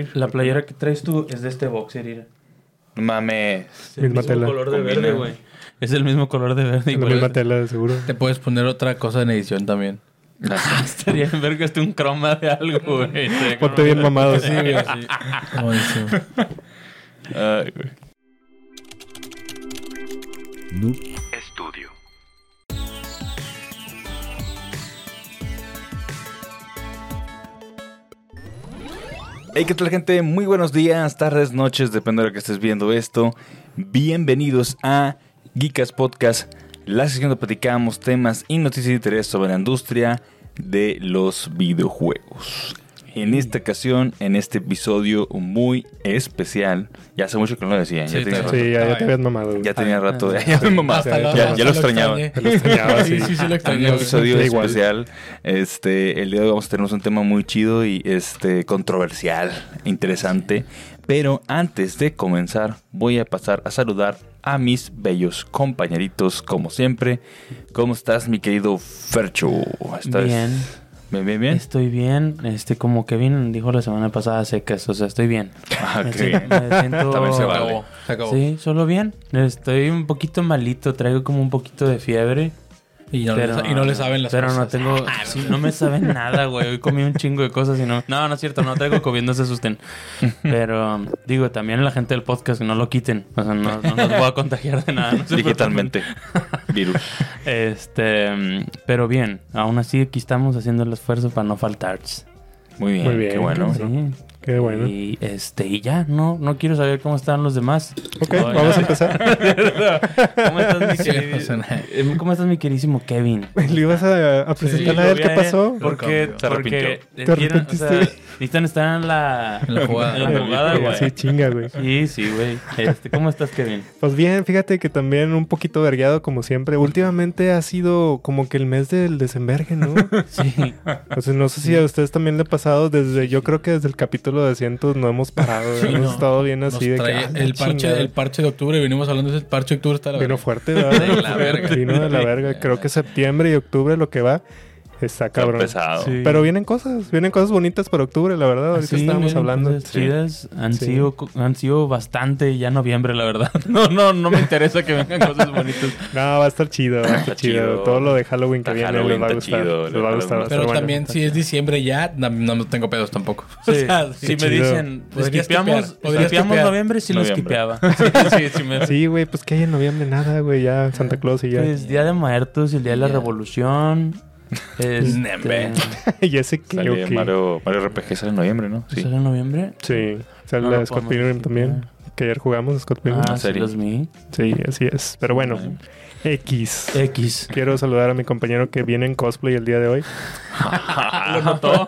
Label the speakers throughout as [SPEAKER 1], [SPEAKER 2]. [SPEAKER 1] ver.
[SPEAKER 2] La playera que traes tú es de este boxer, Ira.
[SPEAKER 1] No mames.
[SPEAKER 2] Es el
[SPEAKER 3] Misma
[SPEAKER 2] mismo
[SPEAKER 3] tela.
[SPEAKER 2] color de
[SPEAKER 1] Combina.
[SPEAKER 2] verde, güey. Es el mismo color de verde.
[SPEAKER 3] La
[SPEAKER 2] igual
[SPEAKER 3] misma
[SPEAKER 2] es-
[SPEAKER 3] tela, de seguro.
[SPEAKER 4] Te puedes poner otra cosa en edición también.
[SPEAKER 2] Estaría en ver que esté un croma de algo, güey. Estaría
[SPEAKER 3] Ponte
[SPEAKER 2] con-
[SPEAKER 3] bien mamado.
[SPEAKER 4] Sí, güey, sí. Buenísimo.
[SPEAKER 1] Ay, güey.
[SPEAKER 5] Noob
[SPEAKER 6] Estudio.
[SPEAKER 1] Hey, ¿qué tal, gente? Muy buenos días, tardes, noches, depende de lo que estés viendo esto. Bienvenidos a Geekas Podcast, la sección donde platicamos temas y noticias de interés sobre la industria de los videojuegos. En esta ocasión, en este episodio muy especial, ya hace mucho que no lo decía,
[SPEAKER 4] Sí,
[SPEAKER 1] ya tenía
[SPEAKER 4] claro.
[SPEAKER 1] rato,
[SPEAKER 3] Sí, ya, ya te habías mamado. güey.
[SPEAKER 1] ya tenía rato de-
[SPEAKER 4] Ah,
[SPEAKER 2] este
[SPEAKER 1] ya me mamaba,
[SPEAKER 3] Hasta
[SPEAKER 1] ya,
[SPEAKER 3] luego,
[SPEAKER 1] ya
[SPEAKER 3] hasta
[SPEAKER 1] lo extraña.
[SPEAKER 3] Te lo extrañaba,
[SPEAKER 4] Sí,
[SPEAKER 3] sí.
[SPEAKER 4] sí, sí lo
[SPEAKER 1] Un
[SPEAKER 4] extrañé. güey.
[SPEAKER 1] episodio
[SPEAKER 3] Sí, igual.
[SPEAKER 1] especial. Este, el día de hoy vamos a tener un tema muy chido y este controversial, interesante. Pero antes de comenzar, voy a pasar a saludar a mis bellos compañeritos, como siempre. ¿Cómo estás, mi querido Fercho? ¿Estás
[SPEAKER 2] Bien.
[SPEAKER 1] bien, bien, bien?
[SPEAKER 2] Estoy bien. Este, como Kevin dijo la semana pasada, secas. O sea, estoy bien.
[SPEAKER 1] Ah,
[SPEAKER 2] Me
[SPEAKER 1] qué
[SPEAKER 2] siento-
[SPEAKER 1] bien.
[SPEAKER 2] me siento-
[SPEAKER 1] También se
[SPEAKER 4] Se
[SPEAKER 1] vale.
[SPEAKER 4] acabó. Se acabó.
[SPEAKER 2] Sí, solo bien. Estoy un poquito malito. Traigo como un poquito de fiebre.
[SPEAKER 4] Y, no
[SPEAKER 2] pero,
[SPEAKER 4] le, y no le saben las
[SPEAKER 2] pero
[SPEAKER 4] cosas. Ah,
[SPEAKER 2] no tengo... sí, no me saben nada, güey. Hoy comí un chingo de cosas y no... No, no es cierto. No traigo COVID, no se asusten. Pero, digo, también la gente del podcast, no lo quiten. O sea, no, no nos voy a contagiar de nada. no se
[SPEAKER 1] Digitalmente. Virus.
[SPEAKER 2] preocupen. Este... mm, Pero bien. Aún así, aquí estamos haciendo el esfuerzo para no faltar. Sí.
[SPEAKER 1] Muy bien,
[SPEAKER 3] Muy bien.
[SPEAKER 1] qué bueno.
[SPEAKER 3] Qué bueno.
[SPEAKER 2] Y, este, y ya. No, no quiero saber cómo están los demás.
[SPEAKER 3] Ok,
[SPEAKER 2] Ay,
[SPEAKER 3] vamos a empezar.
[SPEAKER 2] ¿Cómo estás, mi
[SPEAKER 4] Sí,
[SPEAKER 2] querido-
[SPEAKER 4] o sea, nada.
[SPEAKER 2] eh, ¿Cómo estás, mi queridísimo Kevin?
[SPEAKER 3] ¿Le ibas a, a presentar
[SPEAKER 2] lo
[SPEAKER 3] a él
[SPEAKER 2] vi
[SPEAKER 3] qué
[SPEAKER 2] él.
[SPEAKER 3] pasó?
[SPEAKER 2] Porque,
[SPEAKER 1] Se arrepintió.
[SPEAKER 2] porque
[SPEAKER 3] ¿Te
[SPEAKER 2] quieren, o sea,
[SPEAKER 3] arrepentiste?
[SPEAKER 2] necesitan estar en la,
[SPEAKER 4] En la jugada.
[SPEAKER 2] en la jugada,
[SPEAKER 3] Eh, Sí,
[SPEAKER 2] güey.
[SPEAKER 3] chinga, güey.
[SPEAKER 2] Sí, sí, güey. Este, ¿Cómo estás, Kevin?
[SPEAKER 3] Pues bien, fíjate que también un poquito vergueado como siempre. Últimamente ha sido como que el mes del desenvergue, ¿no?
[SPEAKER 2] Sí.
[SPEAKER 3] O sea, no sé si a ustedes también le ha pasado desde, yo creo que desde el capítulo de cientos no hemos parado.
[SPEAKER 4] Sí,
[SPEAKER 3] hemos
[SPEAKER 4] no.
[SPEAKER 3] estado bien
[SPEAKER 4] Nos
[SPEAKER 3] así de que,
[SPEAKER 4] trae
[SPEAKER 3] "Ah, la
[SPEAKER 4] el, parche,
[SPEAKER 3] chingada".
[SPEAKER 4] el parche de octubre. Venimos hablando de ese parche de octubre. Está la
[SPEAKER 3] Vino
[SPEAKER 4] verga.
[SPEAKER 3] fuerte, ¿verdad?
[SPEAKER 4] De la verga.
[SPEAKER 3] Vino de la verga. Creo que septiembre y octubre lo que va está
[SPEAKER 1] Está
[SPEAKER 3] cabrón.
[SPEAKER 1] pesado.
[SPEAKER 2] Sí.
[SPEAKER 3] Pero vienen cosas, vienen cosas bonitas para octubre, la verdad. Ahorita
[SPEAKER 2] Ah, Sí,
[SPEAKER 3] estábamos
[SPEAKER 2] bien,
[SPEAKER 3] hablando.
[SPEAKER 2] cosas chidas. Han,
[SPEAKER 3] Sí.
[SPEAKER 2] sido, co- han sido bastante ya noviembre, la verdad. No, no, no me interesa que vengan cosas bonitas.
[SPEAKER 3] No, va a estar chido, va a
[SPEAKER 1] Está
[SPEAKER 3] estar chido.
[SPEAKER 1] chido.
[SPEAKER 3] Todo lo de Halloween
[SPEAKER 1] Está
[SPEAKER 3] que viene
[SPEAKER 1] Halloween,
[SPEAKER 3] les va a
[SPEAKER 1] está
[SPEAKER 3] gustar.
[SPEAKER 1] chido,
[SPEAKER 3] les
[SPEAKER 1] le
[SPEAKER 3] va
[SPEAKER 1] va
[SPEAKER 3] a
[SPEAKER 1] a
[SPEAKER 3] gustar. va a
[SPEAKER 1] gustar.
[SPEAKER 3] estar
[SPEAKER 4] Pero
[SPEAKER 3] bueno.
[SPEAKER 4] también, si es diciembre ya, no, no tengo pedos tampoco.
[SPEAKER 2] Sí.
[SPEAKER 4] O sea,
[SPEAKER 2] si
[SPEAKER 3] qué
[SPEAKER 2] me
[SPEAKER 3] chido.
[SPEAKER 2] dicen, skipeamos,
[SPEAKER 4] Podría skipear, podría
[SPEAKER 2] skipeamos
[SPEAKER 4] skipear.
[SPEAKER 2] noviembre, sí lo
[SPEAKER 1] Noviembre.
[SPEAKER 2] skipeaba. Sí, sí, sí, me-
[SPEAKER 3] Sí, güey, pues que hay en noviembre nada, güey, ya Santa Claus y ya.
[SPEAKER 2] Pues Día de Muertos y el Día de la
[SPEAKER 4] Ya.
[SPEAKER 2] Revolución. Este,
[SPEAKER 4] Nembe.
[SPEAKER 3] y ese que
[SPEAKER 1] Sale
[SPEAKER 3] ok.
[SPEAKER 1] Mario, Mario RPG sale en noviembre, ¿no?
[SPEAKER 2] pues, ¿Sale en noviembre?
[SPEAKER 3] Sí, sale
[SPEAKER 2] No
[SPEAKER 3] la
[SPEAKER 2] lo
[SPEAKER 3] de Scott
[SPEAKER 2] podemos
[SPEAKER 3] Pilgrim también.
[SPEAKER 2] quitar.
[SPEAKER 3] Que ayer jugamos Scott Pilgrim.
[SPEAKER 2] Ah, sí
[SPEAKER 1] serie.
[SPEAKER 2] los vi.
[SPEAKER 3] Sí, así es. Pero bueno, X.
[SPEAKER 2] X.
[SPEAKER 3] Quiero saludar a mi compañero que viene en cosplay el día de hoy.
[SPEAKER 2] Lo notó.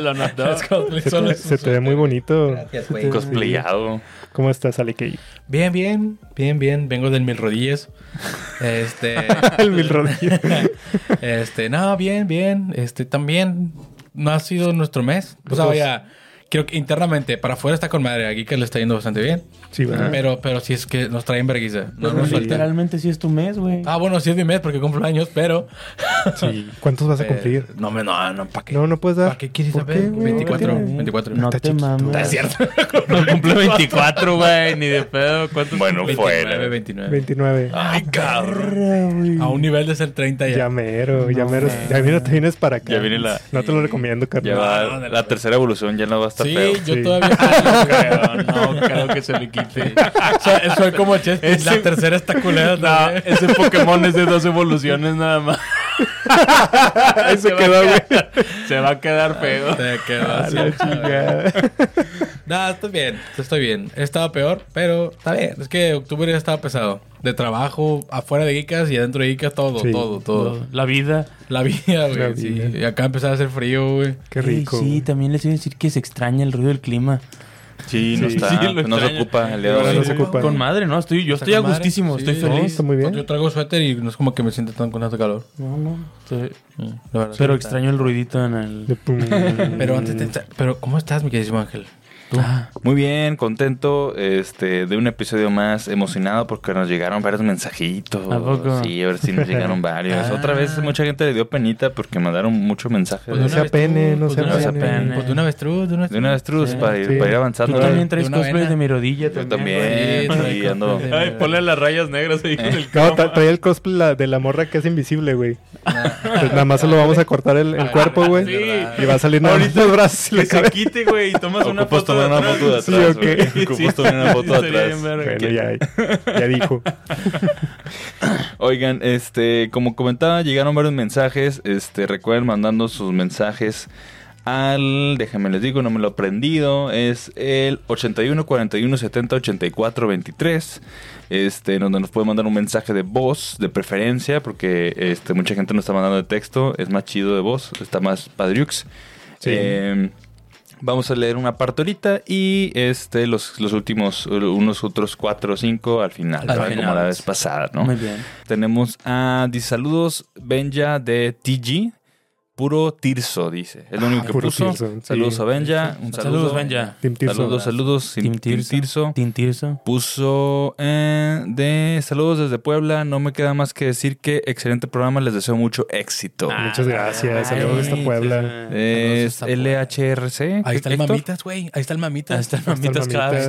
[SPEAKER 2] Lo notó.
[SPEAKER 4] Las cosas
[SPEAKER 3] Se
[SPEAKER 4] son
[SPEAKER 3] te,
[SPEAKER 4] las-
[SPEAKER 3] se te ve muy bonito.
[SPEAKER 4] Gracias,
[SPEAKER 2] Sí.
[SPEAKER 4] güey.
[SPEAKER 1] Cosplayado.
[SPEAKER 3] ¿Cómo estás, Ale Key?
[SPEAKER 4] Bien, bien, bien, bien. Vengo del Mil Rodillas. Este.
[SPEAKER 3] El mil rodillas.
[SPEAKER 4] Este, no, bien, bien. Este, también no ha sido nuestro mes.
[SPEAKER 3] Pues,
[SPEAKER 4] O sea, vaya, creo que internamente, para afuera está con madre. Aquí que le está yendo bastante bien.
[SPEAKER 3] Sí, ¿verdad?
[SPEAKER 4] Pero, pero sí es que nos traen vergüenza. No
[SPEAKER 2] Pero
[SPEAKER 4] nos sueltan.
[SPEAKER 2] literalmente sí es tu mes, güey.
[SPEAKER 4] Ah, bueno, sí es mi mes porque cumplo años, pero.
[SPEAKER 3] Sí. ¿Cuántos vas a cumplir?
[SPEAKER 4] No, me, no, no, ¿para Eh, qué?
[SPEAKER 3] No, no puedes dar.
[SPEAKER 4] ¿Para qué quieres
[SPEAKER 3] ¿Por
[SPEAKER 4] saber?
[SPEAKER 3] qué, güey?
[SPEAKER 4] 24,
[SPEAKER 3] ¿Qué tiene?
[SPEAKER 4] 24.
[SPEAKER 2] No
[SPEAKER 3] Está
[SPEAKER 2] te
[SPEAKER 3] chiquito.
[SPEAKER 2] mames.
[SPEAKER 3] Está
[SPEAKER 4] cierto.
[SPEAKER 2] No cumple 24, güey. Ni de pedo. ¿Cuántos
[SPEAKER 1] Bueno, fuera.
[SPEAKER 4] 29, 29.
[SPEAKER 3] 29.
[SPEAKER 1] Ay, cabrón.
[SPEAKER 4] A un nivel de ser 30 Ah, ya.
[SPEAKER 3] Llamero, llamero. Ya viene, te vienes para acá.
[SPEAKER 1] Ya viene la-
[SPEAKER 3] No te lo recomiendo,
[SPEAKER 1] Ya
[SPEAKER 3] carnal.
[SPEAKER 1] va,
[SPEAKER 4] No, de la
[SPEAKER 1] la
[SPEAKER 4] verga.
[SPEAKER 1] tercera evolución ya no va a estar
[SPEAKER 4] Sí,
[SPEAKER 1] feo.
[SPEAKER 4] yo
[SPEAKER 3] Sí.
[SPEAKER 4] todavía Ah, no creo, no creo que se le quite. Soy, soy como Chespin,
[SPEAKER 2] Ese-
[SPEAKER 4] la tercera está culera.
[SPEAKER 2] No,
[SPEAKER 4] también.
[SPEAKER 2] ese Pokémon es de dos evoluciones nada más.
[SPEAKER 3] Ahí se
[SPEAKER 2] va
[SPEAKER 3] quedó,
[SPEAKER 2] a
[SPEAKER 3] güey.
[SPEAKER 2] quedar- Se va a quedar feo.
[SPEAKER 4] Te quedó Ah,
[SPEAKER 3] A
[SPEAKER 4] así.
[SPEAKER 3] la chingada.
[SPEAKER 4] No, estoy bien, estoy bien. He estado peor, pero está bien. Es que octubre ya estaba pesado. De trabajo, afuera de Icas y adentro de Icas, todo,
[SPEAKER 3] Sí.
[SPEAKER 4] todo, todo.
[SPEAKER 2] La vida.
[SPEAKER 4] La vida, güey.
[SPEAKER 3] La
[SPEAKER 4] sí.
[SPEAKER 3] vida.
[SPEAKER 4] Y acá empezaba a hacer frío, güey.
[SPEAKER 3] Qué rico.
[SPEAKER 2] Sí, también les iba a decir que se extraña el ruido del clima.
[SPEAKER 1] Sí, no
[SPEAKER 3] Sí.
[SPEAKER 1] está.
[SPEAKER 2] Sí, lo
[SPEAKER 1] no se
[SPEAKER 2] extraño.
[SPEAKER 1] ocupa el día de
[SPEAKER 3] Ahora
[SPEAKER 1] hoy.
[SPEAKER 3] no se ocupa.
[SPEAKER 2] Con madre, ¿no? Estoy, yo estoy a
[SPEAKER 4] Está con madre.
[SPEAKER 2] gustísimo,
[SPEAKER 4] Sí,
[SPEAKER 2] estoy
[SPEAKER 4] sí.
[SPEAKER 2] feliz.
[SPEAKER 3] Está muy bien.
[SPEAKER 4] Yo traigo suéter y no es como que me siento tan con tanto calor.
[SPEAKER 2] No, no. estoy-
[SPEAKER 4] Mm, la verdad.
[SPEAKER 2] Pero extraño el ruidito en el...
[SPEAKER 3] De pum.
[SPEAKER 4] Pero antes, de- pero ¿cómo estás, mi queridísimo Ángel?
[SPEAKER 2] tú?
[SPEAKER 1] Muy bien, contento este, de un episodio más, emocionado porque nos llegaron varios mensajitos.
[SPEAKER 2] ¿A poco?
[SPEAKER 1] Sí, a ver si nos llegaron varios.
[SPEAKER 4] Ah.
[SPEAKER 1] Otra vez mucha gente le dio penita porque mandaron mucho mensaje.
[SPEAKER 4] Pues
[SPEAKER 1] de-
[SPEAKER 3] no
[SPEAKER 4] de
[SPEAKER 3] se
[SPEAKER 4] una vez
[SPEAKER 3] apene,
[SPEAKER 4] tú,
[SPEAKER 3] no
[SPEAKER 4] pues
[SPEAKER 3] se
[SPEAKER 4] de una vez
[SPEAKER 2] apene.
[SPEAKER 4] apene. Pues de una vez tú, de una vez
[SPEAKER 1] Eh. de una vez truz,
[SPEAKER 4] Sí.
[SPEAKER 1] para, ir,
[SPEAKER 3] Sí.
[SPEAKER 1] para ir
[SPEAKER 2] Tú
[SPEAKER 1] avanzando.
[SPEAKER 2] también traes
[SPEAKER 4] una
[SPEAKER 2] cosplay
[SPEAKER 4] vena.
[SPEAKER 2] de mi rodilla
[SPEAKER 1] Yo
[SPEAKER 2] güey.
[SPEAKER 1] también.
[SPEAKER 4] Sí,
[SPEAKER 1] sí, ando-
[SPEAKER 4] traigo-
[SPEAKER 2] Ay, ponle las rayas negras
[SPEAKER 4] Eh.
[SPEAKER 2] ahí con el
[SPEAKER 3] No,
[SPEAKER 2] cromo.
[SPEAKER 3] tra- traía el cosplay la- de la morra que es invisible, güey.
[SPEAKER 2] Ah,
[SPEAKER 3] Pues nada más se lo vamos a cortar el, el
[SPEAKER 4] Ah,
[SPEAKER 3] cuerpo, güey.
[SPEAKER 4] sí.
[SPEAKER 3] Y va a salir nada más
[SPEAKER 2] Ahorita-
[SPEAKER 3] los brazos y la
[SPEAKER 2] Que se
[SPEAKER 3] cabeza.
[SPEAKER 2] quite, güey, y tomas una
[SPEAKER 1] Ocupas
[SPEAKER 2] foto de
[SPEAKER 1] tomar una
[SPEAKER 2] atrás.
[SPEAKER 1] foto de atrás.
[SPEAKER 3] Sí, ok.
[SPEAKER 1] güey. Ocupas tomar una foto de
[SPEAKER 2] Estaría bien
[SPEAKER 1] atrás.
[SPEAKER 2] verga.
[SPEAKER 3] Bueno, ya, ya dijo.
[SPEAKER 1] Oigan, este, como comentaba, llegaron varios mensajes. Este, recuerden mandando sus mensajes al, déjenme les digo, no me lo he aprendido, es el 81 41 70 84 23. Este, en donde nos pueden mandar un mensaje de voz, de preferencia, porque este, mucha gente nos está mandando de texto, es más chido de voz, está más padriux.
[SPEAKER 3] Sí.
[SPEAKER 1] Eh, Vamos a leer una parte ahorita y este los, los últimos, unos otros cuatro o cinco al final,
[SPEAKER 4] Al
[SPEAKER 1] ¿verdad? como
[SPEAKER 4] final.
[SPEAKER 1] la vez pasada, ¿no?
[SPEAKER 2] Muy bien.
[SPEAKER 1] Tenemos a, dice, saludos, Benja de TG. Puro Tirso, dice. Es lo único que
[SPEAKER 3] puro
[SPEAKER 1] puso.
[SPEAKER 3] Tirso, sí.
[SPEAKER 1] Saludos a Benja. Un saludo.
[SPEAKER 2] Saludos, Benja.
[SPEAKER 3] Team Tirso.
[SPEAKER 1] Saludos, saludos. Team,
[SPEAKER 2] Team
[SPEAKER 1] Team Tirso.
[SPEAKER 2] Tirso. Team Tirso.
[SPEAKER 1] Puso eh, de saludos desde Puebla. No me queda más que decir que excelente programa. Les deseo mucho éxito.
[SPEAKER 2] Ah,
[SPEAKER 3] Muchas gracias.
[SPEAKER 2] ay,
[SPEAKER 3] Saludos hasta
[SPEAKER 2] sí,
[SPEAKER 3] Puebla.
[SPEAKER 2] sí.
[SPEAKER 1] es
[SPEAKER 4] saludos a
[SPEAKER 1] LHRC.
[SPEAKER 4] Ahí está el
[SPEAKER 1] Héctor.
[SPEAKER 4] mamitas, güey. Ahí está el mamitas.
[SPEAKER 2] Ahí están mamitas
[SPEAKER 3] mamitas.
[SPEAKER 2] claves.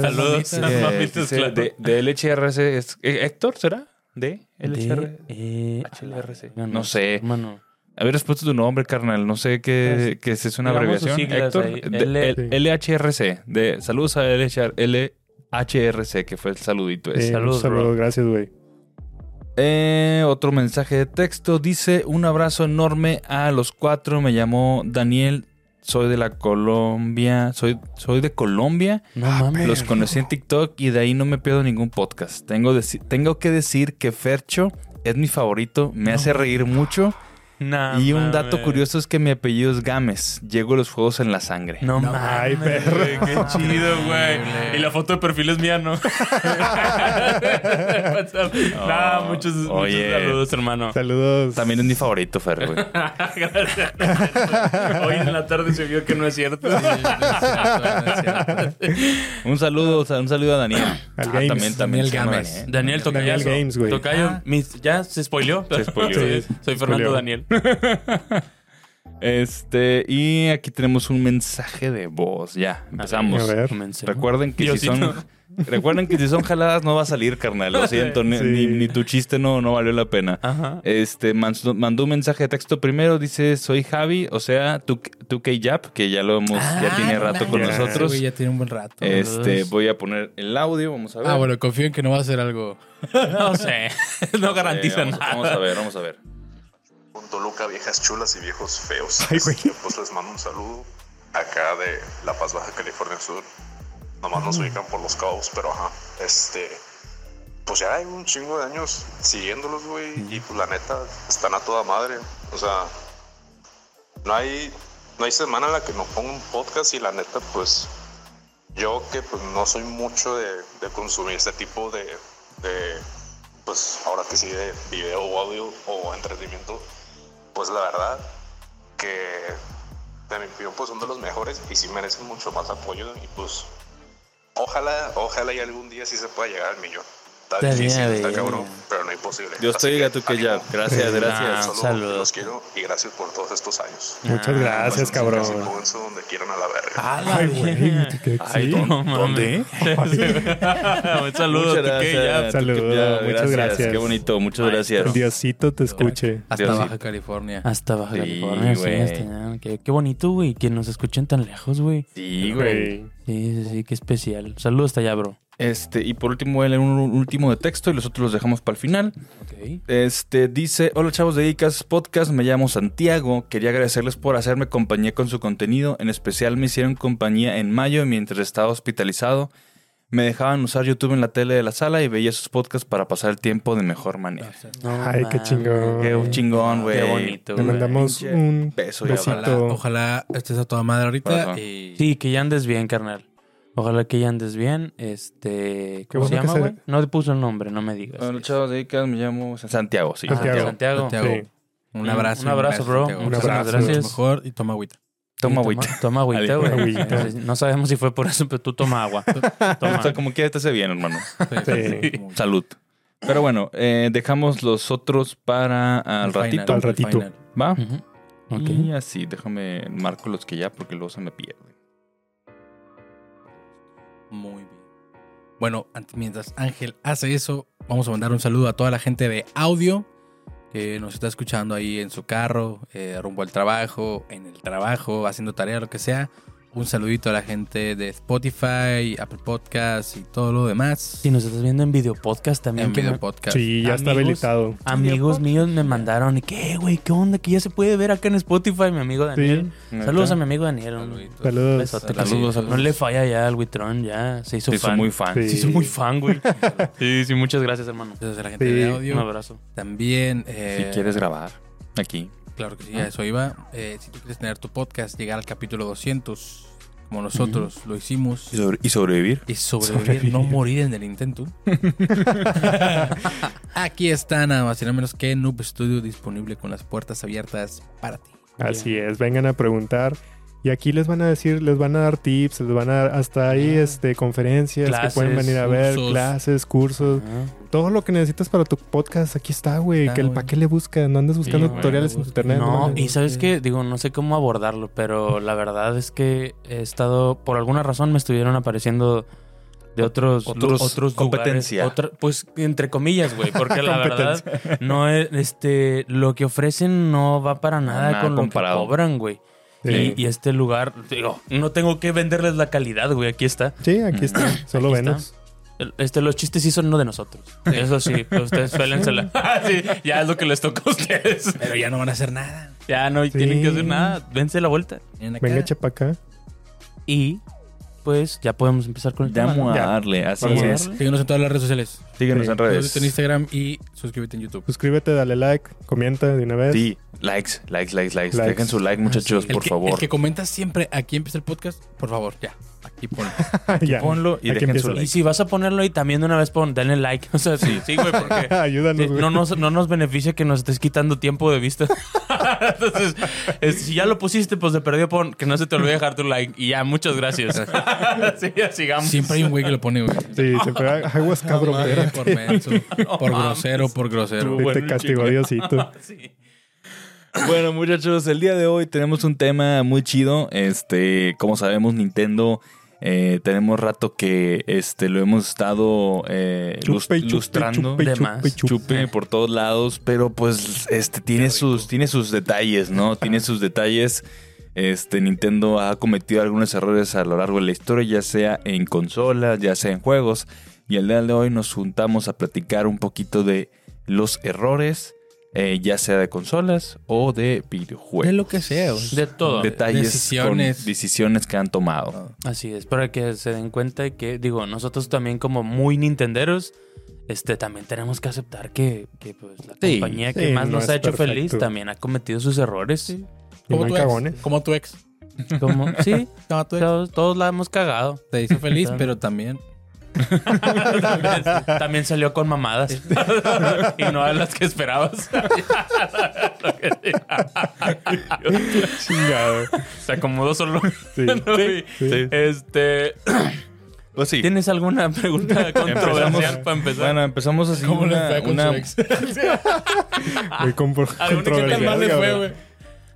[SPEAKER 2] Saludos.
[SPEAKER 4] Mamitas.
[SPEAKER 1] Eh,
[SPEAKER 2] Mamitas
[SPEAKER 1] dice,
[SPEAKER 2] claves.
[SPEAKER 1] de, de LHRC. es- eh, ¿Héctor será? ¿De LHRC?
[SPEAKER 2] D, E,
[SPEAKER 1] HLRC.
[SPEAKER 2] ah,
[SPEAKER 1] No sé.
[SPEAKER 2] Hermano.
[SPEAKER 1] A ver, has puesto tu nombre, carnal. No sé qué, qué es, es una
[SPEAKER 2] Pues, Digamos sus
[SPEAKER 1] abreviación.
[SPEAKER 2] siglas
[SPEAKER 1] Héctor,
[SPEAKER 2] ahí.
[SPEAKER 1] de-
[SPEAKER 2] L-
[SPEAKER 1] el- LHRC. De, saludos a LHR LHRC, que fue el saludito
[SPEAKER 3] Eh,
[SPEAKER 1] ese.
[SPEAKER 2] saludos,
[SPEAKER 3] saludos,
[SPEAKER 2] bro.
[SPEAKER 3] gracias, güey.
[SPEAKER 1] Eh, otro mensaje de texto dice: Un abrazo enorme a los cuatro. Me llamó Daniel. Soy de la Colombia. Soy, soy de Colombia.
[SPEAKER 2] No mames.
[SPEAKER 1] Los conocí en TikTok y de ahí no me pierdo ningún podcast. Tengo, deci- tengo que decir que Fercho es mi favorito. Me hace reír mucho.
[SPEAKER 2] No
[SPEAKER 1] Y un dato
[SPEAKER 2] mames.
[SPEAKER 1] curioso es que mi apellido es Gámez. Llego a los juegos en la sangre.
[SPEAKER 2] No,
[SPEAKER 4] No,
[SPEAKER 2] mames.
[SPEAKER 3] ay, perro.
[SPEAKER 2] güey, Qué chido, güey.
[SPEAKER 4] Increíble.
[SPEAKER 2] Y la foto de perfil es mía, ¿no? no,
[SPEAKER 1] Oh,
[SPEAKER 2] muchos, muchos
[SPEAKER 1] oye.
[SPEAKER 2] saludos, hermano.
[SPEAKER 3] Saludos.
[SPEAKER 1] También es mi favorito, Fer, güey.
[SPEAKER 2] Gracias. Hoy en la tarde se vio que no es cierto.
[SPEAKER 1] Un saludo, o sea, un saludo a Daniel. Ah,
[SPEAKER 3] Al Games.
[SPEAKER 1] también
[SPEAKER 4] Daniel
[SPEAKER 1] se llama
[SPEAKER 4] Gámez.
[SPEAKER 1] Daniel.
[SPEAKER 2] Daniel Tocayo.
[SPEAKER 3] Daniel Games, güey.
[SPEAKER 2] Tocayo,
[SPEAKER 4] Ah.
[SPEAKER 2] mis- ya se spoileó.
[SPEAKER 1] Se spoileó.
[SPEAKER 2] Sí,
[SPEAKER 1] Sí,
[SPEAKER 2] Soy Fernando
[SPEAKER 3] spoileó.
[SPEAKER 2] Daniel.
[SPEAKER 1] Este, y aquí tenemos un mensaje de voz. Ya, empezamos.
[SPEAKER 3] A ver.
[SPEAKER 2] Comencemos.
[SPEAKER 1] Recuerden que si
[SPEAKER 2] Diosito.
[SPEAKER 1] son. Recuerden que si son jaladas no va a salir, carnal. Lo siento, ni,
[SPEAKER 3] Sí.
[SPEAKER 1] ni- ni tu chiste no, no valió la pena.
[SPEAKER 2] Ajá.
[SPEAKER 3] Eh,
[SPEAKER 1] Este, mans- mandó un mensaje de texto primero, dice, soy Javi, o sea, tu, tu K-Jap, que ya lo hemos,
[SPEAKER 3] Ah,
[SPEAKER 1] ya tiene rato con
[SPEAKER 3] ya.
[SPEAKER 1] nosotros.
[SPEAKER 4] Ah, ya tiene un buen rato.
[SPEAKER 1] Este,
[SPEAKER 2] Saludos.
[SPEAKER 1] voy a poner el audio, vamos a ver.
[SPEAKER 4] Ah, bueno, confío en que no va a ser algo.
[SPEAKER 2] No sé. No garantiza
[SPEAKER 1] Eh, vamos,
[SPEAKER 2] nada.
[SPEAKER 1] Vamos a ver, vamos a ver.
[SPEAKER 5] Con Toluca, viejas chulas y viejos feos.
[SPEAKER 3] Ay, güey.
[SPEAKER 5] Este, pues les mando un saludo acá de La Paz, Baja California Sur. Nomás
[SPEAKER 3] Mm.
[SPEAKER 5] nos ubican por los cabos, pero ajá. Este, pues ya hay un chingo de años siguiéndolos, güey. Y pues la neta, están a toda madre. O sea, no hay, no hay semana en la que no ponga un podcast y la neta, pues yo que pues no soy mucho de, de consumir este tipo de, de, pues ahora que sí, de video o audio o entretenimiento, pues la verdad que de mi opinión pues son de los mejores y sí merecen mucho más apoyo y pues ojalá, ojalá y algún día sí se pueda llegar al millón. Está
[SPEAKER 2] Estaría
[SPEAKER 5] difícil, está
[SPEAKER 2] bien.
[SPEAKER 5] cabrón, pero no imposible.
[SPEAKER 1] Yo estoy
[SPEAKER 5] Así
[SPEAKER 1] a tu K-Jap.
[SPEAKER 5] ánimo.
[SPEAKER 1] Gracias,
[SPEAKER 2] Ah,
[SPEAKER 1] gracias.
[SPEAKER 5] Saludos,
[SPEAKER 2] saludos.
[SPEAKER 5] Los quiero y gracias por todos estos años.
[SPEAKER 3] Ah, pues, Muchas gracias,
[SPEAKER 5] Pasen
[SPEAKER 3] cabrón.
[SPEAKER 5] su casa y pónganse donde quieran a la verga.
[SPEAKER 2] Ah, la
[SPEAKER 3] Ay, güey.
[SPEAKER 2] verga.
[SPEAKER 3] ¿qué-
[SPEAKER 1] Ay,
[SPEAKER 3] sí?
[SPEAKER 2] No mames.
[SPEAKER 1] ¿Dónde?
[SPEAKER 2] Ah, Un saludo.
[SPEAKER 1] Muchas
[SPEAKER 2] ¿tú qué? Ya.
[SPEAKER 1] gracias.
[SPEAKER 3] Saludos,
[SPEAKER 1] Ya,
[SPEAKER 3] muchas gracias.
[SPEAKER 1] Qué bonito, muchas gracias.
[SPEAKER 3] Diosito te escuche.
[SPEAKER 4] Hasta
[SPEAKER 1] Dios, sí.
[SPEAKER 4] Baja California.
[SPEAKER 1] Ah.
[SPEAKER 2] Hasta Baja
[SPEAKER 1] Sí,
[SPEAKER 2] California. sí,
[SPEAKER 1] güey.
[SPEAKER 2] hasta- qué, qué bonito, güey. Que nos escuchen tan lejos, güey.
[SPEAKER 1] Sí, güey.
[SPEAKER 2] Sí, sí, sí. Qué especial. Saludos hasta allá, bro.
[SPEAKER 1] Este, y por último voy a leer un último de texto y los otros los dejamos para el final.
[SPEAKER 2] Ok.
[SPEAKER 1] Este dice: Hola chavos de ICAS Podcast, me llamo Santiago. Quería agradecerles por hacerme compañía con su contenido. En especial me hicieron compañía en mayo mientras estaba hospitalizado. Me dejaban usar YouTube en la tele de la sala y veía sus podcasts para pasar el tiempo de mejor manera.
[SPEAKER 3] Ay, qué chingón.
[SPEAKER 1] Qué chingón, güey.
[SPEAKER 2] Ah, Qué bonito,
[SPEAKER 3] Le
[SPEAKER 2] güey.
[SPEAKER 3] mandamos
[SPEAKER 1] Pinche
[SPEAKER 3] un
[SPEAKER 1] beso y
[SPEAKER 3] beso
[SPEAKER 4] Ojalá,
[SPEAKER 3] besito.
[SPEAKER 4] ojalá estés a toda madre ahorita. Eh,
[SPEAKER 1] Ajá.
[SPEAKER 4] Y...
[SPEAKER 2] Sí, que ya andes bien, carnal. Ojalá que ya andes bien. Este. ¿Cómo
[SPEAKER 3] bueno
[SPEAKER 2] se
[SPEAKER 3] que
[SPEAKER 2] llama,
[SPEAKER 3] se-
[SPEAKER 2] güey? No te puso el nombre, no me digas.
[SPEAKER 1] Hola chavos de ICAS, me llamo Santiago, sí.
[SPEAKER 2] Ah,
[SPEAKER 3] Santiago.
[SPEAKER 2] Santiago.
[SPEAKER 4] Santiago.
[SPEAKER 3] Sí.
[SPEAKER 4] Un abrazo.
[SPEAKER 2] Un abrazo, bro.
[SPEAKER 4] Santiago.
[SPEAKER 3] Un
[SPEAKER 4] Muchas
[SPEAKER 3] abrazo.
[SPEAKER 4] gracias.
[SPEAKER 2] Gracias.
[SPEAKER 4] Mejor y toma agüita.
[SPEAKER 1] Toma
[SPEAKER 2] Sí,
[SPEAKER 1] agüita.
[SPEAKER 2] Toma agüita, güey.
[SPEAKER 3] Agüita.
[SPEAKER 2] Entonces, No sabemos si fue por eso, pero tú toma agua. Toma.
[SPEAKER 1] O sea, como quiera te hace bien, hermano.
[SPEAKER 3] Sí.
[SPEAKER 1] Salud. Pero bueno, eh, dejamos los otros para al ratito.
[SPEAKER 3] Al ratito.
[SPEAKER 1] ¿Va?
[SPEAKER 2] Ujú. Ok.
[SPEAKER 1] Y así, déjame marco los que ya porque luego se me pierden.
[SPEAKER 4] Muy bien. Bueno, ant- mientras Ángel hace eso, vamos a mandar un saludo a toda la gente de audio que nos está escuchando ahí en su carro, eh, rumbo al trabajo, en el trabajo, haciendo tarea, lo que sea. Un saludito a la gente de Spotify, Apple Podcasts y todo lo demás.
[SPEAKER 2] Si nos estás viendo en video podcast también.
[SPEAKER 4] en
[SPEAKER 2] que me-
[SPEAKER 4] video podcast.
[SPEAKER 3] Sí, ya está
[SPEAKER 2] Amigos.
[SPEAKER 3] habilitado.
[SPEAKER 2] Amigos míos me mandaron, ¿qué, güey? ¿Qué onda? Que ya se puede ver acá en Spotify, mi amigo Daniel.
[SPEAKER 3] Sí.
[SPEAKER 2] Saludos a mi amigo Daniel.
[SPEAKER 4] Saluditos.
[SPEAKER 3] Saludos.
[SPEAKER 2] Besote,
[SPEAKER 4] Saludos,
[SPEAKER 2] carnal.
[SPEAKER 4] saludos.
[SPEAKER 2] No le falla ya al Witrón, ya se hizo
[SPEAKER 1] Sí,
[SPEAKER 2] fan.
[SPEAKER 1] soy muy fan.
[SPEAKER 3] Sí.
[SPEAKER 2] Se hizo muy fan, güey. Sí, sí, muchas gracias, hermano.
[SPEAKER 4] Saludos a la gente
[SPEAKER 3] Sí.
[SPEAKER 4] de
[SPEAKER 2] Un
[SPEAKER 4] audio.
[SPEAKER 2] abrazo.
[SPEAKER 4] También.
[SPEAKER 1] Si
[SPEAKER 4] eh,
[SPEAKER 1] quieres grabar aquí.
[SPEAKER 4] Claro que sí, a eso iba. Eh, si tú quieres tener tu podcast, llegar al capítulo 200, como nosotros lo hicimos,
[SPEAKER 1] Y, sobre- y sobrevivir.
[SPEAKER 4] y sobrevivir, no morir en el intento. Aquí está nada más y nada menos que Noob Studio disponible con las puertas abiertas para ti.
[SPEAKER 3] Así es, vengan a preguntar. Y aquí les van a decir, les van a dar tips, les van a dar hasta ahí este, conferencias
[SPEAKER 2] Clases,
[SPEAKER 3] que pueden venir a ver,
[SPEAKER 4] cursos.
[SPEAKER 3] clases, cursos.
[SPEAKER 2] Ah.
[SPEAKER 3] Todo lo que necesitas para tu podcast, aquí está, güey.
[SPEAKER 4] Está,
[SPEAKER 3] que el
[SPEAKER 4] güey.
[SPEAKER 3] pa' qué le buscas, no andes buscando
[SPEAKER 4] güey,
[SPEAKER 3] tutoriales
[SPEAKER 4] no
[SPEAKER 3] en
[SPEAKER 4] busques.
[SPEAKER 3] internet.
[SPEAKER 2] No,
[SPEAKER 3] mames.
[SPEAKER 2] y sabes qué, digo, no sé cómo abordarlo, pero la verdad es que he estado, por alguna razón me estuvieron apareciendo de otros
[SPEAKER 1] Otros-
[SPEAKER 2] lu- otros
[SPEAKER 1] competencia.
[SPEAKER 2] lugares. Otra- pues entre comillas, güey, porque la verdad no es este lo que ofrecen no va para nada,
[SPEAKER 1] Nada
[SPEAKER 2] con
[SPEAKER 1] comparado.
[SPEAKER 2] lo que cobran, güey.
[SPEAKER 3] Sí.
[SPEAKER 2] Y, y este lugar, digo, no tengo que venderles la calidad, güey, aquí está.
[SPEAKER 3] Sí, aquí está. Solo
[SPEAKER 2] Aquí está.
[SPEAKER 3] venos.
[SPEAKER 2] El- Este, los chistes sí son no de nosotros. Eso sí, ustedes suélensela. sí, ya es lo que les toca a ustedes.
[SPEAKER 4] Pero ya no van a hacer nada.
[SPEAKER 2] Ya no tienen que hacer nada, dense la vuelta.
[SPEAKER 4] Vienen acá.
[SPEAKER 3] Venga, echa pa' acá.
[SPEAKER 2] Y pues ya podemos empezar con el tema. ¿no?
[SPEAKER 1] Vamos a
[SPEAKER 3] Ya.
[SPEAKER 1] darle, así
[SPEAKER 3] Vamos a
[SPEAKER 1] es.
[SPEAKER 4] Síguenos en todas las redes sociales.
[SPEAKER 1] Síguenos
[SPEAKER 3] Sí.
[SPEAKER 1] en
[SPEAKER 4] Suscríbete en
[SPEAKER 1] redes.
[SPEAKER 4] Instagram y suscríbete en YouTube.
[SPEAKER 1] Pues,
[SPEAKER 3] Suscríbete, dale like, comenta de una vez.
[SPEAKER 1] Sí, likes, likes, likes, likes.
[SPEAKER 3] Likes.
[SPEAKER 1] Dejen su like, muchachos,
[SPEAKER 4] Ah, sí.
[SPEAKER 1] por
[SPEAKER 4] El que- El
[SPEAKER 1] favor.
[SPEAKER 4] que comenta siempre aquí empieza el podcast, por favor, ya. Aquí ponlo.
[SPEAKER 3] Ah, Ya.
[SPEAKER 1] Ponlo y
[SPEAKER 3] Aquí
[SPEAKER 1] dejen
[SPEAKER 3] empieza.
[SPEAKER 1] su
[SPEAKER 2] Y
[SPEAKER 1] like.
[SPEAKER 2] si vas a ponerlo ahí también de una vez pon, dale like. O sea, sí, sí, güey, porque
[SPEAKER 3] Ah, Ayúdanos,
[SPEAKER 2] sí,
[SPEAKER 3] güey.
[SPEAKER 2] no, nos, no nos beneficia que nos estés quitando tiempo de vista. Entonces, es- si ya lo pusiste, pues de perdido pon que no se te olvide dejar tu like. Y ya, muchas gracias. sí, ya sigamos.
[SPEAKER 4] Siempre hay un güey que lo pone, güey.
[SPEAKER 3] Sí, siempre ag- aguas cabrón.
[SPEAKER 4] Ay,
[SPEAKER 3] espérate.
[SPEAKER 4] por menso, por grosero, por grosero.
[SPEAKER 3] Te castigó Este Diosito.
[SPEAKER 2] Sí.
[SPEAKER 1] Bueno, muchachos, el día de hoy tenemos un tema muy chido. Este, como sabemos, Nintendo. eh, tenemos rato que este lo hemos estado eh, lus-
[SPEAKER 3] Chupe, chupe,
[SPEAKER 1] lustrando
[SPEAKER 3] chupe,
[SPEAKER 2] de
[SPEAKER 3] chupe,
[SPEAKER 2] más.
[SPEAKER 3] chupe.
[SPEAKER 1] chupe por todos lados, pero pues este tiene sus tiene sus detalles, ¿no? Tiene sus detalles. Este Nintendo ha cometido algunos errores a lo largo de la historia, ya sea en consolas, ya sea en juegos, y el día de hoy nos juntamos a platicar un poquito de los errores, eh, ya sea de consolas o de videojuegos.
[SPEAKER 4] De lo que sea. güey.
[SPEAKER 2] De todo.
[SPEAKER 1] Detalles, con
[SPEAKER 4] decisiones.
[SPEAKER 1] decisiones que han tomado.
[SPEAKER 2] Así es, para que se den cuenta que, digo, nosotros también como muy nintenderos, este, también tenemos que aceptar que, que, pues, la
[SPEAKER 1] Sí,
[SPEAKER 2] compañía que
[SPEAKER 3] sí,
[SPEAKER 2] más
[SPEAKER 3] no
[SPEAKER 2] nos ha
[SPEAKER 3] es
[SPEAKER 2] hecho
[SPEAKER 3] perfecto.
[SPEAKER 2] feliz también ha cometido sus errores. Sí,
[SPEAKER 3] Y no
[SPEAKER 4] Como ¿eh?
[SPEAKER 3] hay
[SPEAKER 4] tu ex.
[SPEAKER 3] cagones.
[SPEAKER 4] Como tu ex.
[SPEAKER 2] como, sí
[SPEAKER 4] Como tu ex.
[SPEAKER 2] todos, todos la hemos cagado.
[SPEAKER 4] Te hizo feliz,
[SPEAKER 2] Claro.
[SPEAKER 4] pero también.
[SPEAKER 2] También, también salió con mamadas y no a las que esperabas.
[SPEAKER 3] Chingado.
[SPEAKER 2] se acomodó solo.
[SPEAKER 3] Sí. sí.
[SPEAKER 2] Este,
[SPEAKER 1] Pues sí.
[SPEAKER 2] ¿Tienes alguna pregunta controversial para empezar?
[SPEAKER 1] Bueno, empezamos así
[SPEAKER 4] ¿Cómo le
[SPEAKER 1] una-
[SPEAKER 4] fue con
[SPEAKER 1] una-
[SPEAKER 4] su ex?
[SPEAKER 3] Muy compro-
[SPEAKER 4] Al único que más
[SPEAKER 3] controversial.
[SPEAKER 4] le fue,
[SPEAKER 3] cabrón.
[SPEAKER 4] güey.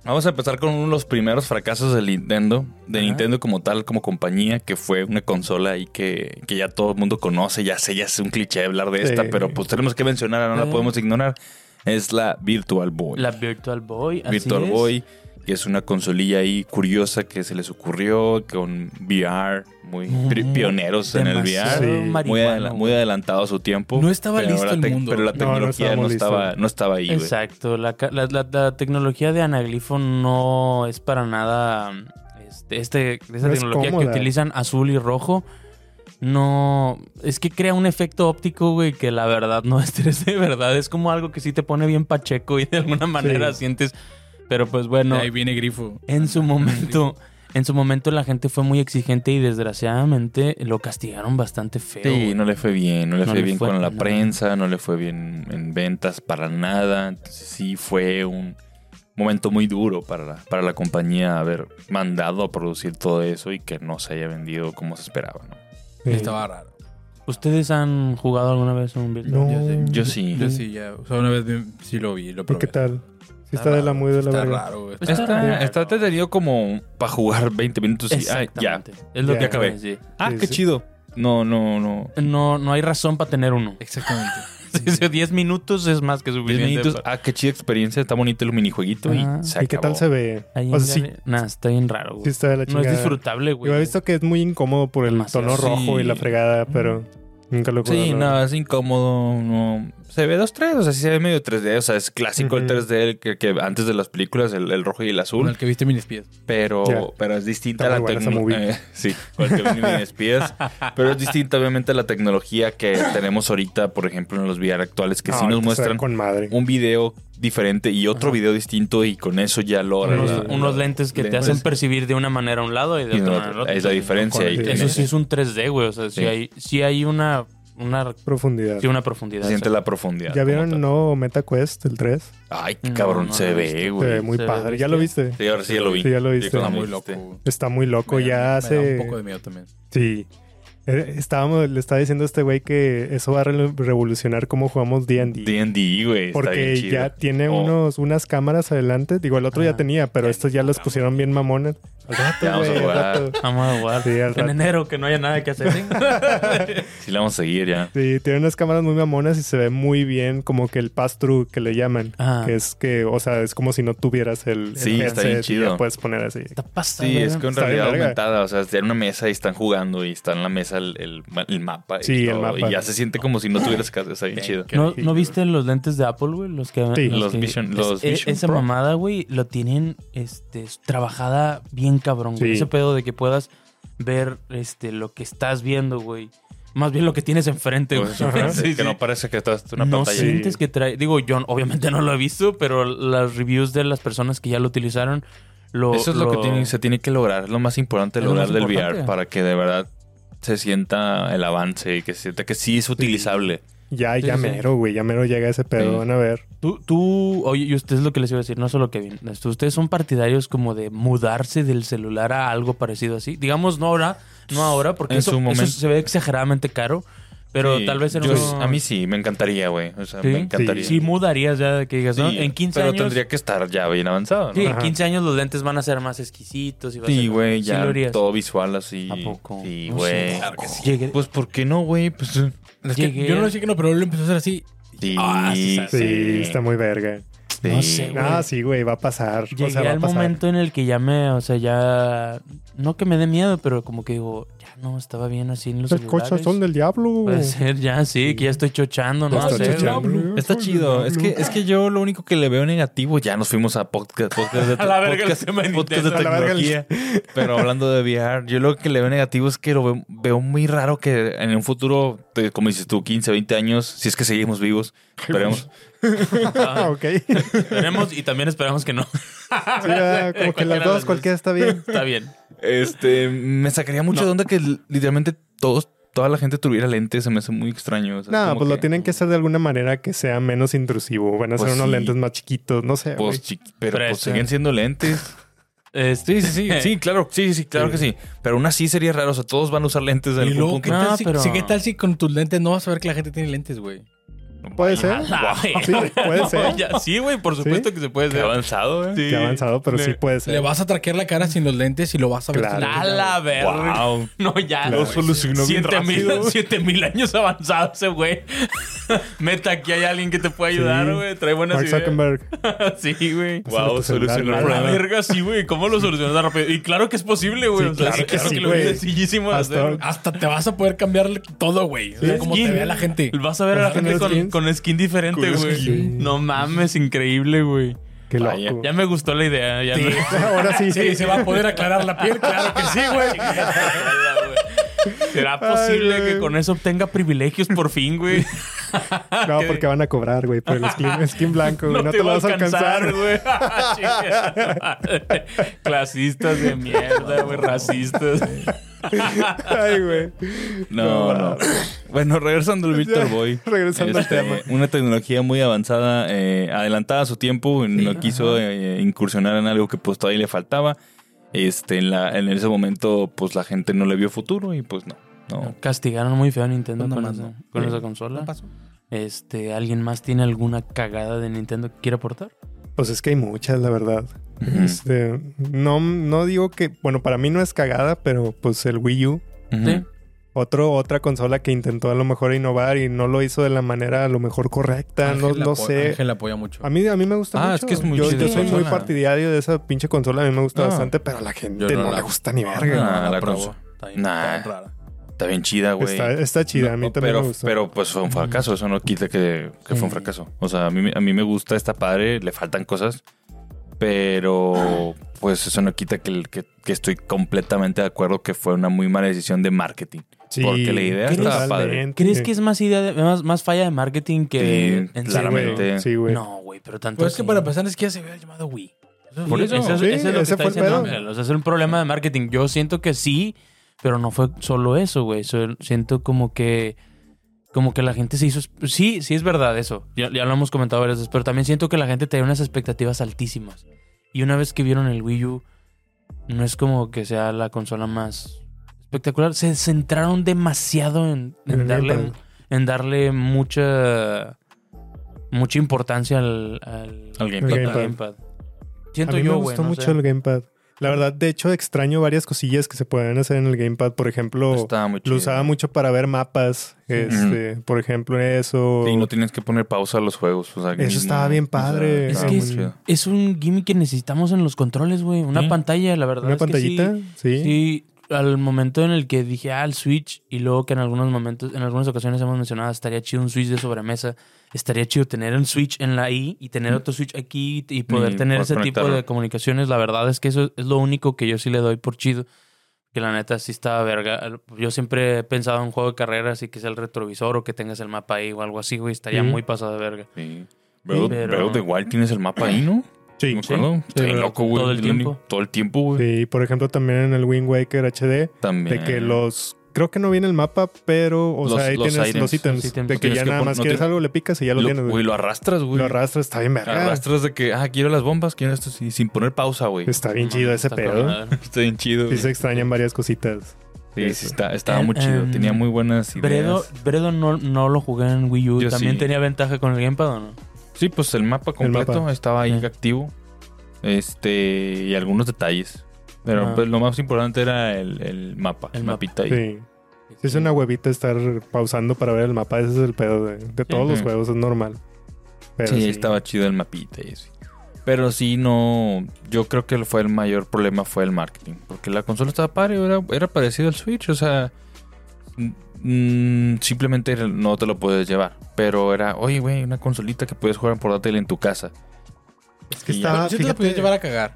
[SPEAKER 1] Vamos a empezar con uno de los primeros fracasos del Nintendo, de
[SPEAKER 2] Ajá.
[SPEAKER 1] Nintendo como tal, como compañía, que fue una consola ahí que, que ya todo el mundo conoce, ya sé, ya es un cliché hablar de esta,
[SPEAKER 3] Sí.
[SPEAKER 1] pero pues tenemos que mencionar, no la
[SPEAKER 2] Ah.
[SPEAKER 1] podemos ignorar, es la Virtual Boy.
[SPEAKER 2] la Virtual Boy. así
[SPEAKER 1] Virtual
[SPEAKER 2] es.
[SPEAKER 1] Boy, que es una consolilla ahí curiosa que se les ocurrió con VR, muy pri- pioneros pues, en el
[SPEAKER 2] Demasiado
[SPEAKER 1] VR.
[SPEAKER 3] Sí. Muy
[SPEAKER 1] Muy,
[SPEAKER 2] marihuano,
[SPEAKER 1] adela-
[SPEAKER 2] güey.
[SPEAKER 1] muy adelantado a su tiempo.
[SPEAKER 4] No estaba
[SPEAKER 1] pero
[SPEAKER 4] listo
[SPEAKER 1] la
[SPEAKER 4] el
[SPEAKER 1] tec-
[SPEAKER 4] mundo.
[SPEAKER 1] Pero la
[SPEAKER 3] No, no
[SPEAKER 1] tecnología no,
[SPEAKER 3] estábamos
[SPEAKER 1] estaba,
[SPEAKER 3] listos.
[SPEAKER 1] no estaba ahí, güey.
[SPEAKER 2] Exacto, la, ca- la- la- la tecnología de anaglifo no es para nada este, este esa
[SPEAKER 3] No es
[SPEAKER 2] tecnología que
[SPEAKER 3] cómoda.
[SPEAKER 2] utilizan azul y rojo. No, es que crea un efecto óptico, güey, que la verdad no es 3D, de verdad. Es como algo que sí te pone bien pacheco y de alguna manera
[SPEAKER 3] Sí.
[SPEAKER 2] sientes. Pero pues bueno,
[SPEAKER 4] Ahí viene Grifo.
[SPEAKER 2] en su momento, en su momento la gente fue muy exigente y desgraciadamente lo castigaron bastante feo.
[SPEAKER 1] Sí,
[SPEAKER 2] güey.
[SPEAKER 1] no le fue bien, no le
[SPEAKER 2] No
[SPEAKER 1] fue
[SPEAKER 2] le
[SPEAKER 1] bien
[SPEAKER 2] fue
[SPEAKER 1] con la
[SPEAKER 2] nada.
[SPEAKER 1] prensa, no le fue bien en ventas para nada. Entonces sí fue un, momento muy duro para la, para la compañía haber mandado a producir todo eso y que no se haya vendido como se esperaba, ¿no?
[SPEAKER 3] Sí.
[SPEAKER 4] Estaba raro.
[SPEAKER 2] ¿Ustedes han jugado alguna vez un Build-Up?
[SPEAKER 3] No.
[SPEAKER 4] Yo
[SPEAKER 1] Yo sí.
[SPEAKER 4] sí. Yo sí, ya. O sea, una vez vi- sí lo vi, lo
[SPEAKER 3] ¿Y
[SPEAKER 4] probé.
[SPEAKER 3] qué tal? Sí está de la muy de la
[SPEAKER 4] Está
[SPEAKER 3] verga.
[SPEAKER 4] raro, güey.
[SPEAKER 2] Pues
[SPEAKER 4] Está-
[SPEAKER 1] Está,
[SPEAKER 2] raro.
[SPEAKER 1] está detenido como para jugar 20 minutos y ah, ya.
[SPEAKER 2] Exactamente. Es lo
[SPEAKER 3] Ya.
[SPEAKER 2] que
[SPEAKER 3] Ya
[SPEAKER 1] acabé.
[SPEAKER 2] acabé. Sí.
[SPEAKER 1] Ah,
[SPEAKER 3] Sí,
[SPEAKER 1] qué
[SPEAKER 3] sí.
[SPEAKER 1] chido. No, no, no.
[SPEAKER 2] No, no hay razón para tener uno.
[SPEAKER 4] Exactamente.
[SPEAKER 2] Sí, sí, 10 minutos es más que
[SPEAKER 1] 10
[SPEAKER 2] suficiente.
[SPEAKER 1] minutos.
[SPEAKER 2] para-
[SPEAKER 1] Ah, qué chida experiencia. Está bonito el minijueguito
[SPEAKER 2] Ah.
[SPEAKER 1] y se
[SPEAKER 3] ¿Y qué
[SPEAKER 1] acabó.
[SPEAKER 3] tal se ve?
[SPEAKER 2] Ahí
[SPEAKER 3] O sea, sí,
[SPEAKER 2] en- Nah, está bien raro, güey.
[SPEAKER 3] sí está de la
[SPEAKER 2] no
[SPEAKER 3] chingada.
[SPEAKER 2] es disfrutable, güey.
[SPEAKER 3] Yo he visto que es muy incómodo por el
[SPEAKER 2] Demasiado.
[SPEAKER 3] tono rojo y la
[SPEAKER 1] Sí.
[SPEAKER 3] fregada, pero nunca lo he
[SPEAKER 1] Sí,
[SPEAKER 3] jugado.
[SPEAKER 1] no, es incómodo. No. Se ve 2-3, o sea, sí se ve medio 3D. O sea, es clásico
[SPEAKER 3] Ujú.
[SPEAKER 1] el 3D el que, que antes de las películas, el, el rojo y el
[SPEAKER 4] Con
[SPEAKER 1] azul.
[SPEAKER 4] el que viste mis pies.
[SPEAKER 1] Pero,
[SPEAKER 3] Ya.
[SPEAKER 1] pero es distinta
[SPEAKER 3] Está
[SPEAKER 1] a la
[SPEAKER 3] muy buena esa
[SPEAKER 1] tecnología.
[SPEAKER 3] movie.
[SPEAKER 1] sí, igual que Britney Spears, pero es distinta, obviamente, a la tecnología que tenemos ahorita, por ejemplo, en los VR actuales, que
[SPEAKER 3] Ah,
[SPEAKER 1] sí nos
[SPEAKER 3] ahorita se ve
[SPEAKER 1] muestran
[SPEAKER 3] Con madre.
[SPEAKER 1] un video diferente y otro
[SPEAKER 2] Ajá.
[SPEAKER 1] video distinto, y con eso ya logra
[SPEAKER 2] unos,
[SPEAKER 1] la-
[SPEAKER 2] unos
[SPEAKER 1] la-
[SPEAKER 2] lentes que
[SPEAKER 1] lentes.
[SPEAKER 2] te hacen percibir de una manera a un lado y de
[SPEAKER 1] y
[SPEAKER 2] otra
[SPEAKER 1] no-
[SPEAKER 2] manera al otro.
[SPEAKER 1] es la diferencia. ahí
[SPEAKER 3] Eso
[SPEAKER 1] tiene-
[SPEAKER 2] Eso sí es un 3D, güey. O sea, sí,
[SPEAKER 1] Sí.
[SPEAKER 2] hay, sí hay una, una,
[SPEAKER 3] Profundidad.
[SPEAKER 2] sí una profundidad.
[SPEAKER 1] se siente
[SPEAKER 2] o sea.
[SPEAKER 1] la profundidad.
[SPEAKER 3] ¿Ya
[SPEAKER 1] como
[SPEAKER 3] vieron
[SPEAKER 1] tal.
[SPEAKER 3] no Meta Quest, el 3?
[SPEAKER 1] Ay, qué
[SPEAKER 2] No,
[SPEAKER 1] cabrón,
[SPEAKER 2] no
[SPEAKER 1] se
[SPEAKER 2] lo he
[SPEAKER 1] ve,
[SPEAKER 3] Se ve
[SPEAKER 1] güey.
[SPEAKER 3] muy
[SPEAKER 2] Se ve
[SPEAKER 3] padre. ¿Ya lo viste?
[SPEAKER 1] Sí, ahora sí ya lo vi.
[SPEAKER 3] Sí, ya lo viste.
[SPEAKER 1] cuando lo
[SPEAKER 3] Está
[SPEAKER 4] Está muy
[SPEAKER 1] viste.
[SPEAKER 4] loco. güey.
[SPEAKER 3] Está muy loco.
[SPEAKER 4] Me da-
[SPEAKER 3] ya
[SPEAKER 4] me da
[SPEAKER 3] hace...
[SPEAKER 4] un poco de miedo también.
[SPEAKER 3] Sí. Eh, Estábamos, le estaba diciendo a este güey que eso va a re- revolucionar cómo jugamos D&D.
[SPEAKER 1] D&D, güey. está bien
[SPEAKER 3] Porque
[SPEAKER 1] chido.
[SPEAKER 3] ya tiene
[SPEAKER 1] Oh. Ah,
[SPEAKER 3] unos, unas cámaras adelante. Digo, el otro ya
[SPEAKER 2] Ajá.
[SPEAKER 3] tenía, pero
[SPEAKER 4] Ya
[SPEAKER 3] estos ya los pusieron bien mamones. Al
[SPEAKER 1] Ya
[SPEAKER 3] rato,
[SPEAKER 1] vamos a
[SPEAKER 3] güey, al
[SPEAKER 1] jugar.
[SPEAKER 3] rato.
[SPEAKER 2] Vamos a jugar.
[SPEAKER 3] Sí, al
[SPEAKER 2] en
[SPEAKER 3] rato.
[SPEAKER 2] enero, que no haya nada que hacer.
[SPEAKER 1] Sí, la vamos a seguir ya.
[SPEAKER 3] Sí, tiene unas cámaras muy mamonas y se ve muy bien como que el pass-through que le llaman.
[SPEAKER 2] Ah.
[SPEAKER 3] Que es que, o sea, es como si no tuvieras el, el
[SPEAKER 1] Sí, está bien
[SPEAKER 3] headset y ya
[SPEAKER 1] chido.
[SPEAKER 3] puedes poner así.
[SPEAKER 2] Está pasando.
[SPEAKER 1] Sí, es que en
[SPEAKER 3] Está bien
[SPEAKER 1] realidad
[SPEAKER 3] verga.
[SPEAKER 1] aumentada, o sea, está en una mesa y están jugando y está en la mesa el, el ma- el mapa. y
[SPEAKER 3] Sí, el
[SPEAKER 1] todo,
[SPEAKER 3] mapa.
[SPEAKER 1] Y ya se siente como si no tuvieras casa, está bien chido.
[SPEAKER 2] ¿No,
[SPEAKER 3] Sí,
[SPEAKER 2] ¿No
[SPEAKER 3] güey.
[SPEAKER 2] viste los lentes de Apple, güey? Los que
[SPEAKER 3] Sí.
[SPEAKER 1] Los
[SPEAKER 2] que-
[SPEAKER 1] Vision-
[SPEAKER 2] es-
[SPEAKER 1] los
[SPEAKER 2] e-
[SPEAKER 1] Vision
[SPEAKER 2] Esa
[SPEAKER 1] Pro.
[SPEAKER 2] mamada, güey, lo tienen este, trabajada bien cabrón, güey.
[SPEAKER 3] Sí.
[SPEAKER 2] Ese pedo de que puedas ver este, lo que estás viendo, güey. Más bien lo que tienes enfrente, güey.
[SPEAKER 1] Pues, Ajá.
[SPEAKER 2] Sí,
[SPEAKER 1] que
[SPEAKER 2] sí.
[SPEAKER 1] no parece que estás en una
[SPEAKER 2] no
[SPEAKER 1] pantalla.
[SPEAKER 3] sé.
[SPEAKER 2] sientes que trae. Digo, yo obviamente no lo he visto, pero las reviews de las personas que ya lo utilizaron lo.
[SPEAKER 1] Eso es lo, que
[SPEAKER 2] lo-
[SPEAKER 1] tiene, se tiene que lograr, es lo más importante
[SPEAKER 2] Es lo
[SPEAKER 1] lograr
[SPEAKER 2] más
[SPEAKER 1] del VR
[SPEAKER 2] importante.
[SPEAKER 1] para que de verdad se sienta el avance y que se sienta que sí es utilizable.
[SPEAKER 3] Ya,
[SPEAKER 2] Sí,
[SPEAKER 3] ya
[SPEAKER 2] sí.
[SPEAKER 3] mero, güey. Ya mero llega ese pedo.
[SPEAKER 1] Sí.
[SPEAKER 3] Van a ver.
[SPEAKER 2] Tú, tú, oye, y usted es lo que les iba a decir, no solo Kevin. este, Ustedes son partidarios como de mudarse del celular a algo parecido así. Digamos, no ahora, no ahora, porque
[SPEAKER 1] En
[SPEAKER 2] eso,
[SPEAKER 1] su
[SPEAKER 2] eso
[SPEAKER 1] momento.
[SPEAKER 2] se ve exageradamente caro. Pero
[SPEAKER 1] Sí,
[SPEAKER 2] tal vez en
[SPEAKER 1] yo-
[SPEAKER 2] unos-
[SPEAKER 1] A mí sí, me encantaría, güey. O sea,
[SPEAKER 2] Sí,
[SPEAKER 1] me encantaría.
[SPEAKER 2] Sí, mudarías ya de que digas, ¿no?
[SPEAKER 1] Sí,
[SPEAKER 2] En 15
[SPEAKER 1] pero
[SPEAKER 2] años.
[SPEAKER 1] tendría que estar ya bien avanzado, ¿no?
[SPEAKER 2] Sí, en
[SPEAKER 3] Ajá.
[SPEAKER 2] 15 años los lentes van a ser más exquisitos. Y va a
[SPEAKER 1] Sí,
[SPEAKER 2] ser-
[SPEAKER 1] güey,
[SPEAKER 2] sí
[SPEAKER 1] ya
[SPEAKER 2] lo harías.
[SPEAKER 1] todo visual así.
[SPEAKER 2] ¿A poco?
[SPEAKER 1] Sí,
[SPEAKER 2] No
[SPEAKER 1] güey.
[SPEAKER 2] sé.
[SPEAKER 4] Claro que sí.
[SPEAKER 2] Llegué-
[SPEAKER 1] Pues, ¿por qué no, güey? Pues, eh,
[SPEAKER 4] Es que
[SPEAKER 2] Llegué-
[SPEAKER 4] yo no decía que no, pero él empezó a hacer así.
[SPEAKER 1] sí,
[SPEAKER 4] Ah, sí,
[SPEAKER 1] sí,
[SPEAKER 4] sí.
[SPEAKER 3] Sí, está muy verga.
[SPEAKER 2] No
[SPEAKER 1] sí.
[SPEAKER 2] sé, güey.
[SPEAKER 3] Ah, sí, güey. Va a pasar.
[SPEAKER 2] Llegué
[SPEAKER 3] o sea, va a
[SPEAKER 2] al
[SPEAKER 3] pasar.
[SPEAKER 2] momento en el que ya me, o sea, ya no que me dé miedo, pero como que digo, ya no estaba bien así en los
[SPEAKER 3] Las cosas
[SPEAKER 2] celulares.
[SPEAKER 3] son del diablo.
[SPEAKER 2] Puede ser ya, sí, que ya estoy chochando, no
[SPEAKER 3] Está
[SPEAKER 2] sé.
[SPEAKER 3] chochando.
[SPEAKER 1] Está chido. Es que, es que yo lo único que le veo negativo, ya nos fuimos a podcast, podcast de,
[SPEAKER 2] A la verga el
[SPEAKER 1] podcast-
[SPEAKER 2] tema de
[SPEAKER 1] podcast de
[SPEAKER 2] Nintendo, a la verga el-
[SPEAKER 1] tecnología. Pero hablando de VR, yo lo que le veo negativo es que lo veo, veo muy raro que en un futuro, te- como dices tú, 15, 20 años, si es que seguimos vivos, esperemos.
[SPEAKER 3] Ah, ok. Sí,
[SPEAKER 2] Esperemos y también esperamos que no.
[SPEAKER 3] ah, como que
[SPEAKER 2] Cualquiera
[SPEAKER 3] las
[SPEAKER 2] de
[SPEAKER 3] dos,
[SPEAKER 2] las
[SPEAKER 3] cualquiera está bien.
[SPEAKER 2] Está bien.
[SPEAKER 1] Este, me sacaría mucho
[SPEAKER 2] No.
[SPEAKER 1] de onda que l- literalmente todos, toda la gente tuviera lentes, se me hace muy extraño. o sea, es
[SPEAKER 3] No,
[SPEAKER 1] como
[SPEAKER 3] pues lo
[SPEAKER 1] que,
[SPEAKER 3] tienen que hacer de alguna manera que sea menos intrusivo. Van a
[SPEAKER 1] Pues
[SPEAKER 3] ser unos
[SPEAKER 1] sí.
[SPEAKER 3] lentes más chiquitos, no sé.
[SPEAKER 1] pues,
[SPEAKER 3] güey.
[SPEAKER 1] chiqui- pero
[SPEAKER 2] Pero
[SPEAKER 1] pues
[SPEAKER 2] está-
[SPEAKER 1] siguen siendo lentes. Eh,
[SPEAKER 2] Este,
[SPEAKER 1] Sí, sí, sí, sí, claro, sí, sí, claro
[SPEAKER 3] Sí.
[SPEAKER 1] que sí. Pero aún así sería raro, o sea, todos van a usar lentes en
[SPEAKER 4] Y
[SPEAKER 1] algún
[SPEAKER 4] luego, ¿qué
[SPEAKER 1] punto.
[SPEAKER 2] No,
[SPEAKER 4] tal, si,
[SPEAKER 2] pero-
[SPEAKER 4] sí, ¿qué tal si con tus lentes no vas a ver que la gente tiene lentes, güey?
[SPEAKER 1] Pues,
[SPEAKER 3] Puede ser.
[SPEAKER 2] ala, güey.
[SPEAKER 3] Sí, puede ser.
[SPEAKER 2] Ya, sí, güey, por supuesto que se puede
[SPEAKER 1] Qué
[SPEAKER 2] hacer.
[SPEAKER 1] avanzado, eh.
[SPEAKER 3] Qué avanzado, pero
[SPEAKER 2] Le-
[SPEAKER 3] sí puede ser.
[SPEAKER 4] Le vas a traquear la cara sin los lentes y lo vas a ver.
[SPEAKER 3] Claro.
[SPEAKER 4] sin
[SPEAKER 2] A
[SPEAKER 4] lentes,
[SPEAKER 2] la
[SPEAKER 4] güey.
[SPEAKER 2] verga.
[SPEAKER 1] Wow.
[SPEAKER 2] No, ya.
[SPEAKER 3] Lo
[SPEAKER 2] güey.
[SPEAKER 1] solucionó bien
[SPEAKER 2] Siete mil-
[SPEAKER 1] rápido, güey.
[SPEAKER 2] siete mil años avanzado ese güey. Meta, aquí hay alguien que te puede ayudar,
[SPEAKER 3] Sí.
[SPEAKER 2] güey. Trae buenas
[SPEAKER 3] Mark
[SPEAKER 2] ideas.
[SPEAKER 3] Zuckerberg.
[SPEAKER 2] sí, güey.
[SPEAKER 3] Pásale
[SPEAKER 1] Wow,
[SPEAKER 3] tu celular,
[SPEAKER 1] solucionó el
[SPEAKER 2] A la
[SPEAKER 1] problema.
[SPEAKER 2] verga, sí, güey. ¿Cómo lo solucionas tan rápido? Y claro que es posible, güey.
[SPEAKER 3] Sí,
[SPEAKER 2] o sea,
[SPEAKER 3] claro
[SPEAKER 2] sí,
[SPEAKER 3] que sí,
[SPEAKER 2] lo
[SPEAKER 3] güey.
[SPEAKER 2] es sencillísimo de
[SPEAKER 3] Hasta-
[SPEAKER 2] hacer.
[SPEAKER 4] Hasta te vas a poder cambiar todo, güey. O sea,
[SPEAKER 2] Sí.
[SPEAKER 4] como
[SPEAKER 2] Skin.
[SPEAKER 4] te vea la gente.
[SPEAKER 2] Vas a ver a la
[SPEAKER 3] Vas a
[SPEAKER 2] gente
[SPEAKER 3] tener
[SPEAKER 2] con,
[SPEAKER 3] skins.
[SPEAKER 2] con skin diferente,
[SPEAKER 1] Con
[SPEAKER 2] güey.
[SPEAKER 3] skin.
[SPEAKER 2] No mames, increíble, güey.
[SPEAKER 3] Qué loco.
[SPEAKER 1] Vaya.
[SPEAKER 2] Ya me gustó la idea. Ya me-
[SPEAKER 3] Ahora sí.
[SPEAKER 4] Sí, se va a poder aclarar la piel, claro que sí, güey.
[SPEAKER 2] ¿Será posible
[SPEAKER 3] Ay,
[SPEAKER 2] que
[SPEAKER 3] güey.
[SPEAKER 2] con eso obtenga privilegios por fin, güey?
[SPEAKER 3] No, porque van a cobrar, güey, por el skin, el skin blanco. güey. No, te, lo
[SPEAKER 2] va
[SPEAKER 3] vas a alcanzar.
[SPEAKER 2] güey. Chinga. Clasistas de mierda, güey. Racistas.
[SPEAKER 3] Ay, güey.
[SPEAKER 1] No,
[SPEAKER 3] No,
[SPEAKER 1] no. Bueno, regresando al Virtual
[SPEAKER 3] Ya,
[SPEAKER 1] Boy.
[SPEAKER 3] regresando al
[SPEAKER 1] Este,
[SPEAKER 3] tema.
[SPEAKER 1] Una tecnología muy avanzada, eh, adelantada a su tiempo, no quiso eh, incursionar en algo que pues todavía le faltaba. Este, en, la, en ese momento, pues la gente no le vio futuro y pues no. no.
[SPEAKER 2] Castigaron muy feo a Nintendo
[SPEAKER 4] Pues
[SPEAKER 2] con,
[SPEAKER 4] nomás
[SPEAKER 2] esa,
[SPEAKER 4] no.
[SPEAKER 2] con
[SPEAKER 1] Sí.
[SPEAKER 2] esa consola. Este, ¿alguien más tiene alguna cagada de Nintendo que quiera aportar?
[SPEAKER 3] Pues es que hay muchas, la verdad.
[SPEAKER 1] Ujú.
[SPEAKER 3] Este, no, no digo que, bueno, para mí no es cagada, pero pues el Wii U,
[SPEAKER 1] Ujú.
[SPEAKER 2] Sí.
[SPEAKER 3] otro, otra consola que intentó a lo mejor innovar y no lo hizo de la manera a lo mejor correcta, no,
[SPEAKER 4] Ángel
[SPEAKER 3] no
[SPEAKER 4] apo-
[SPEAKER 3] sé.
[SPEAKER 4] Ángel apoya mucho.
[SPEAKER 3] A mí, a mí me gusta
[SPEAKER 1] Ah,
[SPEAKER 3] mucho.
[SPEAKER 1] es que es muy
[SPEAKER 3] yo,
[SPEAKER 1] chida
[SPEAKER 3] yo soy muy
[SPEAKER 1] consola.
[SPEAKER 3] partidario de esa pinche consola. A mí me gusta
[SPEAKER 1] No.
[SPEAKER 3] bastante, pero a la gente
[SPEAKER 4] Yo no
[SPEAKER 3] no,
[SPEAKER 4] la-
[SPEAKER 3] le gusta ni verga.
[SPEAKER 1] Ah,
[SPEAKER 4] No,
[SPEAKER 1] la
[SPEAKER 4] pero
[SPEAKER 1] cosa.
[SPEAKER 4] está bien-
[SPEAKER 1] Nah.
[SPEAKER 4] está bien rara.
[SPEAKER 1] Está bien chida, güey.
[SPEAKER 3] está, está chida, a mí
[SPEAKER 1] No,
[SPEAKER 3] también
[SPEAKER 1] pero,
[SPEAKER 3] me gusta.
[SPEAKER 1] pero pues fue un fracaso, eso no quita que, que fue un
[SPEAKER 4] Sí.
[SPEAKER 1] fracaso. O sea, a mí, me- a mí me gusta, está padre, le faltan cosas, pero pues eso no quita que, el- que, que estoy completamente de acuerdo que fue una muy mala decisión de marketing.
[SPEAKER 3] Sí,
[SPEAKER 1] porque la idea estaba padre.
[SPEAKER 3] totalmente.
[SPEAKER 2] ¿Crees que es más idea de- más, más falla de marketing que
[SPEAKER 1] Sí,
[SPEAKER 2] en
[SPEAKER 3] Sí,
[SPEAKER 2] serio?
[SPEAKER 1] claro.
[SPEAKER 3] güey,
[SPEAKER 1] Claramente.
[SPEAKER 3] Sí, güey.
[SPEAKER 2] No, güey, pero tanto.
[SPEAKER 4] Pues es que
[SPEAKER 2] así.
[SPEAKER 4] para empezar ni siquiera se había llamado Wii. es
[SPEAKER 1] Por
[SPEAKER 4] lo-
[SPEAKER 1] eso,
[SPEAKER 2] Eso, es-
[SPEAKER 3] sí,
[SPEAKER 2] eso es lo que
[SPEAKER 3] ese
[SPEAKER 2] está
[SPEAKER 3] fue el
[SPEAKER 2] diciendo
[SPEAKER 3] pedo.
[SPEAKER 2] Ángel, o sea, es un problema de marketing. Yo siento que sí, pero no fue solo eso, güey. So- Siento como que como que la gente se hizo... Sí, sí es verdad eso. Ya, ya lo hemos comentado varias veces, pero también siento que la gente tenía unas expectativas altísimas. Y una vez que vieron el Wii U, no es como que sea la consola más espectacular. Se centraron demasiado en, en
[SPEAKER 3] En el
[SPEAKER 2] darle,
[SPEAKER 3] iPad.
[SPEAKER 2] en darle mucha... Mucha importancia al, al, al
[SPEAKER 1] Al Gamepad.
[SPEAKER 3] Al Gamepad.
[SPEAKER 2] Gamepad. Siento
[SPEAKER 3] a mí
[SPEAKER 2] yo,
[SPEAKER 3] me
[SPEAKER 2] güey,
[SPEAKER 3] gustó
[SPEAKER 2] no
[SPEAKER 3] mucho
[SPEAKER 2] sé.
[SPEAKER 3] el gamepad. La verdad, de hecho, extraño varias cosillas que se pueden hacer en el gamepad. Por ejemplo,
[SPEAKER 1] Estaba muy
[SPEAKER 3] Oh, lo
[SPEAKER 1] chido.
[SPEAKER 3] usaba mucho para ver mapas. Este, Por ejemplo, eso.
[SPEAKER 1] Y no tienes que poner pausa a los juegos. o sea,
[SPEAKER 3] Eso
[SPEAKER 1] ni-
[SPEAKER 3] estaba bien padre.
[SPEAKER 2] Es
[SPEAKER 1] estaba
[SPEAKER 2] que
[SPEAKER 1] muy
[SPEAKER 2] es-
[SPEAKER 1] chido.
[SPEAKER 2] Es un gimmick que necesitamos en los controles, güey. Una
[SPEAKER 1] Sí.
[SPEAKER 2] pantalla, la verdad.
[SPEAKER 3] Una
[SPEAKER 2] es que
[SPEAKER 3] pantallita,
[SPEAKER 2] sí,
[SPEAKER 3] sí.
[SPEAKER 2] sí, al momento en el que dije, ah, el Switch, y luego que en algunos momentos, en algunas ocasiones hemos mencionado, estaría chido un Switch de sobremesa. Estaría chido tener un Switch en la I y
[SPEAKER 3] Mm.
[SPEAKER 2] tener otro Switch aquí y poder
[SPEAKER 1] Y
[SPEAKER 2] tener
[SPEAKER 1] poder
[SPEAKER 2] ese tipo
[SPEAKER 1] conectarlo.
[SPEAKER 2] de comunicaciones. La verdad es que eso es lo único que yo sí le doy por chido. Que la neta sí estaba verga. Yo siempre he pensado en un juego de carreras y que sea el retrovisor o que tengas el mapa ahí o algo así, güey. Estaría
[SPEAKER 3] Ujú.
[SPEAKER 2] muy pasado de verga.
[SPEAKER 1] Sí. Pero,
[SPEAKER 2] Pero-
[SPEAKER 1] pero de igual tienes el mapa ahí, ¿no?
[SPEAKER 3] Sí.
[SPEAKER 1] ¿Me acuerdo? Está bien
[SPEAKER 2] pero
[SPEAKER 1] loco, güey.
[SPEAKER 2] todo el tiempo.
[SPEAKER 1] Todo el tiempo, güey.
[SPEAKER 3] Sí, por ejemplo, también en el Wind Waker HD,
[SPEAKER 1] También.
[SPEAKER 3] de que los. Creo que no viene el mapa, pero. O
[SPEAKER 1] Los-
[SPEAKER 3] sea, ahí
[SPEAKER 1] los
[SPEAKER 3] tienes
[SPEAKER 1] items.
[SPEAKER 3] los ítems.
[SPEAKER 2] Los ítems.
[SPEAKER 3] De que
[SPEAKER 1] Tienes
[SPEAKER 3] ya
[SPEAKER 1] que
[SPEAKER 3] nada
[SPEAKER 1] pon-
[SPEAKER 3] más
[SPEAKER 1] no
[SPEAKER 3] quieres
[SPEAKER 1] tiene-
[SPEAKER 3] algo, le picas y ya lo,
[SPEAKER 1] Lo-
[SPEAKER 3] tienes,
[SPEAKER 1] güey,
[SPEAKER 3] güey.
[SPEAKER 1] lo arrastras, güey.
[SPEAKER 3] Lo arrastras, está bien verga.
[SPEAKER 1] Arrastras de que, ah, quiero las bombas, quiero esto, sí, sin poner pausa, güey.
[SPEAKER 3] Está bien chido ese
[SPEAKER 2] Está con
[SPEAKER 3] pedo.
[SPEAKER 2] madre.
[SPEAKER 1] Está bien chido.
[SPEAKER 3] Sí
[SPEAKER 1] güey.
[SPEAKER 3] se extrañan varias cositas.
[SPEAKER 1] Sí, sí, está, estaba muy
[SPEAKER 2] Eh,
[SPEAKER 1] chido.
[SPEAKER 2] em,
[SPEAKER 1] Tenía muy buenas ideas.
[SPEAKER 2] Bredo, Bredo no, no lo jugué en Wii U.
[SPEAKER 1] Yo
[SPEAKER 2] ¿También
[SPEAKER 1] sí.
[SPEAKER 2] tenía ventaja con el Gamepad o no?
[SPEAKER 1] Sí, pues el mapa completo
[SPEAKER 3] mapa.
[SPEAKER 1] estaba ahí
[SPEAKER 2] Sí.
[SPEAKER 1] activo. Este, y algunos detalles. Pero
[SPEAKER 2] Ah.
[SPEAKER 1] pues lo más importante era el, el mapa, el
[SPEAKER 2] El
[SPEAKER 1] mapita ahí.
[SPEAKER 3] Sí. Sí, es una huevita estar pausando para ver el mapa. Ese es el pedo de, de todos los
[SPEAKER 1] Ujú.
[SPEAKER 3] juegos, es normal. Pero
[SPEAKER 1] Sí, estaba chido el mapita y así. Pero sí, no. Yo creo que fue el mayor problema fue el marketing. Porque la consola estaba padre, era, era parecido al Switch. O sea, mm, simplemente era- no te lo puedes llevar. Pero era, oye, güey, una consolita que puedes jugar en portátil en tu casa.
[SPEAKER 3] Es que
[SPEAKER 1] Y
[SPEAKER 3] estaba.
[SPEAKER 4] Sí te la podías llevar a cagar.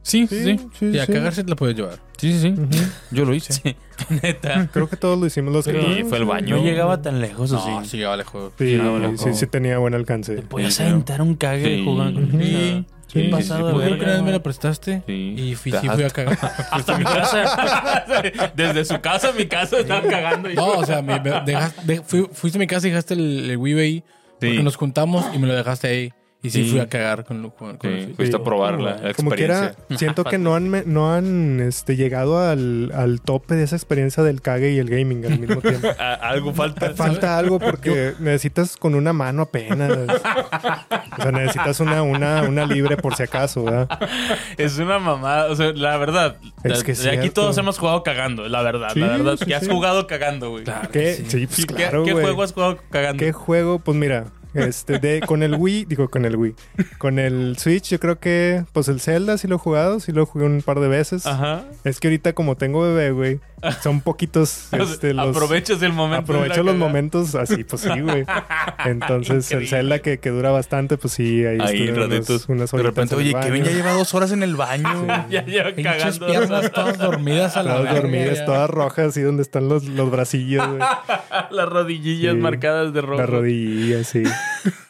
[SPEAKER 1] Sí, sí,
[SPEAKER 3] Ah, Sí,
[SPEAKER 1] sí.
[SPEAKER 3] sí,
[SPEAKER 4] Y a
[SPEAKER 3] sí.
[SPEAKER 4] cagar sí te la podías llevar.
[SPEAKER 1] Sí, sí, sí.
[SPEAKER 3] Ujú.
[SPEAKER 1] Yo lo hice.
[SPEAKER 2] Neta.
[SPEAKER 3] Creo que todos lo hicimos los que.
[SPEAKER 1] Sí, fue al baño.
[SPEAKER 2] No llegaba tan lejos así.
[SPEAKER 4] No, sí, llegaba lejos.
[SPEAKER 3] Sí,
[SPEAKER 1] Ah, bueno,
[SPEAKER 3] sí,
[SPEAKER 1] como-
[SPEAKER 3] sí tenía buen alcance.
[SPEAKER 2] Te podías
[SPEAKER 1] Sí,
[SPEAKER 2] aventar un cague
[SPEAKER 1] Sí.
[SPEAKER 2] jugando.
[SPEAKER 3] Ujú.
[SPEAKER 2] Sí.
[SPEAKER 1] Sí, sí,
[SPEAKER 2] pasado
[SPEAKER 1] sí,
[SPEAKER 2] de
[SPEAKER 1] pues,
[SPEAKER 4] Una
[SPEAKER 2] verga.
[SPEAKER 4] vez me la prestaste
[SPEAKER 1] Sí.
[SPEAKER 4] y fui, sí fui a cagar.
[SPEAKER 2] Hasta mi casa. Desde su casa a mi casa estaban cagando. y-
[SPEAKER 4] No, o sea, me- me dejas- de- fui- fuiste a mi casa y dejaste el, el Wii ahí. Porque
[SPEAKER 1] Sí.
[SPEAKER 4] nos juntamos y me lo dejaste ahí. Y sí,
[SPEAKER 1] Sí.
[SPEAKER 3] Mm.
[SPEAKER 4] fui a cagar con, lo- con, con
[SPEAKER 1] Sí,
[SPEAKER 4] el Switch.
[SPEAKER 1] fuiste a probar la, la
[SPEAKER 3] Como
[SPEAKER 1] experiencia.
[SPEAKER 3] quiera, siento que no han, me- no han este, llegado al, al tope de esa experiencia del cague y el gaming al mismo tiempo.
[SPEAKER 1] A- algo falta.
[SPEAKER 3] Falta algo porque necesitas con una mano apenas. O sea, necesitas una, una, una libre por si acaso, ¿verdad?
[SPEAKER 2] Es una mamada. O sea, la verdad.
[SPEAKER 3] Es
[SPEAKER 2] de
[SPEAKER 3] que es
[SPEAKER 2] aquí
[SPEAKER 3] cierto.
[SPEAKER 2] todos hemos jugado cagando. La verdad,
[SPEAKER 3] Sí,
[SPEAKER 2] la verdad.
[SPEAKER 3] sí,
[SPEAKER 2] que has
[SPEAKER 3] sí.
[SPEAKER 2] jugado cagando, güey.
[SPEAKER 3] ¿Qué? Sí, pues
[SPEAKER 2] Sí, ¿Qué,
[SPEAKER 3] claro,
[SPEAKER 2] qué
[SPEAKER 3] güey.
[SPEAKER 2] juego has jugado cagando?
[SPEAKER 3] ¿Qué juego? Pues mira, este, de, con el Wii, digo con el Wii, con el Switch, yo creo que, pues el Zelda sí lo he jugado, sí lo jugué un par de veces.
[SPEAKER 2] Ajá.
[SPEAKER 3] Es que ahorita como tengo bebé, güey, son poquitos
[SPEAKER 2] O sea,
[SPEAKER 3] este, los...
[SPEAKER 2] aprovechas el momento. de la
[SPEAKER 3] Aprovecho los
[SPEAKER 2] cagada.
[SPEAKER 3] momentos así, pues sí, güey. Entonces, el
[SPEAKER 2] Increíble.
[SPEAKER 3] Zelda que, que dura bastante, pues sí, ahí,
[SPEAKER 1] Ahí,
[SPEAKER 3] estuve unos-
[SPEAKER 1] ratitos.
[SPEAKER 3] unas
[SPEAKER 1] de
[SPEAKER 3] horitas
[SPEAKER 1] repente,
[SPEAKER 3] en el
[SPEAKER 1] oye, Kevin
[SPEAKER 3] baño.
[SPEAKER 1] ya lleva dos horas en el baño.
[SPEAKER 2] Ya lleva
[SPEAKER 4] Pinches
[SPEAKER 2] cagando.
[SPEAKER 4] piernas todas dormidas a la
[SPEAKER 3] Todas
[SPEAKER 4] verga,
[SPEAKER 3] dormidas,
[SPEAKER 4] ya.
[SPEAKER 3] todas rojas, así donde están los, los bracillos, güey.
[SPEAKER 2] Las rodillillas
[SPEAKER 3] Sí.
[SPEAKER 2] marcadas de rojo.
[SPEAKER 3] Las rodillas, sí.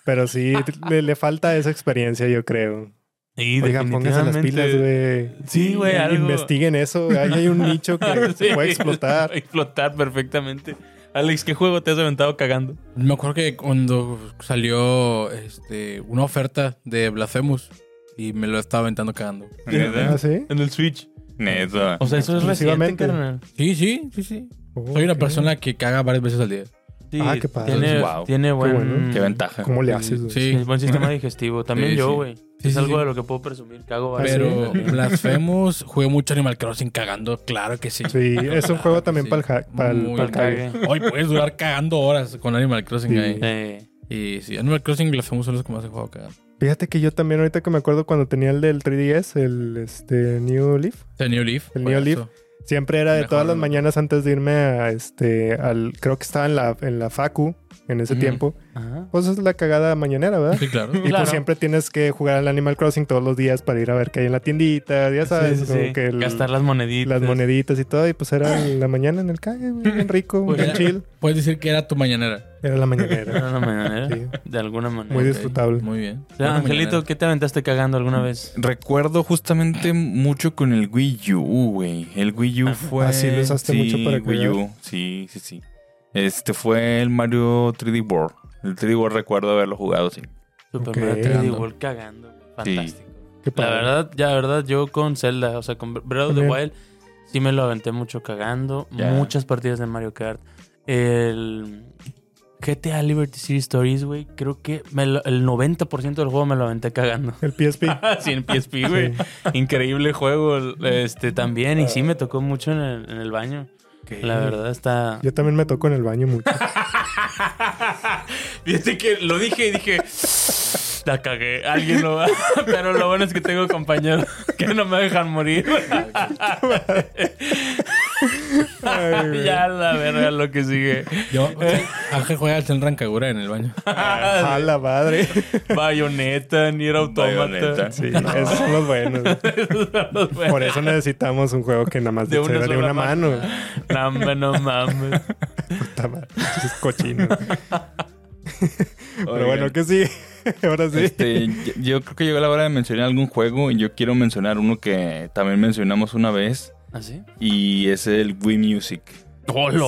[SPEAKER 3] Pero sí, le, le falta esa experiencia, yo creo.
[SPEAKER 2] Sí,
[SPEAKER 3] Oigan, pónganse las pilas, güey.
[SPEAKER 2] Sí, güey, algo.
[SPEAKER 3] Investiguen eso. güey. Ahí hay un nicho que
[SPEAKER 2] Sí.
[SPEAKER 3] puede explotar.
[SPEAKER 2] Explotar perfectamente. Alex, ¿qué juego te has aventado cagando?
[SPEAKER 4] Me acuerdo que cuando salió este, una oferta de Blasphemous y me lo estaba aventando cagando.
[SPEAKER 3] ¿Ah,
[SPEAKER 1] Neta.
[SPEAKER 3] sí?
[SPEAKER 2] En el Switch.
[SPEAKER 1] Neta.
[SPEAKER 2] O sea, eso es reciente,
[SPEAKER 3] Exclusivamente.
[SPEAKER 2] carnal.
[SPEAKER 4] Sí, sí, sí, sí. Soy
[SPEAKER 3] Ok.
[SPEAKER 4] una persona que caga varias veces al día.
[SPEAKER 2] Sí,
[SPEAKER 3] Ah, qué padre.
[SPEAKER 2] Tiene,
[SPEAKER 1] Wow.
[SPEAKER 2] tiene buen,
[SPEAKER 3] bueno.
[SPEAKER 1] Qué ventaja.
[SPEAKER 3] ¿Cómo le haces? güey?
[SPEAKER 4] Sí,
[SPEAKER 2] sí, buen sistema digestivo. También
[SPEAKER 4] Sí,
[SPEAKER 2] yo,
[SPEAKER 4] sí.
[SPEAKER 2] güey.
[SPEAKER 4] Sí,
[SPEAKER 2] es
[SPEAKER 4] sí,
[SPEAKER 2] algo
[SPEAKER 4] sí.
[SPEAKER 2] de lo que puedo presumir. Cago varias
[SPEAKER 4] Pero
[SPEAKER 2] veces.
[SPEAKER 4] Blasphemous, jugué mucho Animal Crossing cagando, claro que sí.
[SPEAKER 3] Sí, es un juego también
[SPEAKER 4] Sí.
[SPEAKER 3] para el hack. Para
[SPEAKER 4] Muy
[SPEAKER 2] Pa'l cague.
[SPEAKER 4] Hoy puedes durar cagando horas con Animal Crossing
[SPEAKER 3] Sí.
[SPEAKER 4] ahí.
[SPEAKER 2] Sí.
[SPEAKER 4] Y sí, Animal Crossing y Blasphemous son los que más he jugado cagando.
[SPEAKER 3] Fíjate que yo también, ahorita que me acuerdo cuando tenía el del 3DS, el este, New Leaf,
[SPEAKER 4] O sea, New Leaf.
[SPEAKER 3] El New
[SPEAKER 4] juegazo.
[SPEAKER 3] Siempre era de
[SPEAKER 4] Mejor,
[SPEAKER 3] todas las
[SPEAKER 4] ¿no?
[SPEAKER 3] mañanas antes de irme a este al creo que estaba en la en la facu en ese
[SPEAKER 4] Ujú.
[SPEAKER 3] tiempo.
[SPEAKER 2] Ajá.
[SPEAKER 3] Pues es la cagada mañanera, ¿verdad?
[SPEAKER 4] Sí, claro.
[SPEAKER 3] Y
[SPEAKER 2] Claro.
[SPEAKER 3] pues siempre tienes que jugar al Animal Crossing todos los días para ir a ver qué hay en la tiendita, ya sabes,
[SPEAKER 2] Sí, sí,
[SPEAKER 3] como
[SPEAKER 2] sí.
[SPEAKER 3] que el-
[SPEAKER 2] Gastar las moneditas.
[SPEAKER 3] las moneditas y todo y pues era en la mañana en el cague, güey, bien rico,
[SPEAKER 4] Pues
[SPEAKER 3] bien
[SPEAKER 4] era-
[SPEAKER 3] chill,
[SPEAKER 4] Puedes decir que era tu mañanera.
[SPEAKER 3] era la mañanera.
[SPEAKER 2] Era una manera,
[SPEAKER 3] Sí.
[SPEAKER 2] De alguna manera.
[SPEAKER 3] Muy
[SPEAKER 4] Ok,
[SPEAKER 3] disfrutable.
[SPEAKER 4] Muy bien.
[SPEAKER 2] O sea,
[SPEAKER 4] Buena
[SPEAKER 2] Angelito,
[SPEAKER 4] mañanera.
[SPEAKER 2] ¿qué te aventaste cagando alguna vez?
[SPEAKER 1] Recuerdo justamente mucho con el Wii U, güey. El Wii U fue.
[SPEAKER 3] Ah, sí, lo usaste
[SPEAKER 1] sí,
[SPEAKER 3] mucho para
[SPEAKER 1] Wii
[SPEAKER 3] cagar.
[SPEAKER 1] U. Sí, sí, sí. Este fue el Mario 3D World. El 3D World recuerdo haberlo jugado, sí.
[SPEAKER 2] Super
[SPEAKER 3] Ok.
[SPEAKER 2] Mario 3D
[SPEAKER 4] Cagando.
[SPEAKER 2] World cagando. güey.
[SPEAKER 1] Sí.
[SPEAKER 2] Fantástico.
[SPEAKER 3] Qué
[SPEAKER 2] La
[SPEAKER 3] padre.
[SPEAKER 2] verdad, ya la verdad, yo con Zelda, o sea, con Breath of the
[SPEAKER 3] También.
[SPEAKER 2] Wild, sí me lo aventé mucho cagando.
[SPEAKER 1] Ya.
[SPEAKER 2] Muchas partidas de Mario Kart. El GTA Liberty City Stories, güey, creo que me lo- el 90% del juego me lo aventé cagando.
[SPEAKER 3] El PSP.
[SPEAKER 2] Así en PSP, güey.
[SPEAKER 3] Sí.
[SPEAKER 2] Increíble juego, el- este, también. Y sí me tocó mucho en el, en el baño. La verdad está...
[SPEAKER 3] Yo también me toco en el baño mucho.
[SPEAKER 2] Fíjate que lo dije y dije... La cagué, alguien lo va. Pero lo bueno es que tengo compañeros que no me dejan morir.
[SPEAKER 3] Ay, güey.
[SPEAKER 2] ya la verga lo que sigue.
[SPEAKER 4] Yo, Ángel juega al Senran Kagura en el baño.
[SPEAKER 3] A la madre.
[SPEAKER 2] Bayoneta, ni era automata.
[SPEAKER 1] Bayonetta.
[SPEAKER 3] Sí, esos son los buenos. güey. Por eso necesitamos un juego que nada más
[SPEAKER 2] De
[SPEAKER 3] de,
[SPEAKER 2] una
[SPEAKER 3] de
[SPEAKER 2] sola
[SPEAKER 3] una mano.
[SPEAKER 2] No, hombre, no mames.
[SPEAKER 3] Puta madre, es cochino. Pero
[SPEAKER 1] Oigan.
[SPEAKER 3] bueno, que sí. Ahora sí.
[SPEAKER 1] Este, yo- yo creo que llegó la hora de mencionar algún juego y yo quiero mencionar uno que también mencionamos una vez
[SPEAKER 2] ¿Así?
[SPEAKER 1] y es el Wii Music.
[SPEAKER 2] Holo,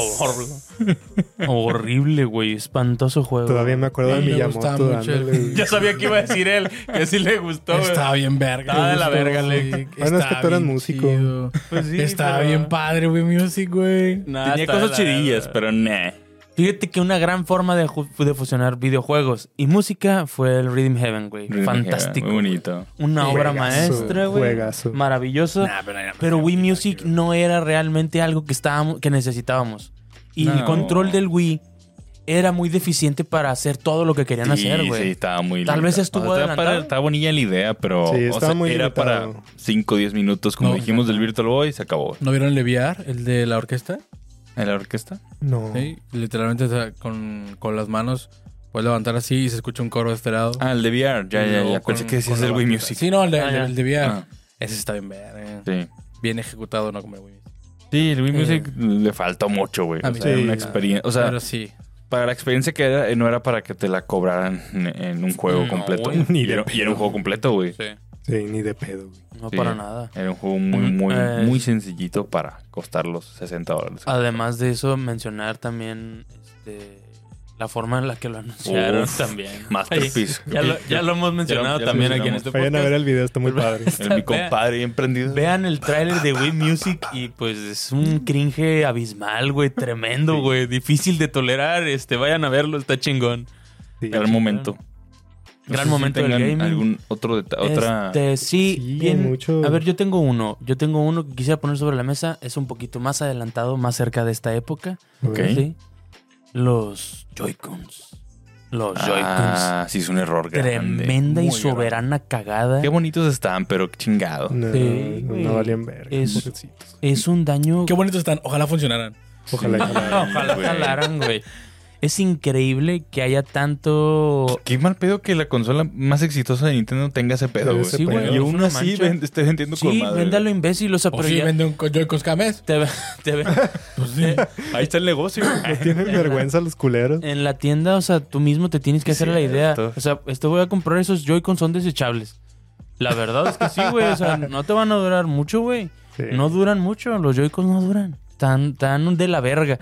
[SPEAKER 2] Horrible, güey. Espantoso juego.
[SPEAKER 3] Todavía me acuerdo de
[SPEAKER 4] A mí me
[SPEAKER 3] Miyamoto
[SPEAKER 4] gustaba mucho el-
[SPEAKER 3] dándole.
[SPEAKER 2] Ya sabía que iba a decir él. Que sí le gustó, güey.
[SPEAKER 4] Está bien verga.
[SPEAKER 2] Está de
[SPEAKER 4] güey.
[SPEAKER 2] la verga, Alex.
[SPEAKER 4] Sí,
[SPEAKER 3] Bueno, es que
[SPEAKER 4] está
[SPEAKER 3] tú eras
[SPEAKER 4] bien
[SPEAKER 3] músico.
[SPEAKER 4] chido.
[SPEAKER 2] Pues sí,
[SPEAKER 4] está
[SPEAKER 2] pero-
[SPEAKER 4] bien padre, güey, music, güey.
[SPEAKER 2] Nah,
[SPEAKER 1] Tenía
[SPEAKER 2] está
[SPEAKER 1] cosas
[SPEAKER 2] la-
[SPEAKER 1] chidillas, pero nah.
[SPEAKER 2] Fíjate que una gran forma de, ju- de fusionar videojuegos y música fue el Rhythm Heaven, güey. Fantástico.
[SPEAKER 1] Muy bonito.
[SPEAKER 2] Una obra
[SPEAKER 3] Juegazo,
[SPEAKER 2] maestra, güey.
[SPEAKER 3] juegazo.
[SPEAKER 2] Maravilloso.
[SPEAKER 4] Nah, pero, era-
[SPEAKER 2] Pero Wii Music no era realmente algo que, estábamos, que necesitábamos. Y el
[SPEAKER 1] No.
[SPEAKER 2] control del Wii era muy deficiente para hacer todo lo que querían
[SPEAKER 1] sí,
[SPEAKER 2] hacer,
[SPEAKER 1] sí,
[SPEAKER 2] güey.
[SPEAKER 1] estaba muy
[SPEAKER 2] Tal
[SPEAKER 1] limitado.
[SPEAKER 2] vez estuvo
[SPEAKER 1] estaba
[SPEAKER 2] adelantado.
[SPEAKER 1] para- estaba bonita la idea, pero
[SPEAKER 3] Sí,
[SPEAKER 1] o
[SPEAKER 3] estaba
[SPEAKER 1] sea,
[SPEAKER 3] muy
[SPEAKER 1] era
[SPEAKER 3] limitado.
[SPEAKER 1] para 5 o 10 minutos, como
[SPEAKER 4] No.
[SPEAKER 1] dijimos del Virtual Boy, se acabó.
[SPEAKER 4] ¿No vieron Leviar, el de la orquesta?
[SPEAKER 1] ¿En la orquesta?
[SPEAKER 3] No.
[SPEAKER 4] Sí, literalmente o sea, con, con las manos puedes levantar así y se escucha un coro desesperado.
[SPEAKER 1] Ah, el de VR, ya,
[SPEAKER 4] Y
[SPEAKER 1] ya,
[SPEAKER 4] luego
[SPEAKER 1] ya.
[SPEAKER 4] con-
[SPEAKER 1] Pensé que
[SPEAKER 4] con
[SPEAKER 1] decías
[SPEAKER 4] la
[SPEAKER 1] el Wii
[SPEAKER 4] bandita.
[SPEAKER 1] Music.
[SPEAKER 4] Sí, no, el de,
[SPEAKER 2] Ah,
[SPEAKER 4] el de-
[SPEAKER 2] ya.
[SPEAKER 4] el de VR.
[SPEAKER 1] Ah,
[SPEAKER 4] Ese está bien verga.
[SPEAKER 1] sí.
[SPEAKER 4] Bien ejecutado, no como el Wii Music.
[SPEAKER 1] Sí, el Wii
[SPEAKER 4] Eh.
[SPEAKER 1] Music le faltó mucho, güey.
[SPEAKER 4] A
[SPEAKER 1] O
[SPEAKER 4] mí
[SPEAKER 1] sea, era
[SPEAKER 3] sí.
[SPEAKER 1] una experiencia. O sea,
[SPEAKER 4] Pero sí.
[SPEAKER 1] para la experiencia que era, eh, no era para que te la cobraran en, en un juego
[SPEAKER 2] No,
[SPEAKER 1] completo.
[SPEAKER 2] güey.
[SPEAKER 1] Y era, y era un juego completo, güey.
[SPEAKER 3] Sí, ni de pedo. güey.
[SPEAKER 2] No
[SPEAKER 1] Sí.
[SPEAKER 2] para nada.
[SPEAKER 1] Era un juego muy,
[SPEAKER 2] Mm,
[SPEAKER 1] muy,
[SPEAKER 2] eh. Ah,
[SPEAKER 1] muy sencillito para costar los 60 dólares.
[SPEAKER 2] Además de eso, mencionar también este, la forma en la que lo anunciaron
[SPEAKER 1] Uf,
[SPEAKER 2] también.
[SPEAKER 1] Masterpiece.
[SPEAKER 2] Ya lo, ya lo hemos mencionado
[SPEAKER 1] Ya lo- ya lo
[SPEAKER 2] también aquí en
[SPEAKER 1] mencionamos.
[SPEAKER 2] este podcast.
[SPEAKER 3] Vayan a ver el video, está muy padre.
[SPEAKER 1] El- mi compadre emprendido.
[SPEAKER 2] Vean el tráiler de Wii Music y pues es un cringe abismal, güey, tremendo, güey, difícil de tolerar, este, vayan a verlo, está chingón.
[SPEAKER 3] Sí.
[SPEAKER 1] Gran momento.
[SPEAKER 2] Gran
[SPEAKER 1] si
[SPEAKER 2] momento del
[SPEAKER 1] tengan
[SPEAKER 2] gaming.
[SPEAKER 1] Algún otro deta- otra.
[SPEAKER 2] Este, sí,
[SPEAKER 3] Sí,
[SPEAKER 2] bien.
[SPEAKER 3] hay mucho.
[SPEAKER 2] A ver, yo tengo uno, yo tengo uno que quisiera poner sobre la mesa, es un poquito más adelantado, más cerca de esta época,
[SPEAKER 1] Ok.
[SPEAKER 2] ¿sí? Los Joy-Cons. Los Joy-Cons.
[SPEAKER 1] Ah, sí, es un error grande.
[SPEAKER 2] Tremenda y
[SPEAKER 4] muy
[SPEAKER 2] soberana cagada.
[SPEAKER 1] Qué bonitos están, pero qué chingado.
[SPEAKER 3] No,
[SPEAKER 2] Sí,
[SPEAKER 3] no,
[SPEAKER 2] güey.
[SPEAKER 3] no valían verga.
[SPEAKER 2] Es-
[SPEAKER 3] pobrecitos.
[SPEAKER 2] Es un daño
[SPEAKER 4] Qué bonitos están. Ojalá funcionaran.
[SPEAKER 3] Ojalá. ojalá.
[SPEAKER 2] Ojalá
[SPEAKER 1] güey.
[SPEAKER 2] jalaran, güey. Es increíble que haya tanto.
[SPEAKER 1] Qué mal pedo que la consola más exitosa de Nintendo tenga ese pedo, güey.
[SPEAKER 3] Sí, güey,
[SPEAKER 1] y
[SPEAKER 2] es
[SPEAKER 1] aún
[SPEAKER 2] una
[SPEAKER 1] así
[SPEAKER 2] mancha.
[SPEAKER 1] ven- esté vendiendo con
[SPEAKER 2] Sí,
[SPEAKER 1] madre.
[SPEAKER 2] véndalo imbécil, o sea,
[SPEAKER 4] O
[SPEAKER 2] pero
[SPEAKER 4] Pues sí,
[SPEAKER 2] ya
[SPEAKER 4] vende un co- Joy-Cons cada mes.
[SPEAKER 2] te, ve- te ve-
[SPEAKER 4] Pues sí.
[SPEAKER 1] Ahí está el negocio.
[SPEAKER 3] No tienen vergüenza los culeros.
[SPEAKER 4] Eh,
[SPEAKER 2] en la tienda, o sea, tú mismo te tienes que hacer la idea.
[SPEAKER 1] Cierto.
[SPEAKER 2] O sea, esto voy a comprar esos Joy-Con son desechables. La verdad es que sí, güey. O sea, no te van a durar mucho, güey.
[SPEAKER 3] Sí.
[SPEAKER 2] No duran mucho, los Joy-Cons no duran. Tan, tan de la verga.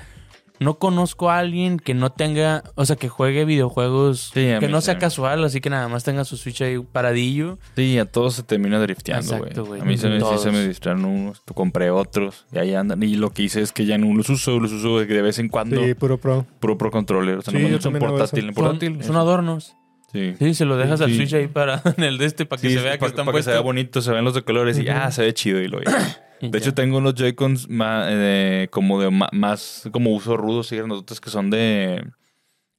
[SPEAKER 2] no conozco a alguien que no tenga, o sea, que juegue videojuegos,
[SPEAKER 1] Sí, a
[SPEAKER 2] que
[SPEAKER 1] mí
[SPEAKER 2] no sea
[SPEAKER 1] también.
[SPEAKER 2] casual, así que nada más tenga su Switch ahí paradillo.
[SPEAKER 1] Sí, a todos se terminó drifteando,
[SPEAKER 2] Exacto,
[SPEAKER 1] güey.
[SPEAKER 2] güey.
[SPEAKER 1] A mí se me, sí
[SPEAKER 2] Todos.
[SPEAKER 1] se me driftearon unos, compré otros y ahí andan. Y lo que hice es que ya no los uso, los uso de vez en cuando.
[SPEAKER 3] Sí, puro pro.
[SPEAKER 1] Pro Pro Controller, o sea,
[SPEAKER 3] Sí,
[SPEAKER 1] no
[SPEAKER 3] yo
[SPEAKER 1] es un
[SPEAKER 3] también hago
[SPEAKER 1] portátil.
[SPEAKER 3] eso.
[SPEAKER 1] en
[SPEAKER 2] Son-
[SPEAKER 1] portátil
[SPEAKER 2] Son,
[SPEAKER 1] eh.
[SPEAKER 2] adornos.
[SPEAKER 1] Sí.
[SPEAKER 2] Sí, se lo dejas al
[SPEAKER 1] Sí.
[SPEAKER 2] Switch ahí para en el de este para que
[SPEAKER 1] Sí,
[SPEAKER 2] se vea que
[SPEAKER 1] para-
[SPEAKER 2] están
[SPEAKER 1] para que se vea
[SPEAKER 2] puestos.
[SPEAKER 1] bonito, se ven los de colores y
[SPEAKER 3] Ujú.
[SPEAKER 1] ah, se ve chido y lo
[SPEAKER 2] Y
[SPEAKER 1] De
[SPEAKER 2] ya.
[SPEAKER 1] hecho, tengo unos Joy-Cons ma- eh, como de ma- más como uso rudo, sí, otros que son de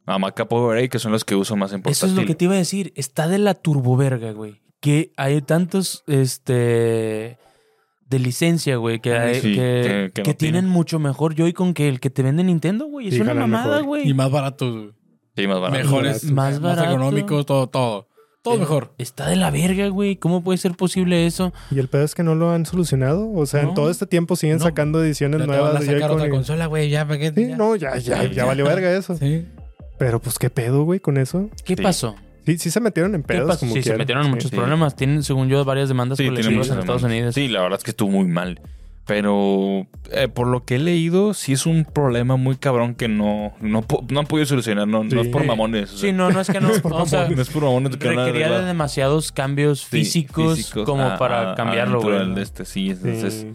[SPEAKER 1] ah, Hamaca Power A, que son los que uso más en
[SPEAKER 2] Eso es
[SPEAKER 1] portátil.
[SPEAKER 2] lo que te iba a decir. Está de la turboverga, güey. Que hay tantos, este, de licencia, güey, que, hay-
[SPEAKER 1] Sí,
[SPEAKER 2] que,
[SPEAKER 1] que- que
[SPEAKER 2] que
[SPEAKER 1] no
[SPEAKER 2] tienen
[SPEAKER 1] tienen.
[SPEAKER 2] mucho mejor Joy-Con que el que te vende Nintendo, güey. Es
[SPEAKER 3] Sí,
[SPEAKER 2] una
[SPEAKER 3] jalan
[SPEAKER 2] mamada,
[SPEAKER 3] mejor.
[SPEAKER 4] Y
[SPEAKER 2] güey.
[SPEAKER 4] más baratos, güey.
[SPEAKER 1] Sí, más barato.
[SPEAKER 4] Mejores,
[SPEAKER 2] Más
[SPEAKER 4] más,
[SPEAKER 2] barato.
[SPEAKER 4] económicos, todo, todo. Todo
[SPEAKER 2] Eh,
[SPEAKER 4] mejor.
[SPEAKER 2] Está de la verga, güey. ¿Cómo puede ser posible eso?
[SPEAKER 3] Y el pedo es que no lo han solucionado. O sea,
[SPEAKER 2] No.
[SPEAKER 3] en todo este tiempo siguen
[SPEAKER 4] No.
[SPEAKER 3] sacando
[SPEAKER 4] Ya
[SPEAKER 3] ediciones
[SPEAKER 4] te van a
[SPEAKER 3] nuevas de
[SPEAKER 4] sacar
[SPEAKER 3] Joy-Con.
[SPEAKER 4] otra
[SPEAKER 3] y-
[SPEAKER 4] consola, güey. Ya, ¿para qué?
[SPEAKER 3] Sí,
[SPEAKER 4] Ya.
[SPEAKER 3] no, ya, ya,
[SPEAKER 1] Sí,
[SPEAKER 3] ya,
[SPEAKER 1] ya.
[SPEAKER 3] valió verga eso.
[SPEAKER 4] Sí.
[SPEAKER 3] Pero pues qué pedo, güey, con eso.
[SPEAKER 2] ¿Qué
[SPEAKER 1] Sí.
[SPEAKER 2] pasó?
[SPEAKER 3] Sí, sí se metieron en
[SPEAKER 2] ¿Qué
[SPEAKER 3] pedos
[SPEAKER 2] pasó?
[SPEAKER 3] como
[SPEAKER 2] Sí, se
[SPEAKER 3] quieran.
[SPEAKER 2] metieron en
[SPEAKER 3] Sí.
[SPEAKER 2] muchos
[SPEAKER 1] sí.
[SPEAKER 2] problemas. Tienen, según yo, varias demandas
[SPEAKER 1] Sí, tiene
[SPEAKER 2] colectivas
[SPEAKER 1] muchas
[SPEAKER 2] en Estados
[SPEAKER 1] demandas.
[SPEAKER 2] Unidos.
[SPEAKER 1] Sí, la verdad es que estuvo muy mal. Pero eh, por lo que he leído, sí es un problema muy cabrón que no, no, po- no han podido solucionar. No, no es
[SPEAKER 3] Sí.
[SPEAKER 1] por mamones. o sea,
[SPEAKER 2] Sí, no, no es que no. o sea,
[SPEAKER 1] no es por mamones que no han
[SPEAKER 2] requería de
[SPEAKER 1] arreglado.
[SPEAKER 2] demasiados cambios
[SPEAKER 1] Sí,
[SPEAKER 2] físicos, como
[SPEAKER 1] a-
[SPEAKER 2] para
[SPEAKER 1] a-
[SPEAKER 2] cambiarlo,
[SPEAKER 1] adentro
[SPEAKER 2] güey.
[SPEAKER 1] del de este, sí, entonces
[SPEAKER 3] Sí.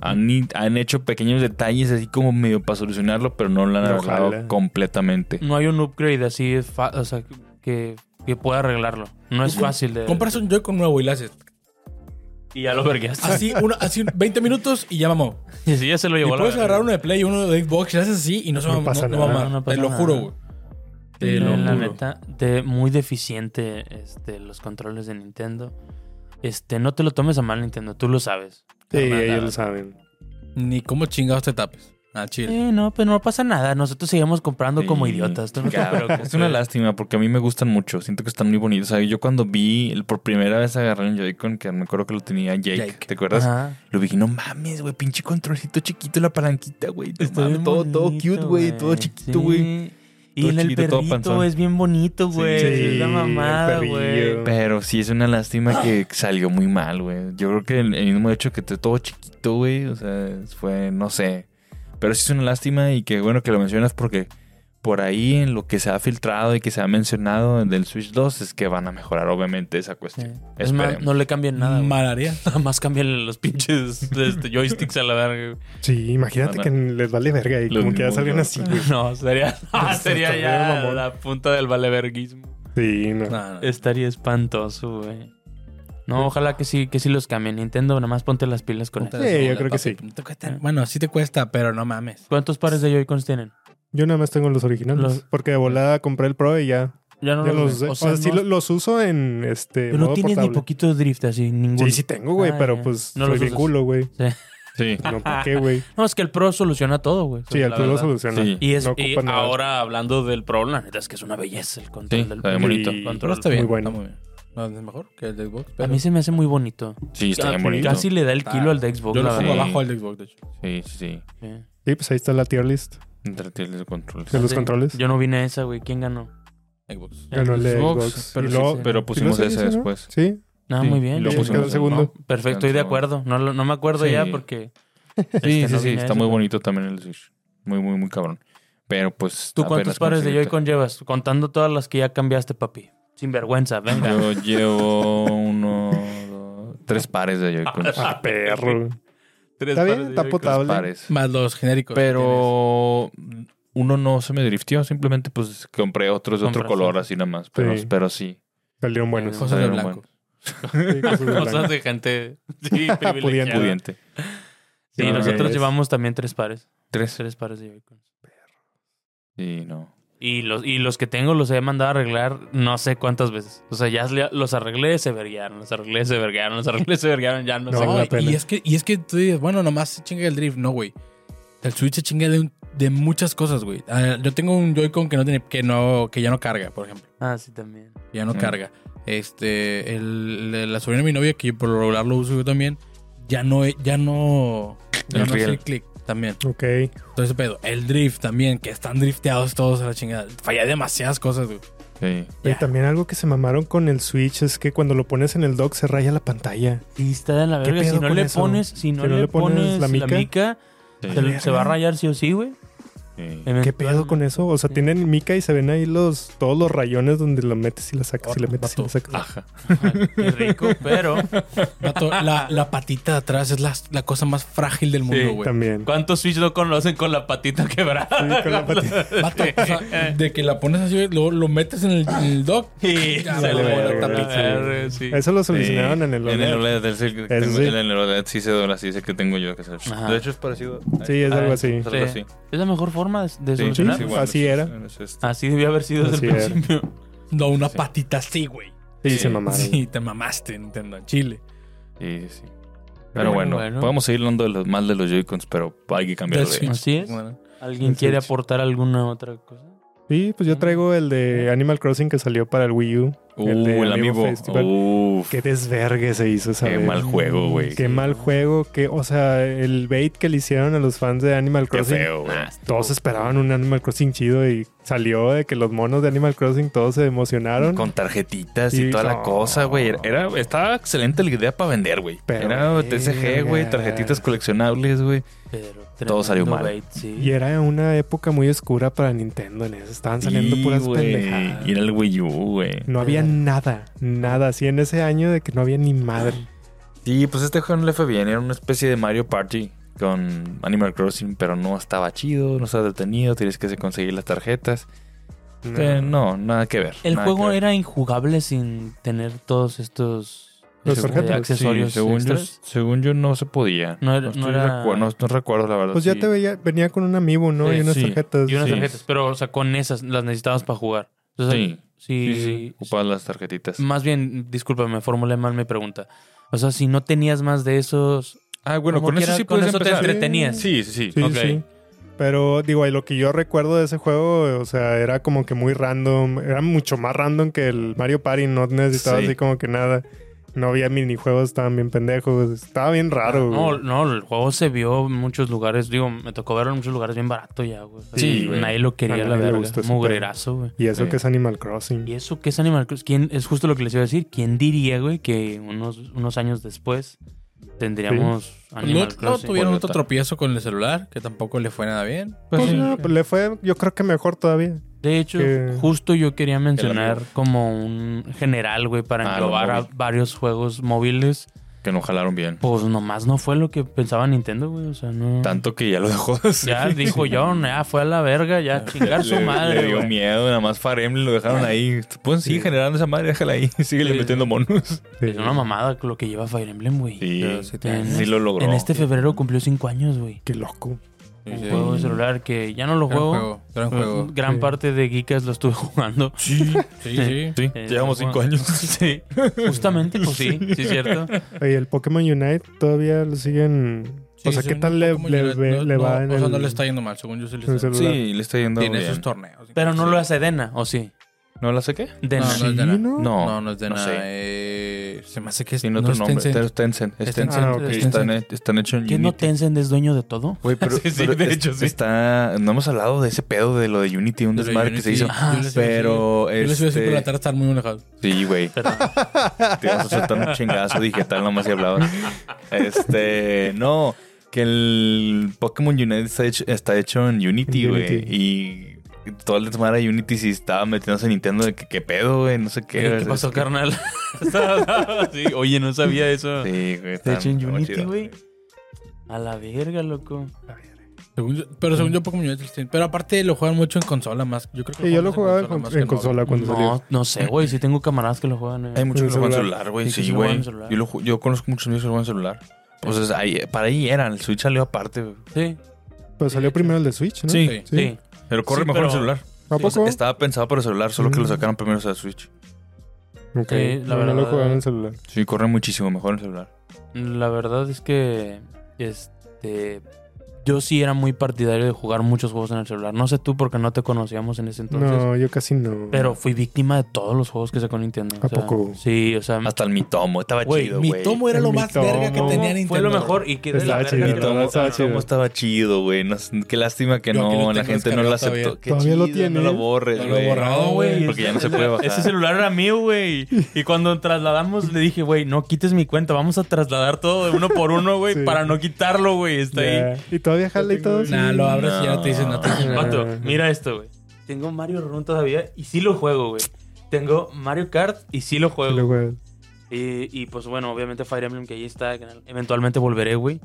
[SPEAKER 1] han, i- han hecho pequeños detalles así como medio para solucionarlo, pero no lo han
[SPEAKER 3] Ojalá.
[SPEAKER 1] arreglado completamente.
[SPEAKER 2] No hay un upgrade así, es fa- o sea, que, que pueda arreglarlo. No es fácil de...
[SPEAKER 4] Compras un Joy-Con nuevo y lo haces.
[SPEAKER 2] Y ya lo vergueaste.
[SPEAKER 4] Así, una, así 20 minutos y ya mamó.
[SPEAKER 2] Y así ya se lo
[SPEAKER 4] Y
[SPEAKER 2] llevó a la
[SPEAKER 4] puedes
[SPEAKER 2] verga.
[SPEAKER 4] agarrar uno de Play y uno de Xbox y lo haces así y no se
[SPEAKER 3] No
[SPEAKER 4] va,
[SPEAKER 3] pasa
[SPEAKER 4] no, no va
[SPEAKER 3] nada.
[SPEAKER 4] a amar.
[SPEAKER 2] No, no pasa
[SPEAKER 4] Te lo
[SPEAKER 2] nada.
[SPEAKER 4] juro, güey. Te lo
[SPEAKER 2] No, la
[SPEAKER 4] juro.
[SPEAKER 2] neta, de muy deficiente este, los controles de Nintendo. Este, no te lo tomes a mal, Nintendo, tú lo sabes.
[SPEAKER 3] Sí,
[SPEAKER 2] Carnal,
[SPEAKER 3] ellos
[SPEAKER 2] la-
[SPEAKER 3] lo saben.
[SPEAKER 4] Ni cómo chingados te tapes. Ah, chile.
[SPEAKER 2] Eh, no, pero no pasa nada. Nosotros seguimos comprando como
[SPEAKER 1] Sí.
[SPEAKER 2] idiotas. tú no te
[SPEAKER 1] Ya,
[SPEAKER 2] preocupes.
[SPEAKER 1] es una lástima porque a mí me gustan mucho. Siento que están muy bonitos. O sea, yo cuando vi el- por primera vez agarré un Joy-Con, que me acuerdo que lo tenía Jake,
[SPEAKER 4] Jake.
[SPEAKER 1] ¿te acuerdas?
[SPEAKER 2] Ajá.
[SPEAKER 1] Lo dije, no mames, güey, pinche controlcito chiquito, la palanquita, güey. no
[SPEAKER 2] Está
[SPEAKER 1] mames,
[SPEAKER 2] bien
[SPEAKER 1] todo, todo
[SPEAKER 2] bonito,
[SPEAKER 1] cute, güey, todo
[SPEAKER 2] sí.
[SPEAKER 1] chiquito, güey.
[SPEAKER 2] Y
[SPEAKER 1] Todo
[SPEAKER 2] el, el
[SPEAKER 1] chiquito, todo
[SPEAKER 2] perrito
[SPEAKER 1] panzón.
[SPEAKER 2] es bien bonito, güey.
[SPEAKER 3] Sí,
[SPEAKER 2] es la
[SPEAKER 3] el
[SPEAKER 2] mamada, güey.
[SPEAKER 3] perrillo.
[SPEAKER 1] Pero sí es una lástima que salió muy mal, güey. Yo creo que el, el mismo hecho que te- todo chiquito, güey, o sea, fue, no sé. Pero sí es una lástima y que bueno que lo mencionas porque por ahí en lo que se ha filtrado y que se ha mencionado del Switch 2 es que van a mejorar obviamente esa
[SPEAKER 2] Sí.
[SPEAKER 1] cuestión.
[SPEAKER 2] Es más,
[SPEAKER 1] Esperemos.
[SPEAKER 2] no le cambian nada. güey.
[SPEAKER 4] Malaria.
[SPEAKER 2] Nada más cambian los pinches este, joysticks a la verga. güey.
[SPEAKER 3] Sí, imagínate
[SPEAKER 1] Bueno.
[SPEAKER 3] que les vale verga y
[SPEAKER 1] Lo
[SPEAKER 3] como que ya
[SPEAKER 1] mismo,
[SPEAKER 3] salgan
[SPEAKER 1] ¿no?
[SPEAKER 3] así, güey.
[SPEAKER 2] No, sería, sería
[SPEAKER 3] Este estaría
[SPEAKER 2] ya
[SPEAKER 3] mamón.
[SPEAKER 2] la punta del valeverguismo.
[SPEAKER 3] Sí, no.
[SPEAKER 4] No, no.
[SPEAKER 2] Estaría espantoso, güey. No, ojalá que sí, que sí los cambien. Nintendo, nada más ponte las pilas con
[SPEAKER 4] Ponte
[SPEAKER 2] eso.
[SPEAKER 3] Sí,
[SPEAKER 4] las
[SPEAKER 3] yo
[SPEAKER 4] bolas,
[SPEAKER 3] creo que
[SPEAKER 4] papi.
[SPEAKER 3] sí. Ah.
[SPEAKER 4] No te cuesta- Bueno, sí te cuesta, pero no mames.
[SPEAKER 2] ¿Cuántos pares de Joy-Cons tienen?
[SPEAKER 3] Yo nada más tengo los originales.
[SPEAKER 2] Los-
[SPEAKER 3] Porque de volada compré el pro y ya.
[SPEAKER 2] Ya no
[SPEAKER 3] ya
[SPEAKER 2] los,
[SPEAKER 3] los,
[SPEAKER 2] veo.
[SPEAKER 3] o
[SPEAKER 2] O sea,
[SPEAKER 3] sea, sí
[SPEAKER 2] no-
[SPEAKER 3] lo- los uso en este.
[SPEAKER 2] pero no
[SPEAKER 3] modo
[SPEAKER 2] tienes
[SPEAKER 3] portable.
[SPEAKER 2] ni poquito drift así, ninguno.
[SPEAKER 3] Sí, sí tengo, güey,
[SPEAKER 2] Ah,
[SPEAKER 3] pero
[SPEAKER 2] ya.
[SPEAKER 3] pues
[SPEAKER 2] No
[SPEAKER 3] soy
[SPEAKER 2] los
[SPEAKER 3] bien
[SPEAKER 2] usas.
[SPEAKER 3] culo, güey.
[SPEAKER 1] Sí,
[SPEAKER 3] No, ¿para qué, güey?
[SPEAKER 2] No, es que el Pro soluciona todo, güey.
[SPEAKER 3] Sí, el
[SPEAKER 2] La
[SPEAKER 3] pro lo
[SPEAKER 2] verdad.
[SPEAKER 3] soluciona.
[SPEAKER 1] Sí.
[SPEAKER 2] Y, es,
[SPEAKER 3] No
[SPEAKER 2] y
[SPEAKER 3] ocupa nada.
[SPEAKER 2] ahora hablando del Pro, la neta es que es una belleza el control
[SPEAKER 1] Sí,
[SPEAKER 2] del
[SPEAKER 1] está bien bonito.
[SPEAKER 2] el
[SPEAKER 4] Pero
[SPEAKER 2] control.
[SPEAKER 4] está bien.
[SPEAKER 3] Muy bueno.
[SPEAKER 4] Está muy bien. No, es mejor que el de Xbox.
[SPEAKER 2] A
[SPEAKER 4] pero-
[SPEAKER 2] mí se me hace muy bonito.
[SPEAKER 1] sí, está bien
[SPEAKER 2] Ca-
[SPEAKER 1] bonito.
[SPEAKER 2] Casi le da el kilo al de Xbox,
[SPEAKER 4] Yo
[SPEAKER 2] la
[SPEAKER 4] lo subo
[SPEAKER 1] Sí.
[SPEAKER 2] verdad.
[SPEAKER 4] abajo al de Xbox, de hecho.
[SPEAKER 1] Sí, sí, sí.
[SPEAKER 2] Sí.
[SPEAKER 3] Sí, pues ahí está la tier list
[SPEAKER 1] Entretenerles los controles.
[SPEAKER 3] de los
[SPEAKER 2] Sí.
[SPEAKER 3] controles.
[SPEAKER 2] Yo no vine a esa, güey. ¿Quién ganó?
[SPEAKER 4] Xbox.
[SPEAKER 3] Ganó el de
[SPEAKER 1] Xbox,
[SPEAKER 3] Xbox.
[SPEAKER 1] pero
[SPEAKER 3] Y
[SPEAKER 1] sí,
[SPEAKER 3] luego-
[SPEAKER 2] sí.
[SPEAKER 1] Pero pusimos
[SPEAKER 3] ¿Y luego
[SPEAKER 1] ese
[SPEAKER 3] se hizo, no?
[SPEAKER 1] después.
[SPEAKER 3] Sí,
[SPEAKER 2] Ah,
[SPEAKER 1] Sí,
[SPEAKER 2] muy
[SPEAKER 1] y
[SPEAKER 2] bien.
[SPEAKER 1] lo
[SPEAKER 3] Sí,
[SPEAKER 1] pusimos
[SPEAKER 3] quedó
[SPEAKER 1] en-
[SPEAKER 3] segundo.
[SPEAKER 1] ¿no?
[SPEAKER 2] Perfecto, estoy de acuerdo. No, lo- no me acuerdo
[SPEAKER 1] Sí.
[SPEAKER 2] ya porque...
[SPEAKER 1] Sí,
[SPEAKER 2] Este,
[SPEAKER 1] sí,
[SPEAKER 2] no
[SPEAKER 1] sí,
[SPEAKER 2] vine a
[SPEAKER 1] está
[SPEAKER 2] eso,
[SPEAKER 1] muy
[SPEAKER 2] pero-
[SPEAKER 1] bonito también el Switch. Muy, muy, muy cabrón. Pero pues.
[SPEAKER 2] ¿Tú
[SPEAKER 1] apenas
[SPEAKER 2] cuántos pares de
[SPEAKER 1] conseguiste.
[SPEAKER 2] Joy-Con llevas? Contando todas las que ya cambiaste, papi. Sin vergüenza, venga.
[SPEAKER 1] Yo llevo uno, dos, tres pares de Joy-Cons.
[SPEAKER 3] Ah, perro.
[SPEAKER 2] Tres
[SPEAKER 3] Está bien,
[SPEAKER 2] pares de Joy-Con.
[SPEAKER 3] está
[SPEAKER 1] Tres
[SPEAKER 3] potable.
[SPEAKER 1] pares.
[SPEAKER 4] Más los genéricos. que
[SPEAKER 1] Pero uno no se me driftió, simplemente pues compré otros de otro
[SPEAKER 2] Compraste.
[SPEAKER 1] color así nada más. Pero
[SPEAKER 3] Sí.
[SPEAKER 1] sí. Pero sí.
[SPEAKER 3] Salieron
[SPEAKER 4] tienes.
[SPEAKER 3] buenos.
[SPEAKER 4] Cosas de
[SPEAKER 1] Pero
[SPEAKER 4] blanco.
[SPEAKER 3] Sí, cosas de
[SPEAKER 2] Cosas
[SPEAKER 3] blanco.
[SPEAKER 2] de gente sí, privilegiada.
[SPEAKER 1] Pudiente.
[SPEAKER 2] Sí,
[SPEAKER 3] Sí,
[SPEAKER 2] nosotros
[SPEAKER 3] es.
[SPEAKER 2] llevamos también tres pares.
[SPEAKER 1] Tres.
[SPEAKER 2] Tres pares de Joy-Cons.
[SPEAKER 1] Sí, no.
[SPEAKER 2] Y los, y los que tengo los he mandado a arreglar no sé cuántas veces. O sea, ya le- los arreglé, se verguearon, los arreglé, se verguearon, los arreglé, se verguearon, ya no,
[SPEAKER 3] No,
[SPEAKER 2] sé.
[SPEAKER 4] No,
[SPEAKER 3] vale la
[SPEAKER 4] y-
[SPEAKER 3] pena.
[SPEAKER 4] y es que y es que tú dices, bueno, nomás se chinga el drift, no, güey. El Switch se chinga de, un- de muchas cosas, güey. Ah, Yo tengo un Joy-Con que no tiene que no que ya no carga, por ejemplo,
[SPEAKER 2] Ah, sí, también.
[SPEAKER 4] ya no
[SPEAKER 1] Mm.
[SPEAKER 4] carga. Este, el, el- la sobrina de mi novia que por lo regular lo uso yo también, ya no ya no
[SPEAKER 1] El
[SPEAKER 4] ya no hace
[SPEAKER 1] riel.
[SPEAKER 4] el clic también.
[SPEAKER 3] Ok.
[SPEAKER 4] Todo ese pedo, el drift también, que están drifteados todos a la chingada. Falla demasiadas cosas, güey.
[SPEAKER 1] Sí.
[SPEAKER 3] Y
[SPEAKER 4] Ya.
[SPEAKER 3] también algo que se mamaron con el Switch es que cuando lo pones en el dock se raya la pantalla.
[SPEAKER 2] Y está de la
[SPEAKER 3] ¿Qué
[SPEAKER 2] verga. Si
[SPEAKER 3] pedo
[SPEAKER 2] no
[SPEAKER 3] con
[SPEAKER 2] le
[SPEAKER 3] eso?
[SPEAKER 2] pones, si no, le, pones, la mica,
[SPEAKER 3] mica,
[SPEAKER 1] sí.
[SPEAKER 2] se, se va a rayar sí o sí, güey.
[SPEAKER 1] Eh,
[SPEAKER 3] ¿Qué pedo con eso? O sea, tienen mica y se ven ahí los todos los rayones donde la metes y la sacas y la metes y la
[SPEAKER 4] Vato,
[SPEAKER 3] sacas.
[SPEAKER 4] ajá.
[SPEAKER 2] Ay, Qué rico, pero
[SPEAKER 4] Vato, la, la patita de atrás es la, la cosa más frágil del mundo, güey.
[SPEAKER 3] También.
[SPEAKER 2] ¿cuántos Switch no conocen con la patita quebrada?
[SPEAKER 3] Sí, con la patita.
[SPEAKER 4] Vato, o sea,
[SPEAKER 2] Eh.
[SPEAKER 4] de que la pones así, lo, lo metes en el, en el dock.
[SPEAKER 2] Y
[SPEAKER 4] Ya,
[SPEAKER 2] se
[SPEAKER 3] vale,
[SPEAKER 2] le
[SPEAKER 3] vale,
[SPEAKER 2] bota
[SPEAKER 3] vale,
[SPEAKER 2] la
[SPEAKER 3] sí.
[SPEAKER 2] verga, sí.
[SPEAKER 3] Eso lo solucionaron en el E
[SPEAKER 1] En el E
[SPEAKER 3] OLED.
[SPEAKER 1] OLED, del sí, que
[SPEAKER 3] Eso
[SPEAKER 1] tengo-
[SPEAKER 3] sí.
[SPEAKER 1] En el OLED sí se dobla así, es el que tengo yo que hacer.
[SPEAKER 2] Ajá.
[SPEAKER 1] De hecho es parecido. a-
[SPEAKER 3] Sí, es
[SPEAKER 2] Ah,
[SPEAKER 3] algo así.
[SPEAKER 1] es algo así.
[SPEAKER 2] Es la mejor forma de, de
[SPEAKER 1] Sí,
[SPEAKER 2] solucionar.
[SPEAKER 1] es igual,
[SPEAKER 3] Así
[SPEAKER 1] es-
[SPEAKER 3] era.
[SPEAKER 1] es este.
[SPEAKER 2] Así debió haber sido desde el
[SPEAKER 3] Así era.
[SPEAKER 2] principio.
[SPEAKER 4] No, una patita así, güey.
[SPEAKER 3] Sí,
[SPEAKER 1] Sí,
[SPEAKER 3] se mamaron.
[SPEAKER 4] Sí, te mamaste, Nintendo. Chile.
[SPEAKER 1] Sí, sí, sí. Pero bueno,
[SPEAKER 2] bueno.
[SPEAKER 1] podemos seguir hablando de los, mal de los Joy-Cons, pero hay que cambiar
[SPEAKER 4] Del
[SPEAKER 1] de...
[SPEAKER 4] Switch.
[SPEAKER 2] Así es.
[SPEAKER 4] Bueno.
[SPEAKER 2] ¿Alguien
[SPEAKER 3] El
[SPEAKER 2] quiere
[SPEAKER 3] Switch.
[SPEAKER 2] aportar alguna otra cosa?
[SPEAKER 3] Sí, pues yo traigo el de Animal Crossing que salió para el Wii U.
[SPEAKER 1] Uh,
[SPEAKER 3] el de
[SPEAKER 1] el
[SPEAKER 3] Amiibo
[SPEAKER 1] amigo.
[SPEAKER 3] Festival.
[SPEAKER 1] Uf,
[SPEAKER 3] Qué desvergue se hizo esa
[SPEAKER 1] qué
[SPEAKER 3] vez.
[SPEAKER 1] mal juego, güey.
[SPEAKER 3] Qué mal juego, que, o sea, el bait que le hicieron a los fans de Animal
[SPEAKER 1] Qué
[SPEAKER 3] Crossing.
[SPEAKER 1] feo, güey.
[SPEAKER 3] Todos esperaban un Animal Crossing chido y salió de que los monos de Animal Crossing todos se emocionaron.
[SPEAKER 1] Con tarjetitas
[SPEAKER 3] Sí,
[SPEAKER 1] y toda la
[SPEAKER 3] no.
[SPEAKER 1] cosa, güey. Era, estaba excelente la idea para vender, güey.
[SPEAKER 3] Pero,
[SPEAKER 1] Era TCG, güey,
[SPEAKER 3] verga.
[SPEAKER 1] tarjetitas coleccionables, güey.
[SPEAKER 2] Pero
[SPEAKER 1] Todo salió
[SPEAKER 2] tremendo
[SPEAKER 1] mal.
[SPEAKER 2] bait, sí.
[SPEAKER 3] Y era una época muy oscura para Nintendo en eso. Estaban saliendo
[SPEAKER 1] Y,
[SPEAKER 3] puras
[SPEAKER 1] güey,
[SPEAKER 3] pendejadas.
[SPEAKER 1] Y era el Wii U, güey.
[SPEAKER 3] No había nada, nada. Así en ese año de que no había ni madre.
[SPEAKER 1] Sí, pues este juego no le fue bien. Era una especie de Mario Party con Animal Crossing, pero no estaba chido, no estaba detenido. Tienes que conseguir las tarjetas.
[SPEAKER 3] No.
[SPEAKER 1] Eh, No, nada que ver.
[SPEAKER 2] El
[SPEAKER 1] nada que
[SPEAKER 2] juego
[SPEAKER 1] ver.
[SPEAKER 2] era injugable sin tener todos estos
[SPEAKER 3] Los
[SPEAKER 2] este,
[SPEAKER 3] tarjetas.
[SPEAKER 1] Sí,
[SPEAKER 2] accesorios
[SPEAKER 1] según, yo,
[SPEAKER 2] extras.
[SPEAKER 1] según yo no se podía.
[SPEAKER 2] No era- no
[SPEAKER 1] estoy
[SPEAKER 2] era-
[SPEAKER 1] recu- no- no recuerdo, la verdad.
[SPEAKER 3] Pues ya
[SPEAKER 1] sí. Eh,
[SPEAKER 3] te veía, venía con un amiibo, ¿no?
[SPEAKER 2] Sí,
[SPEAKER 3] y unas
[SPEAKER 1] sí.
[SPEAKER 3] tarjetas.
[SPEAKER 2] Y unas
[SPEAKER 1] Sí.
[SPEAKER 2] tarjetas, pero o sea, con esas las necesitabas para jugar. Entonces,
[SPEAKER 1] Sí.
[SPEAKER 2] sí, Mm,
[SPEAKER 1] Sí, sí, sí. Ocupabas las tarjetitas.
[SPEAKER 2] Más bien, discúlpame, formulé mal mi pregunta. O sea, si no tenías más de esos,
[SPEAKER 1] Ah, bueno,
[SPEAKER 2] Como
[SPEAKER 1] con eso
[SPEAKER 2] quiera,
[SPEAKER 1] sí
[SPEAKER 2] con
[SPEAKER 1] puedes
[SPEAKER 2] eso te
[SPEAKER 1] empezar.
[SPEAKER 2] entretenías.
[SPEAKER 1] Sí, sí, sí.
[SPEAKER 3] Sí,
[SPEAKER 1] ok.
[SPEAKER 3] sí. Pero digo, a lo que yo recuerdo de ese juego, o sea, era como que muy random, era mucho más random que el Mario Party, no necesitaba
[SPEAKER 1] Sí.
[SPEAKER 3] así como que nada. No había minijuegos, estaban bien pendejos, estaba bien raro.
[SPEAKER 2] Ah, No,
[SPEAKER 3] güey.
[SPEAKER 2] no, el juego se vio en muchos lugares. Digo, me tocó verlo en muchos lugares bien barato ya, güey.
[SPEAKER 1] Sí,
[SPEAKER 2] Y
[SPEAKER 1] güey.
[SPEAKER 2] Nadie lo
[SPEAKER 3] A
[SPEAKER 2] quería,
[SPEAKER 3] nadie
[SPEAKER 2] la
[SPEAKER 3] le
[SPEAKER 2] verdad.
[SPEAKER 3] gustó ese
[SPEAKER 2] Mugrerazo, güey.
[SPEAKER 3] Y eso
[SPEAKER 1] Sí.
[SPEAKER 3] que es Animal Crossing.
[SPEAKER 2] ¿Y eso qué es Animal Crossing? ¿Quién, es justo lo que les iba a decir. ¿Quién diría, güey, que unos, unos años después tendríamos Animal
[SPEAKER 4] Luego
[SPEAKER 2] Crossing?
[SPEAKER 4] tuvieron
[SPEAKER 1] Por
[SPEAKER 4] otro
[SPEAKER 1] nota.
[SPEAKER 4] tropiezo con el celular, que tampoco le fue nada bien.
[SPEAKER 3] Pues,
[SPEAKER 1] Pues sí.
[SPEAKER 3] no, pues le fue, yo creo que mejor todavía.
[SPEAKER 2] De hecho,
[SPEAKER 3] que-
[SPEAKER 2] justo yo quería mencionar
[SPEAKER 1] amigo.
[SPEAKER 2] como un general, güey, para
[SPEAKER 1] Ah, lo
[SPEAKER 2] englobar a
[SPEAKER 1] móvil.
[SPEAKER 2] varios juegos móviles.
[SPEAKER 1] Que no jalaron bien.
[SPEAKER 2] Pues nomás no fue lo que pensaba Nintendo, güey. O sea, no...
[SPEAKER 1] Tanto que ya lo dejó. así.
[SPEAKER 2] Ya dijo John, ya fue a la verga, ya chingar su
[SPEAKER 1] le,
[SPEAKER 2] madre,
[SPEAKER 1] le dio
[SPEAKER 2] güey.
[SPEAKER 1] miedo, nada más Farem lo dejaron ahí. Pues sigue
[SPEAKER 3] Sí.
[SPEAKER 1] generando esa madre, déjala ahí. Síguele
[SPEAKER 2] Sí.
[SPEAKER 1] metiendo monos.
[SPEAKER 3] Sí.
[SPEAKER 2] Es una mamada lo que lleva Fire Emblem, güey.
[SPEAKER 1] Sí,
[SPEAKER 4] Pero sí te-
[SPEAKER 2] En,
[SPEAKER 1] sí lo logró.
[SPEAKER 2] en este febrero cumplió cinco años, güey.
[SPEAKER 3] Qué loco.
[SPEAKER 2] Un
[SPEAKER 4] Sí,
[SPEAKER 2] juego de celular que ya no lo
[SPEAKER 4] Gran
[SPEAKER 2] juego.
[SPEAKER 4] juego, gran
[SPEAKER 2] Pues,
[SPEAKER 4] juego.
[SPEAKER 2] Gran
[SPEAKER 3] Sí.
[SPEAKER 2] parte de Geekas lo estuve jugando.
[SPEAKER 4] Sí, sí, sí.
[SPEAKER 1] Sí,
[SPEAKER 2] Eh,
[SPEAKER 1] llevamos
[SPEAKER 2] bueno.
[SPEAKER 1] cinco años.
[SPEAKER 2] Sí, justamente, pues sí, sí es cierto.
[SPEAKER 3] Oye, el Pokémon Unite todavía lo siguen.
[SPEAKER 4] Sí,
[SPEAKER 3] o sea, ¿qué
[SPEAKER 4] según
[SPEAKER 3] tal
[SPEAKER 4] yo,
[SPEAKER 3] le,
[SPEAKER 4] como
[SPEAKER 3] le
[SPEAKER 4] yo
[SPEAKER 3] ve-
[SPEAKER 4] no-
[SPEAKER 3] le va
[SPEAKER 4] no,
[SPEAKER 3] en
[SPEAKER 4] O sea,
[SPEAKER 3] el-
[SPEAKER 4] no le está yendo mal, según yo sí le
[SPEAKER 3] en el
[SPEAKER 4] está
[SPEAKER 3] celular?
[SPEAKER 1] Sí, le está yendo
[SPEAKER 4] Tiene
[SPEAKER 1] bien.
[SPEAKER 4] sus torneos.
[SPEAKER 2] Pero no
[SPEAKER 4] Sí.
[SPEAKER 2] lo hace Dena, ¿o sí?
[SPEAKER 1] ¿No la saqué?
[SPEAKER 2] Dena.
[SPEAKER 4] No, no. es de
[SPEAKER 3] Sí,
[SPEAKER 4] la-
[SPEAKER 3] ¿no?
[SPEAKER 1] No,
[SPEAKER 4] No, no es de
[SPEAKER 1] Oh, no
[SPEAKER 4] nada.
[SPEAKER 1] sé.
[SPEAKER 4] eh, se me hace que es,
[SPEAKER 1] Tiene
[SPEAKER 4] no
[SPEAKER 1] otro
[SPEAKER 4] es
[SPEAKER 1] nombre.
[SPEAKER 4] Tencent.
[SPEAKER 1] Es Tencent. Es
[SPEAKER 4] Es
[SPEAKER 1] Tencent.
[SPEAKER 4] Tencent,
[SPEAKER 3] Ah, ok.
[SPEAKER 4] es
[SPEAKER 1] Están,
[SPEAKER 4] Tencent.
[SPEAKER 1] están hechos en
[SPEAKER 2] ¿Qué no
[SPEAKER 1] Unity.
[SPEAKER 2] Tencent es dueño de todo?
[SPEAKER 1] Güey, pero,
[SPEAKER 4] Sí, sí,
[SPEAKER 1] pero
[SPEAKER 4] de
[SPEAKER 1] es-
[SPEAKER 4] hecho, sí.
[SPEAKER 1] está, no hemos hablado de ese pedo de lo de Unity, un
[SPEAKER 4] De lo de
[SPEAKER 1] desmadre que se
[SPEAKER 4] Unity. Ah,
[SPEAKER 1] hizo.
[SPEAKER 4] Yo les iba a
[SPEAKER 1] pero
[SPEAKER 4] decir- Yo les iba a decir
[SPEAKER 1] este-
[SPEAKER 4] por la tarde estar muy alejados.
[SPEAKER 1] Sí, güey.
[SPEAKER 2] Perdón.
[SPEAKER 1] Te vas a soltar un chingazo digital nomás si hablabas. Este, no, que el Pokémon Unite está hecho, está hecho en Unity,
[SPEAKER 3] En
[SPEAKER 1] güey.
[SPEAKER 3] Unity.
[SPEAKER 1] Y todo el desmadre de Unity si estaba metiéndose en Nintendo de que qué pedo, güey, no sé qué.
[SPEAKER 2] ¿Qué,
[SPEAKER 1] Es-
[SPEAKER 2] pasó, carnal? Sí, oye, no sabía eso.
[SPEAKER 1] Sí, güey.
[SPEAKER 2] Está
[SPEAKER 1] está
[SPEAKER 2] hecho en
[SPEAKER 1] muy
[SPEAKER 2] Unity,
[SPEAKER 1] chido.
[SPEAKER 2] güey. A la verga, loco.
[SPEAKER 4] Según yo- pero según yo Pokémon Unite existen. Pero aparte lo juegan mucho en consola más. Yo creo que
[SPEAKER 3] Sí, yo lo jugaba
[SPEAKER 4] juegan
[SPEAKER 3] en,
[SPEAKER 4] más
[SPEAKER 3] con-
[SPEAKER 4] que
[SPEAKER 3] en consola cuando salió.
[SPEAKER 2] No, no sé, güey. Sí tengo camaradas que lo juegan. eh.
[SPEAKER 1] Hay muchos
[SPEAKER 3] En
[SPEAKER 1] que lo juegan en
[SPEAKER 3] celular.
[SPEAKER 1] celular, güey.
[SPEAKER 2] Sí, que
[SPEAKER 1] Sí,
[SPEAKER 2] sí lo juegan
[SPEAKER 1] güey.
[SPEAKER 2] en celular.
[SPEAKER 1] Yo, lo ju- yo conozco muchos amigos que lo juegan en celular. Entonces, ahí, para ahí era. El Switch salió aparte, güey.
[SPEAKER 2] Sí,
[SPEAKER 3] Pero Pues salió primero el de Switch, ¿no?
[SPEAKER 1] Sí.
[SPEAKER 4] Sí.
[SPEAKER 2] sí.
[SPEAKER 1] Pero corre
[SPEAKER 2] Sí,
[SPEAKER 1] mejor
[SPEAKER 2] pero-
[SPEAKER 1] el celular.
[SPEAKER 3] ¿A
[SPEAKER 1] O sea,
[SPEAKER 3] poco?
[SPEAKER 1] estaba pensado para el celular, solo que lo
[SPEAKER 3] Mm.
[SPEAKER 1] sacaron primero al Switch.
[SPEAKER 3] Ok.
[SPEAKER 2] Sí, la
[SPEAKER 3] No, no lo
[SPEAKER 2] verdad-
[SPEAKER 3] jugaba en el celular.
[SPEAKER 1] Sí, corre muchísimo mejor el celular.
[SPEAKER 2] La verdad es que este yo sí era muy partidario de jugar muchos juegos en el celular. No sé tú porque no te conocíamos en ese entonces.
[SPEAKER 3] no, yo casi no.
[SPEAKER 2] Pero fui víctima de todos los juegos que sacó Nintendo.
[SPEAKER 3] ¿A
[SPEAKER 2] O sea,
[SPEAKER 3] poco?
[SPEAKER 2] Sí, o sea,
[SPEAKER 1] Hasta el Mitomo, estaba
[SPEAKER 2] Güey,
[SPEAKER 1] chido, güey.
[SPEAKER 4] Mi tomo era
[SPEAKER 3] El
[SPEAKER 4] lo
[SPEAKER 3] Mi
[SPEAKER 4] más verga que
[SPEAKER 3] Tomo
[SPEAKER 4] tenía
[SPEAKER 2] no,
[SPEAKER 4] Nintendo.
[SPEAKER 2] fue lo mejor y que de la
[SPEAKER 3] Pues Estaba
[SPEAKER 2] verga
[SPEAKER 3] chido,
[SPEAKER 2] que
[SPEAKER 1] Mi
[SPEAKER 2] lo-
[SPEAKER 1] tomo,
[SPEAKER 3] estaba
[SPEAKER 1] mi tomo
[SPEAKER 3] chido.
[SPEAKER 1] estaba chido, güey. No sé, qué lástima que
[SPEAKER 4] Yo aquí
[SPEAKER 1] no,
[SPEAKER 4] lo
[SPEAKER 1] la
[SPEAKER 4] tengo
[SPEAKER 1] gente no lo
[SPEAKER 4] descargado
[SPEAKER 1] aceptó. Qué
[SPEAKER 3] ¿Todavía lo
[SPEAKER 1] chido,
[SPEAKER 3] tienes?
[SPEAKER 1] No lo borres,
[SPEAKER 4] No lo he
[SPEAKER 1] güey.
[SPEAKER 4] borrado, güey.
[SPEAKER 1] Porque ya no se puede bajar.
[SPEAKER 2] Ese celular era mío, güey. Y cuando trasladamos le dije, güey, no quites mi cuenta, vamos a trasladar todo de uno por uno, güey,
[SPEAKER 3] Sí.
[SPEAKER 2] para no quitarlo, güey. Está ahí.
[SPEAKER 3] Ya. Y todo novia jala y todo.
[SPEAKER 4] Nah, lo abres y ya te dicen, no te dicen nada.
[SPEAKER 2] Vato, mira esto, güey. Tengo Mario Run todavía y sí lo juego, güey. Tengo Mario Kart y sí lo
[SPEAKER 3] Sí, lo
[SPEAKER 2] juego.
[SPEAKER 3] juegas.
[SPEAKER 2] Y, y, pues bueno, obviamente Fire Emblem que ahí está, que eventualmente volveré, güey.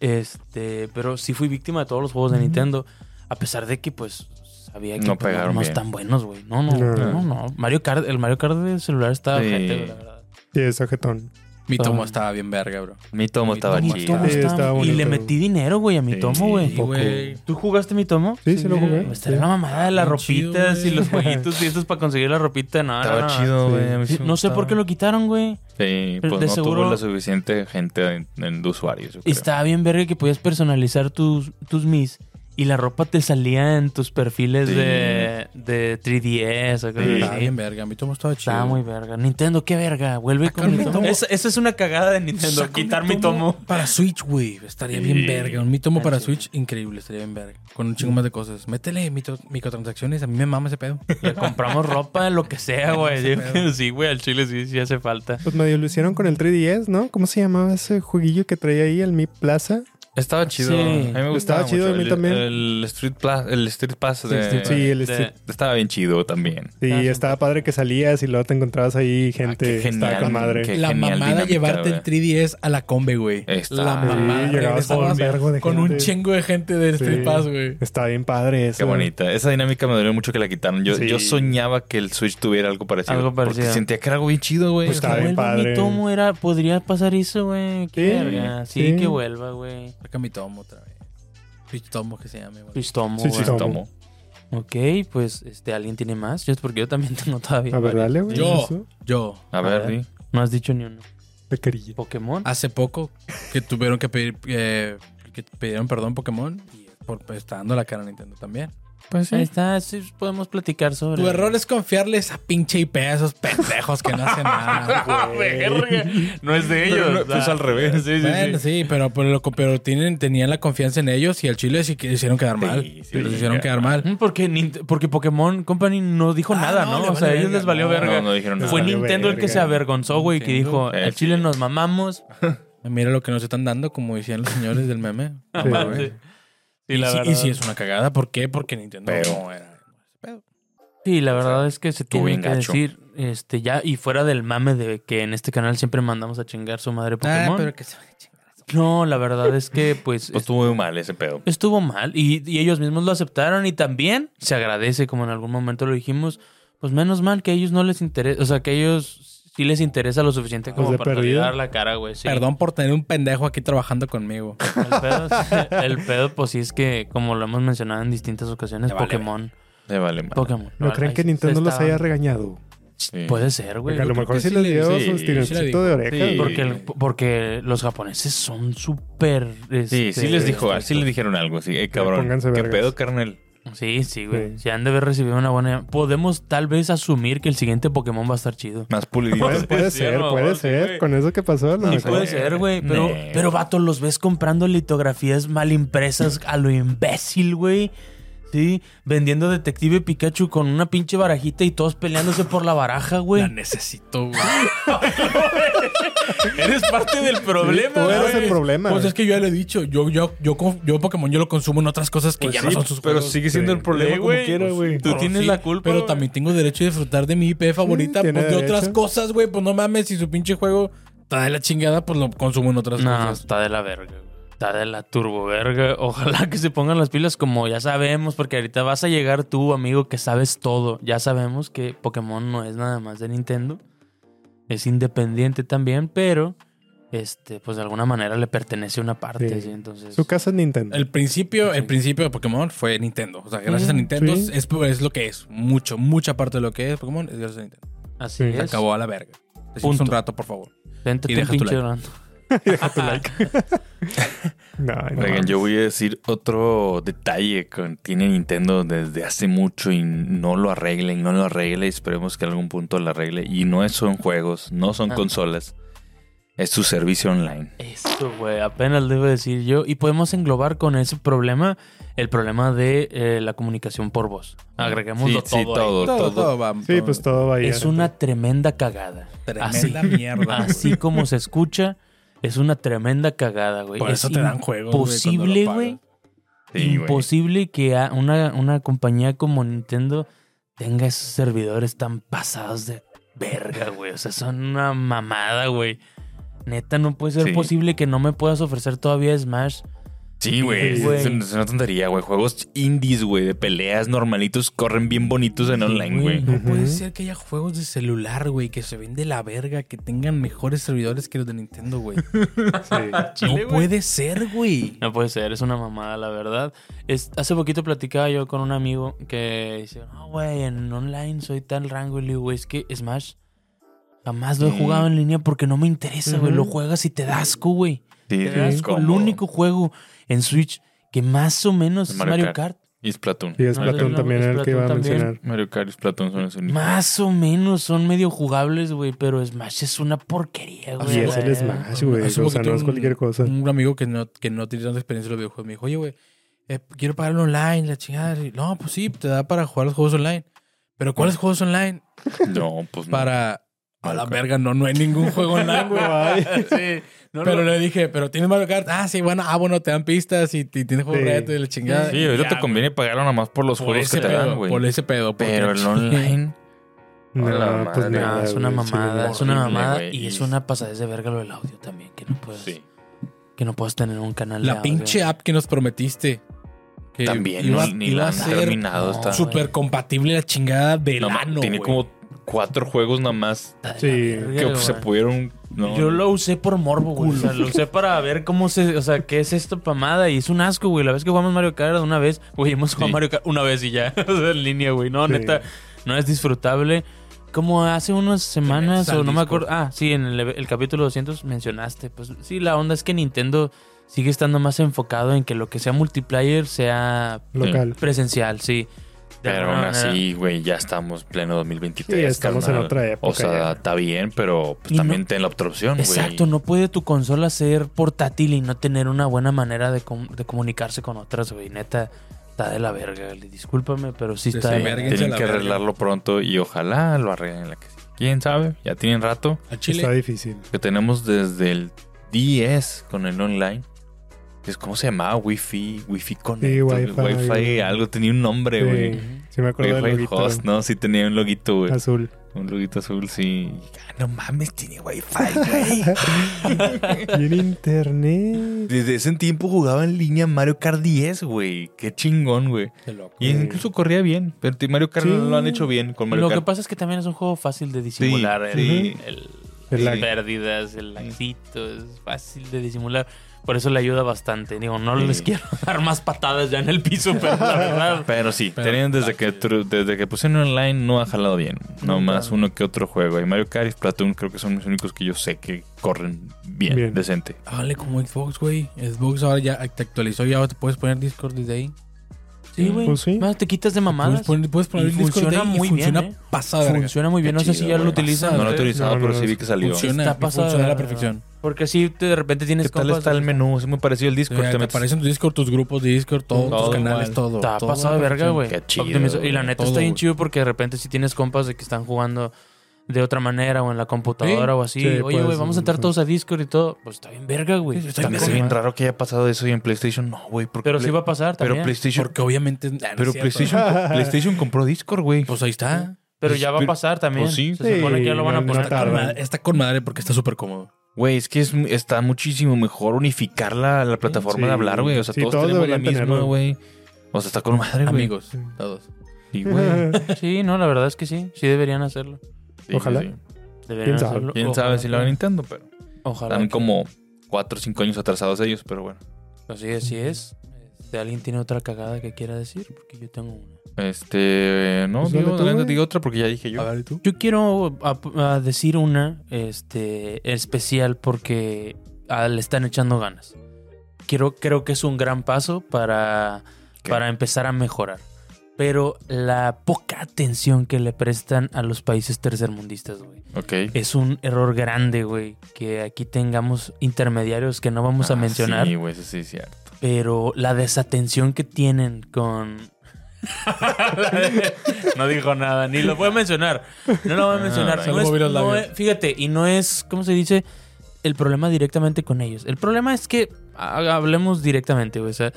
[SPEAKER 2] Este, pero sí fui víctima de todos los juegos de Nintendo, a pesar de que pues sabía que
[SPEAKER 1] No
[SPEAKER 2] pues,
[SPEAKER 1] pegaron
[SPEAKER 2] no
[SPEAKER 1] bien.
[SPEAKER 2] están buenos, güey. No, no,
[SPEAKER 3] No.
[SPEAKER 2] no, no. Mario Kart, el Mario Kart de celular está
[SPEAKER 1] Sí.
[SPEAKER 2] gente, güey, la verdad.
[SPEAKER 3] Sí, está jetón.
[SPEAKER 4] Mi tomo estaba bien verga, bro.
[SPEAKER 1] Mi tomo estaba
[SPEAKER 2] Mi
[SPEAKER 1] chido.
[SPEAKER 2] tomo
[SPEAKER 3] Sí,
[SPEAKER 2] está-
[SPEAKER 3] estaba
[SPEAKER 2] y le
[SPEAKER 3] bonito.
[SPEAKER 2] metí dinero, güey, a mi
[SPEAKER 1] Sí.
[SPEAKER 2] tomo, güey.
[SPEAKER 4] Sí,
[SPEAKER 3] poco.
[SPEAKER 4] güey.
[SPEAKER 2] ¿Tú jugaste mi tomo?
[SPEAKER 3] Sí, sí, lo jugué.
[SPEAKER 2] Me
[SPEAKER 3] Sí.
[SPEAKER 2] estaría pues, la mamada de las
[SPEAKER 4] Bien chido,
[SPEAKER 2] ropitas y
[SPEAKER 4] güey.
[SPEAKER 2] los jueguitos y estos para conseguir la ropita. No, no,
[SPEAKER 1] Estaba
[SPEAKER 2] no.
[SPEAKER 1] chido,
[SPEAKER 3] sí.
[SPEAKER 1] güey. a mí sí
[SPEAKER 2] Ah, Sí,
[SPEAKER 1] me
[SPEAKER 2] No sé por qué
[SPEAKER 1] gustaba.
[SPEAKER 2] lo quitaron, güey.
[SPEAKER 1] Sí,
[SPEAKER 2] Pero
[SPEAKER 1] pues
[SPEAKER 2] de
[SPEAKER 1] no
[SPEAKER 2] seguro-
[SPEAKER 1] tuvo la suficiente gente en, en de usuarios. yo creo.
[SPEAKER 2] Estaba bien verga que podías personalizar tus, tus mis y la ropa te salía en tus perfiles
[SPEAKER 1] Sí.
[SPEAKER 2] de, de 3DS o cosas
[SPEAKER 1] Sí.
[SPEAKER 4] Estaba
[SPEAKER 2] así.
[SPEAKER 4] bien verga. Mi tomo estaba chido.
[SPEAKER 2] Estaba muy verga. Nintendo, qué verga. Vuelve
[SPEAKER 4] Saca
[SPEAKER 2] con
[SPEAKER 4] mi
[SPEAKER 2] mi tomo.
[SPEAKER 4] tomo.
[SPEAKER 2] Esa, esa es una cagada de Nintendo.
[SPEAKER 4] Saca un
[SPEAKER 2] quitar mi tomo.
[SPEAKER 4] Para Switch, güey. Estaría
[SPEAKER 1] Sí.
[SPEAKER 4] bien verga. Un mi tomo
[SPEAKER 2] Ah,
[SPEAKER 4] para
[SPEAKER 2] sí.
[SPEAKER 4] Switch, increíble. Estaría bien verga. Con un chingo más de cosas. Métele mito- microtransacciones. A mí me mama ese pedo.
[SPEAKER 2] Le compramos ropa, lo que sea, güey.
[SPEAKER 4] Ese pedo.
[SPEAKER 2] Sí, güey, al chile sí, sí hace falta.
[SPEAKER 3] Pues medio lo hicieron con el 3DS, ¿no? ¿Cómo se llamaba ese jueguillo que traía ahí, el Mi Plaza?
[SPEAKER 1] Estaba chido.
[SPEAKER 2] Sí.
[SPEAKER 1] A mí me gustaba
[SPEAKER 3] Estaba chido,
[SPEAKER 1] mucho.
[SPEAKER 3] a mí
[SPEAKER 1] el,
[SPEAKER 3] también.
[SPEAKER 1] El Street, Pla- el Street Pass de-
[SPEAKER 3] Sí, el
[SPEAKER 2] De-
[SPEAKER 3] este-
[SPEAKER 1] Estaba bien chido también.
[SPEAKER 3] Sí,
[SPEAKER 2] Ah, sí.
[SPEAKER 3] estaba padre que salías y luego te encontrabas ahí gente.
[SPEAKER 1] qué genial,
[SPEAKER 3] estaba con madre.
[SPEAKER 1] qué-
[SPEAKER 4] La
[SPEAKER 1] genial
[SPEAKER 4] mamada
[SPEAKER 1] dinámica,
[SPEAKER 4] llevarte
[SPEAKER 1] güey.
[SPEAKER 4] el 3DS a la combe, güey.
[SPEAKER 1] Está-
[SPEAKER 4] La
[SPEAKER 3] Sí,
[SPEAKER 4] mamada.
[SPEAKER 3] llegabas con un
[SPEAKER 4] Regresabas
[SPEAKER 3] vergo de
[SPEAKER 4] con un
[SPEAKER 3] gente.
[SPEAKER 4] chingo de gente del
[SPEAKER 3] Sí.
[SPEAKER 4] Street Pass, güey.
[SPEAKER 3] Está bien padre eso.
[SPEAKER 1] Qué bonita. Esa dinámica me dolió mucho que la quitaron. Yo,
[SPEAKER 3] Sí.
[SPEAKER 1] yo soñaba que el Switch tuviera algo parecido.
[SPEAKER 2] Algo parecido.
[SPEAKER 1] Porque sentía que era algo bien chido, güey.
[SPEAKER 3] Pues
[SPEAKER 2] Pero
[SPEAKER 3] está
[SPEAKER 2] que
[SPEAKER 3] bien
[SPEAKER 2] vuelva
[SPEAKER 3] padre.
[SPEAKER 2] Mi tomo era, podría pasar eso, güey. Qué
[SPEAKER 3] Sí,
[SPEAKER 2] verga. Sí,
[SPEAKER 3] sí.
[SPEAKER 2] que vuelva, güey.
[SPEAKER 4] Saca mi tomo otra vez. Switch tomo que se llame, güey.
[SPEAKER 2] Pues tomo,
[SPEAKER 3] Sí, sí,
[SPEAKER 2] güey.
[SPEAKER 3] tomo.
[SPEAKER 1] Tomo.
[SPEAKER 2] Ok, pues este, ¿alguien tiene más? Yo, porque yo también tengo todavía.
[SPEAKER 3] A ver,
[SPEAKER 2] varios.
[SPEAKER 3] dale, güey.
[SPEAKER 4] Yo.
[SPEAKER 3] eso.
[SPEAKER 4] Yo,
[SPEAKER 1] A
[SPEAKER 2] A
[SPEAKER 1] ver,
[SPEAKER 2] ver.
[SPEAKER 1] di.
[SPEAKER 2] No has dicho ni uno.
[SPEAKER 3] Te quería.
[SPEAKER 2] ¿Pokémon?
[SPEAKER 4] hace poco, que tuvieron que pedir, eh, que pidieron perdón Pokémon. Y por, pues, está dando la cara a Nintendo también.
[SPEAKER 2] Pues Ahí está, sí podemos platicar sobre.
[SPEAKER 4] Tu error es confiarles a pinche IP a esos pendejos que no hacen nada. güey.
[SPEAKER 2] No es de ellos.
[SPEAKER 1] no, pues, al revés.
[SPEAKER 2] Sí, sí,
[SPEAKER 4] Bueno,
[SPEAKER 2] sí.
[SPEAKER 4] sí, pero, pero, pero tienen, tenían la confianza en ellos y al chile sí que hicieron quedar mal.
[SPEAKER 1] Sí, sí,
[SPEAKER 4] los
[SPEAKER 1] sí,
[SPEAKER 4] hicieron
[SPEAKER 1] ya.
[SPEAKER 4] quedar mal.
[SPEAKER 2] Mm, Porque, Nint- porque Pokémon Company no dijo
[SPEAKER 4] Ah,
[SPEAKER 2] nada,
[SPEAKER 4] no,
[SPEAKER 2] ¿no?
[SPEAKER 4] le
[SPEAKER 2] o
[SPEAKER 4] vale
[SPEAKER 2] sea, a ellos
[SPEAKER 4] verga,
[SPEAKER 2] les valió
[SPEAKER 4] no,
[SPEAKER 2] verga.
[SPEAKER 1] No, no dijeron nada.
[SPEAKER 2] Fue
[SPEAKER 3] valió
[SPEAKER 2] Nintendo el que
[SPEAKER 3] verga.
[SPEAKER 2] se avergonzó, güey, que
[SPEAKER 4] Nintendo.
[SPEAKER 2] dijo,
[SPEAKER 1] Eh,
[SPEAKER 2] al Chile
[SPEAKER 1] sí.
[SPEAKER 2] nos mamamos.
[SPEAKER 4] Mira lo que nos están dando, como decían los señores del meme.
[SPEAKER 3] Sí.
[SPEAKER 4] Güey.
[SPEAKER 2] Sí,
[SPEAKER 4] y,
[SPEAKER 2] la
[SPEAKER 4] sí,
[SPEAKER 2] verdad.
[SPEAKER 4] y sí es una cagada. ¿Por qué? Porque Nintendo
[SPEAKER 1] Pero-
[SPEAKER 4] no era. Pero-
[SPEAKER 2] Sí, la verdad es que se
[SPEAKER 1] estuvo
[SPEAKER 2] tiene
[SPEAKER 1] bien
[SPEAKER 2] que
[SPEAKER 1] gacho.
[SPEAKER 2] decir, este, ya, y fuera del mame de que en este canal siempre mandamos a chingar su madre
[SPEAKER 4] Ah,
[SPEAKER 2] Pokémon.
[SPEAKER 4] pero que se van a chingar.
[SPEAKER 2] No, la verdad es que, pues,
[SPEAKER 1] Pues
[SPEAKER 2] est-
[SPEAKER 1] estuvo muy mal ese pedo.
[SPEAKER 2] estuvo mal y, y ellos mismos lo aceptaron y también se agradece, como en algún momento lo dijimos, pues menos mal que a ellos no les interesa, o sea, que a ellos sí les interesa lo suficiente
[SPEAKER 3] Pues
[SPEAKER 2] como
[SPEAKER 3] de
[SPEAKER 2] para
[SPEAKER 3] perdido.
[SPEAKER 2] dar la cara, güey. sí.
[SPEAKER 4] Perdón por tener un pendejo aquí trabajando conmigo.
[SPEAKER 2] El pedo, el pedo, pues sí es que, como lo hemos mencionado en distintas ocasiones,
[SPEAKER 4] Le vale,
[SPEAKER 2] Pokémon,
[SPEAKER 1] Me vale mal.
[SPEAKER 2] Pokémon.
[SPEAKER 3] ¿No
[SPEAKER 2] la
[SPEAKER 3] creen
[SPEAKER 2] verdad,
[SPEAKER 3] que
[SPEAKER 2] se
[SPEAKER 3] Nintendo los
[SPEAKER 2] estaban-
[SPEAKER 3] haya regañado?
[SPEAKER 1] Sí.
[SPEAKER 2] Puede ser, güey.
[SPEAKER 3] Porque a lo
[SPEAKER 4] creo
[SPEAKER 3] mejor
[SPEAKER 4] que
[SPEAKER 3] sí
[SPEAKER 4] sí
[SPEAKER 3] les
[SPEAKER 4] le-
[SPEAKER 3] dio
[SPEAKER 1] sí,
[SPEAKER 3] sus
[SPEAKER 1] sí
[SPEAKER 4] dijo.
[SPEAKER 3] tironcito de oreja.
[SPEAKER 1] Sí.
[SPEAKER 2] Porque, el- porque los japoneses son súper.
[SPEAKER 1] Sí, sí
[SPEAKER 2] este,
[SPEAKER 1] les dijo, sí les dijeron algo, sí, eh, cabrón.
[SPEAKER 3] pónganse
[SPEAKER 1] ¿Qué
[SPEAKER 3] vergas.
[SPEAKER 1] pedo, carnal?
[SPEAKER 2] Sí, sí, güey.
[SPEAKER 3] Sí.
[SPEAKER 2] Se han de haber recibido una buena. Podemos tal vez asumir que el siguiente Pokémon va a estar chido.
[SPEAKER 1] Más pulidito.
[SPEAKER 3] Puede, puede
[SPEAKER 2] Sí,
[SPEAKER 3] ser,
[SPEAKER 2] a lo
[SPEAKER 3] puede
[SPEAKER 2] mejor sí,
[SPEAKER 3] ser.
[SPEAKER 2] güey.
[SPEAKER 3] Con eso que pasó, Pues, a lo
[SPEAKER 1] Sí,
[SPEAKER 3] mejor.
[SPEAKER 2] Puede
[SPEAKER 1] puede
[SPEAKER 2] ser,
[SPEAKER 1] ser,
[SPEAKER 2] güey. Pero,
[SPEAKER 1] Nee.
[SPEAKER 2] pero, vato, los ves comprando litografías mal impresas a lo imbécil, güey. Sí, vendiendo Detective Pikachu con una pinche barajita y todos peleándose por la baraja, güey.
[SPEAKER 4] La necesito, güey.
[SPEAKER 2] Eres parte del
[SPEAKER 3] tú
[SPEAKER 2] problema,
[SPEAKER 3] eres
[SPEAKER 2] güey.
[SPEAKER 3] el problema.
[SPEAKER 4] Pues es que yo ya le he dicho, yo, yo, yo, con- yo Pokémon yo lo consumo en otras cosas que ya no son sus
[SPEAKER 1] pero
[SPEAKER 4] juegos.
[SPEAKER 1] sigue siendo el problema
[SPEAKER 2] Sí,
[SPEAKER 1] como
[SPEAKER 2] güey.
[SPEAKER 3] pues,
[SPEAKER 1] quiera, güey.
[SPEAKER 2] Tú
[SPEAKER 4] Pero
[SPEAKER 2] tienes
[SPEAKER 4] Oh, sí,
[SPEAKER 2] la culpa.
[SPEAKER 4] Pero
[SPEAKER 2] güey.
[SPEAKER 4] también tengo derecho a disfrutar de mi IP favorita,
[SPEAKER 3] tiene
[SPEAKER 4] pues de otras
[SPEAKER 3] derecho.
[SPEAKER 4] cosas, güey. Pues no mames, si su pinche juego está de la chingada, pues lo consumo en otras
[SPEAKER 2] No,
[SPEAKER 4] cosas.
[SPEAKER 2] está de la verga. güey. Está de la turbo verga. Ojalá que se pongan las pilas como ya sabemos, porque ahorita vas a llegar tú, amigo, que sabes todo. Ya sabemos que Pokémon no es nada más de Nintendo. Es independiente también, pero este, pues de alguna manera le pertenece una parte.
[SPEAKER 3] Sí.
[SPEAKER 2] ¿sí? Entonces,
[SPEAKER 3] Su casa es Nintendo.
[SPEAKER 4] El principio,
[SPEAKER 2] Sí.
[SPEAKER 4] el principio de Pokémon fue Nintendo. O sea, gracias a
[SPEAKER 3] Mm,
[SPEAKER 4] Nintendo
[SPEAKER 3] sí.
[SPEAKER 4] es, es lo que es. Mucho, mucha parte de lo que es Pokémon es gracias a Nintendo.
[SPEAKER 2] así
[SPEAKER 3] Sí.
[SPEAKER 2] es.
[SPEAKER 4] Se acabó a la verga. Te sientes
[SPEAKER 2] Punto.
[SPEAKER 4] un rato, por favor.
[SPEAKER 2] Vente
[SPEAKER 4] Y
[SPEAKER 2] tú,
[SPEAKER 4] deja tu
[SPEAKER 2] pinche
[SPEAKER 4] like.
[SPEAKER 2] orando.
[SPEAKER 3] No, no.
[SPEAKER 1] Oigan, yo voy a decir otro detalle que tiene Nintendo desde hace mucho y no lo arregla y no lo arregla y esperemos que en algún punto lo arregle. Y no es- son juegos, no son
[SPEAKER 2] Ah.
[SPEAKER 1] consolas, es su servicio online.
[SPEAKER 2] Esto, güey, apenas lo debo decir yo. Y podemos englobar con ese problema el problema de eh, la comunicación por voz. Agreguemos
[SPEAKER 1] Sí,
[SPEAKER 2] todo.
[SPEAKER 1] sí,
[SPEAKER 2] ahí.
[SPEAKER 1] todo, todo.
[SPEAKER 4] va.
[SPEAKER 3] Sí, pues todo va a ir.
[SPEAKER 2] Es una tremenda cagada. Así,
[SPEAKER 4] tremenda mierda.
[SPEAKER 2] así como se escucha, es una tremenda cagada, güey.
[SPEAKER 4] Por
[SPEAKER 2] Es
[SPEAKER 4] eso te dan juegos. güey, cuando
[SPEAKER 2] imposible,
[SPEAKER 4] lo pagas.
[SPEAKER 2] güey,
[SPEAKER 1] Sí, güey.
[SPEAKER 2] Imposible que a- una, una compañía como Nintendo tenga esos servidores tan pasados de verga, güey. O sea, son una mamada, güey. Neta, no puede ser
[SPEAKER 1] Sí.
[SPEAKER 2] posible que no me puedas ofrecer todavía Smash.
[SPEAKER 1] Sí, güey.
[SPEAKER 2] Sí, güey.
[SPEAKER 1] Es, una- es una tontería, güey. Juegos indies, güey, de peleas normalitos corren bien bonitos en online, güey.
[SPEAKER 4] No puede
[SPEAKER 3] Ujú.
[SPEAKER 4] ser que haya juegos de celular, güey, que se ven de la verga, que tengan mejores servidores que los de Nintendo, güey.
[SPEAKER 2] Chile,
[SPEAKER 4] no puede ser, güey.
[SPEAKER 2] No puede ser, es una mamada, la verdad. Es, hace poquito platicaba yo con un amigo que dice, no, güey, en online soy tal rango. Y le digo, güey, es que Smash jamás lo he
[SPEAKER 1] Sí.
[SPEAKER 2] jugado en línea porque no me interesa, güey. Lo
[SPEAKER 3] Ujú.
[SPEAKER 2] juegas y te da asco, güey.
[SPEAKER 1] Sí,
[SPEAKER 2] Te da
[SPEAKER 1] es
[SPEAKER 2] asco. El
[SPEAKER 1] cómodo.
[SPEAKER 2] único juego en Switch que más o menos
[SPEAKER 1] Es
[SPEAKER 2] es
[SPEAKER 1] Mario
[SPEAKER 2] Mario,
[SPEAKER 1] Kart.
[SPEAKER 2] Kart.
[SPEAKER 1] Y Splatoon.
[SPEAKER 3] Y es
[SPEAKER 2] No,
[SPEAKER 3] Platón
[SPEAKER 2] no,
[SPEAKER 3] también
[SPEAKER 2] es
[SPEAKER 3] el que iba a
[SPEAKER 2] Platón también.
[SPEAKER 3] mencionar.
[SPEAKER 1] Mario Kart y Splatoon son los únicos.
[SPEAKER 2] Más o menos son medio jugables, güey, pero Smash es una porquería, güey.
[SPEAKER 3] Y es
[SPEAKER 2] la
[SPEAKER 3] el Smash, güey.
[SPEAKER 4] Hace
[SPEAKER 3] O sea,
[SPEAKER 4] poquito
[SPEAKER 3] no es cualquier cosa.
[SPEAKER 4] Un Mm. amigo que no, que no tiene tanta experiencia en los videojuegos me dijo, oye, güey, eh, quiero pagarlo online, la chingada. Y, No, pues sí, te da para jugar los juegos online. Pero ¿cuáles juegos online?
[SPEAKER 1] No, pues no.
[SPEAKER 4] Para... A la verga, no, no hay ningún juego online, güey. Sí, pero le dije, pero tienes Mario Kart. Ah, sí, bueno, ah, bueno, te dan pistas y, y tienes juegos
[SPEAKER 3] Sí.
[SPEAKER 4] reto y la chingada.
[SPEAKER 1] Sí, ahorita
[SPEAKER 4] Ya,
[SPEAKER 1] te conviene pagar nada más por los
[SPEAKER 4] Por
[SPEAKER 1] juegos que te
[SPEAKER 4] ese pedo,
[SPEAKER 1] dan, güey.
[SPEAKER 4] Por ese pedo. porque-
[SPEAKER 1] Pero el online.
[SPEAKER 3] No,
[SPEAKER 1] Hola,
[SPEAKER 3] pues
[SPEAKER 1] madre.
[SPEAKER 2] No,
[SPEAKER 3] nada,
[SPEAKER 2] Ah, es una
[SPEAKER 3] güey, sí,
[SPEAKER 2] mamada,
[SPEAKER 3] no.
[SPEAKER 2] es una
[SPEAKER 1] horrible,
[SPEAKER 2] mamada
[SPEAKER 1] güey,
[SPEAKER 2] y
[SPEAKER 1] y-
[SPEAKER 2] es una pasadez de verga lo del audio también, que no puedes,
[SPEAKER 1] Sí.
[SPEAKER 2] que no puedes tener un canal de
[SPEAKER 4] La
[SPEAKER 2] audio.
[SPEAKER 4] pinche app que nos prometiste. que
[SPEAKER 1] También
[SPEAKER 4] iba-
[SPEAKER 1] no, ni
[SPEAKER 4] iba
[SPEAKER 1] la
[SPEAKER 4] a
[SPEAKER 1] han
[SPEAKER 4] ser
[SPEAKER 1] terminado.
[SPEAKER 2] no,
[SPEAKER 1] está-
[SPEAKER 4] súper compatible la chingada del
[SPEAKER 1] no, ma-
[SPEAKER 4] ano.
[SPEAKER 1] tiene
[SPEAKER 4] güey.
[SPEAKER 1] como cuatro juegos nada más
[SPEAKER 2] Está de
[SPEAKER 3] Sí,
[SPEAKER 2] la verga,
[SPEAKER 1] que
[SPEAKER 2] güey.
[SPEAKER 1] se pudieron. No,
[SPEAKER 2] Yo lo usé por morbo, güey. O sea, lo usé para ver cómo se. O sea, qué es esto pamada. Y es un asco, güey. La vez que jugamos Mario Kart de una vez, güey, hemos jugado
[SPEAKER 1] Sí.
[SPEAKER 2] Mario Kart una vez y ya. O sea, en línea, güey. No,
[SPEAKER 3] Sí.
[SPEAKER 2] neta, no es disfrutable. Como hace unas semanas,
[SPEAKER 4] metes al
[SPEAKER 2] o no me
[SPEAKER 4] Discord.
[SPEAKER 2] acuerdo. Ah, sí, en el, el capítulo 200 mencionaste. Pues sí, la onda es que Nintendo sigue estando más enfocado en que lo que sea multiplayer sea
[SPEAKER 3] Local.
[SPEAKER 2] presencial, sí. De
[SPEAKER 1] Pero aún
[SPEAKER 2] alguna manera.
[SPEAKER 1] así, güey, ya estamos pleno 2023.
[SPEAKER 3] Sí, ya estamos en
[SPEAKER 1] carnal.
[SPEAKER 3] otra época
[SPEAKER 1] O sea,
[SPEAKER 3] ya.
[SPEAKER 1] está bien, pero pues,
[SPEAKER 2] Y no-
[SPEAKER 1] también ten la otra opción, güey.
[SPEAKER 2] Exacto, no puede tu consola ser portátil y no tener una buena manera de, com- de comunicarse con otras, güey. Neta, está de la verga. le- Discúlpame, pero sí está de la
[SPEAKER 4] Desenvergue.
[SPEAKER 2] verga.
[SPEAKER 1] Tienen
[SPEAKER 4] la
[SPEAKER 1] que
[SPEAKER 4] verga.
[SPEAKER 1] arreglarlo pronto y ojalá lo arreglen la que sí. Quién sabe, ya tienen rato.
[SPEAKER 4] A Chile.
[SPEAKER 3] Está difícil.
[SPEAKER 1] Que tenemos desde el 10 con el online. Es ¿Cómo se llamaba? Wi-Fi, Wi-Fi Connect.
[SPEAKER 3] Wi-Fi.
[SPEAKER 1] Wi-Fi, algo tenía un nombre, güey.
[SPEAKER 3] Sí, sí me acuerdo del
[SPEAKER 1] Wi-Fi
[SPEAKER 3] loguito
[SPEAKER 1] host, ¿no? Sí tenía un loguito, güey.
[SPEAKER 3] azul.
[SPEAKER 1] Un loguito azul, sí. Ah, no mames, tiene Wi-Fi, güey.
[SPEAKER 3] Y en internet.
[SPEAKER 1] Desde ese tiempo jugaba en línea Mario Kart 10, güey. Qué chingón, güey.
[SPEAKER 4] Qué loco.
[SPEAKER 1] Y
[SPEAKER 3] Sí.
[SPEAKER 1] incluso corría bien. Pero te- Mario Kart
[SPEAKER 3] Sí.
[SPEAKER 1] lo han hecho bien con Mario
[SPEAKER 2] Lo que
[SPEAKER 1] Kart.
[SPEAKER 2] pasa es que también es un juego fácil de disimular. el-
[SPEAKER 1] sí.
[SPEAKER 2] el-
[SPEAKER 3] El
[SPEAKER 2] las
[SPEAKER 3] lag.
[SPEAKER 2] pérdidas, el lagcito, es fácil de disimular. Por eso le ayuda bastante. Digo, no
[SPEAKER 1] Sí.
[SPEAKER 2] les quiero dar más patadas ya en el piso, pero la verdad.
[SPEAKER 1] Pero sí,
[SPEAKER 4] Pero-
[SPEAKER 1] tenían desde que tru- desde que pusieron online no ha jalado bien. No
[SPEAKER 2] Nunca.
[SPEAKER 1] más uno que otro juego. Y Mario Kart y Splatoon creo que son los únicos que yo sé que corren bien,
[SPEAKER 3] Bien.
[SPEAKER 1] decente.
[SPEAKER 4] Háganle como Xbox, güey. Xbox ahora ya te actualizó y ahora te puedes poner Discord desde ahí.
[SPEAKER 2] Sí, güey.
[SPEAKER 3] Pues sí.
[SPEAKER 2] Más Te quitas de
[SPEAKER 4] Puedes
[SPEAKER 2] mamadas.
[SPEAKER 4] poner, puedes poner
[SPEAKER 2] Y
[SPEAKER 4] Discord
[SPEAKER 2] funciona
[SPEAKER 4] desde ahí y
[SPEAKER 2] muy bien,
[SPEAKER 4] funciona
[SPEAKER 2] ¿eh?
[SPEAKER 4] pasada, verga.
[SPEAKER 2] Funciona muy bien.
[SPEAKER 1] Qué
[SPEAKER 2] No sé si
[SPEAKER 1] chido,
[SPEAKER 2] ya lo
[SPEAKER 1] güey.
[SPEAKER 2] utilizan.
[SPEAKER 1] No lo he
[SPEAKER 2] ustedes.
[SPEAKER 1] utilizado,
[SPEAKER 3] No,
[SPEAKER 1] pero
[SPEAKER 3] no,
[SPEAKER 1] sí vi que salió.
[SPEAKER 4] Funciona,
[SPEAKER 2] Está pasada.
[SPEAKER 4] funciona a la perfección.
[SPEAKER 2] Porque si de repente tienes
[SPEAKER 1] ¿Qué tal
[SPEAKER 2] compas- pues.
[SPEAKER 1] está el menú? Es muy parecido al
[SPEAKER 4] O
[SPEAKER 1] Discord.
[SPEAKER 4] sea,
[SPEAKER 1] te
[SPEAKER 4] te
[SPEAKER 1] metes-
[SPEAKER 4] aparecen tu Discord, tus grupos de Discord, todos
[SPEAKER 1] Todo
[SPEAKER 4] tus canales,
[SPEAKER 1] igual.
[SPEAKER 4] todo.
[SPEAKER 2] Está
[SPEAKER 4] todo
[SPEAKER 2] pasado de
[SPEAKER 4] a la
[SPEAKER 2] verga,
[SPEAKER 4] perfección.
[SPEAKER 2] güey.
[SPEAKER 1] Qué chido,
[SPEAKER 2] Optimiza- Y la
[SPEAKER 1] güey.
[SPEAKER 2] neta
[SPEAKER 4] Todo,
[SPEAKER 2] está bien
[SPEAKER 4] güey.
[SPEAKER 2] chido porque de repente si tienes compas de que están jugando de otra manera o en la computadora
[SPEAKER 4] Sí,
[SPEAKER 2] o así,
[SPEAKER 3] sí,
[SPEAKER 2] oye,
[SPEAKER 3] puedes,
[SPEAKER 2] güey, vamos a entrar
[SPEAKER 3] sí.
[SPEAKER 2] todos a Discord y todo. Pues está bien verga, güey.
[SPEAKER 4] Sí, está
[SPEAKER 2] Está
[SPEAKER 1] También
[SPEAKER 4] bien
[SPEAKER 1] es
[SPEAKER 2] bien.
[SPEAKER 1] bien raro que haya pasado eso y en PlayStation no, güey. porque
[SPEAKER 2] Pero
[SPEAKER 1] Play-
[SPEAKER 2] sí va a pasar
[SPEAKER 1] Pero
[SPEAKER 2] también.
[SPEAKER 1] PlayStation,
[SPEAKER 4] Porque obviamente. ah, no es
[SPEAKER 1] pero
[SPEAKER 4] cierto.
[SPEAKER 1] PlayStation, PlayStation compró Discord, güey.
[SPEAKER 4] Pues ahí está.
[SPEAKER 2] Pero ya va a
[SPEAKER 1] pero-
[SPEAKER 2] pasar también.
[SPEAKER 1] pues sí.
[SPEAKER 2] Se supone que ya lo van a
[SPEAKER 3] Sí, no, no
[SPEAKER 2] poner.
[SPEAKER 3] tarda.
[SPEAKER 4] Con madre- Está con madre porque está súper cómodo.
[SPEAKER 1] Güey, es que es- está muchísimo mejor unificar la, la plataforma
[SPEAKER 3] Sí.
[SPEAKER 1] de hablar, güey. O sea,
[SPEAKER 3] Sí,
[SPEAKER 1] todos,
[SPEAKER 3] todos
[SPEAKER 1] tenemos la
[SPEAKER 3] deberían
[SPEAKER 1] misma,
[SPEAKER 3] tenerlo.
[SPEAKER 1] güey. O sea, está con madre, güey.
[SPEAKER 4] Amigos, todos.
[SPEAKER 1] Sí, güey.
[SPEAKER 2] Sí, no, la verdad es que sí. Sí deberían hacerlo.
[SPEAKER 1] Sí,
[SPEAKER 3] Ojalá.
[SPEAKER 1] sí, sí.
[SPEAKER 2] Deberían
[SPEAKER 3] ¿Quién sabe?
[SPEAKER 2] hacerlo.
[SPEAKER 1] Quién
[SPEAKER 2] Ojalá
[SPEAKER 1] sabe si lo
[SPEAKER 2] que-
[SPEAKER 1] haga Nintendo, pero
[SPEAKER 2] Ojalá.
[SPEAKER 1] están
[SPEAKER 2] que-
[SPEAKER 1] como 4 o 5 años atrasados ellos, pero bueno.
[SPEAKER 2] Pues sí, así es. Si alguien tiene otra cagada que quiera decir, porque yo tengo una.
[SPEAKER 1] Este, no,
[SPEAKER 3] Pues dale
[SPEAKER 1] digo,
[SPEAKER 3] tú,
[SPEAKER 1] adelante,
[SPEAKER 3] güey.
[SPEAKER 1] digo otra porque ya dije yo.
[SPEAKER 4] A ver, ¿y tú?
[SPEAKER 2] Yo quiero ap- a decir una este, especial porque ah, le están echando ganas. Quiero, creo que es un gran paso para,
[SPEAKER 1] ¿Qué?
[SPEAKER 2] para empezar a mejorar. Pero la poca atención que le prestan a los países tercermundistas, güey.
[SPEAKER 1] Ok.
[SPEAKER 2] Es un error grande, güey. Que aquí tengamos intermediarios que no vamos a
[SPEAKER 1] Ah,
[SPEAKER 2] mencionar.
[SPEAKER 1] Sí, güey, eso sí es cierto.
[SPEAKER 2] Pero la desatención que tienen con. no dijo nada, ni lo voy a mencionar. No lo voy a mencionar.
[SPEAKER 1] Ah,
[SPEAKER 2] No
[SPEAKER 4] se
[SPEAKER 2] es-
[SPEAKER 4] movió los
[SPEAKER 2] no
[SPEAKER 4] labios.
[SPEAKER 2] es- fíjate, y no es, ¿cómo se dice? El problema directamente con ellos. El problema es que ha- hablemos directamente, güey. O sea,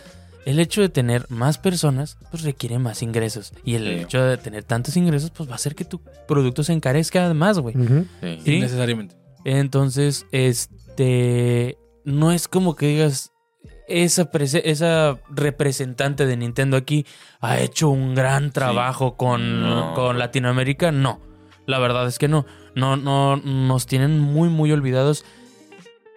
[SPEAKER 2] el hecho de tener más personas, pues requiere más ingresos. Y el
[SPEAKER 1] Sí.
[SPEAKER 2] hecho de tener tantos ingresos, pues va a hacer que tu producto se encarezca además, güey.
[SPEAKER 3] Ujú.
[SPEAKER 1] Sí.
[SPEAKER 2] Sí.
[SPEAKER 4] Necesariamente.
[SPEAKER 2] Entonces, este. No es como que digas. Esa, prese- esa representante de Nintendo aquí ha hecho un gran trabajo con,
[SPEAKER 1] No.
[SPEAKER 2] con Latinoamérica. No. La verdad es que no. No, no, nos tienen muy, muy olvidados.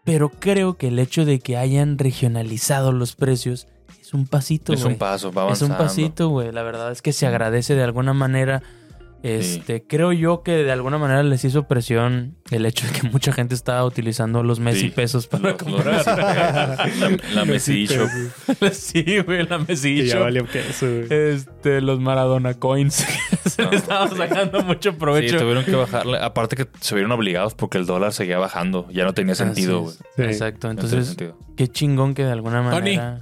[SPEAKER 2] Pero creo que el hecho de que hayan regionalizado los precios es un pasito.
[SPEAKER 1] Es un
[SPEAKER 2] güey.
[SPEAKER 1] paso, va
[SPEAKER 2] Es un
[SPEAKER 1] avanzando.
[SPEAKER 2] pasito, güey. La verdad es que se agradece de alguna manera. Este, creo yo que de alguna manera les hizo presión el hecho de que mucha gente estaba utilizando los Messi
[SPEAKER 1] Sí.
[SPEAKER 2] pesos para
[SPEAKER 1] Los- los
[SPEAKER 2] comprar.
[SPEAKER 1] Messi- la, la Messi Shop.
[SPEAKER 2] sí, güey, la Messi
[SPEAKER 3] Que pues, ya
[SPEAKER 2] Shop.
[SPEAKER 3] valió queso, güey.
[SPEAKER 2] Este, los Maradona Coins. se
[SPEAKER 1] Ah.
[SPEAKER 2] le estaba sacando mucho
[SPEAKER 1] Sí,
[SPEAKER 2] provecho.
[SPEAKER 1] tuvieron que bajarle. Aparte que se vieron obligados porque el dólar seguía bajando. Ya no tenía sentido, güey.
[SPEAKER 2] Así es.
[SPEAKER 3] Sí.
[SPEAKER 2] Exacto.
[SPEAKER 1] No tenía
[SPEAKER 2] Entonces,
[SPEAKER 1] sentido.
[SPEAKER 2] qué chingón que de alguna
[SPEAKER 4] Tony.
[SPEAKER 2] manera.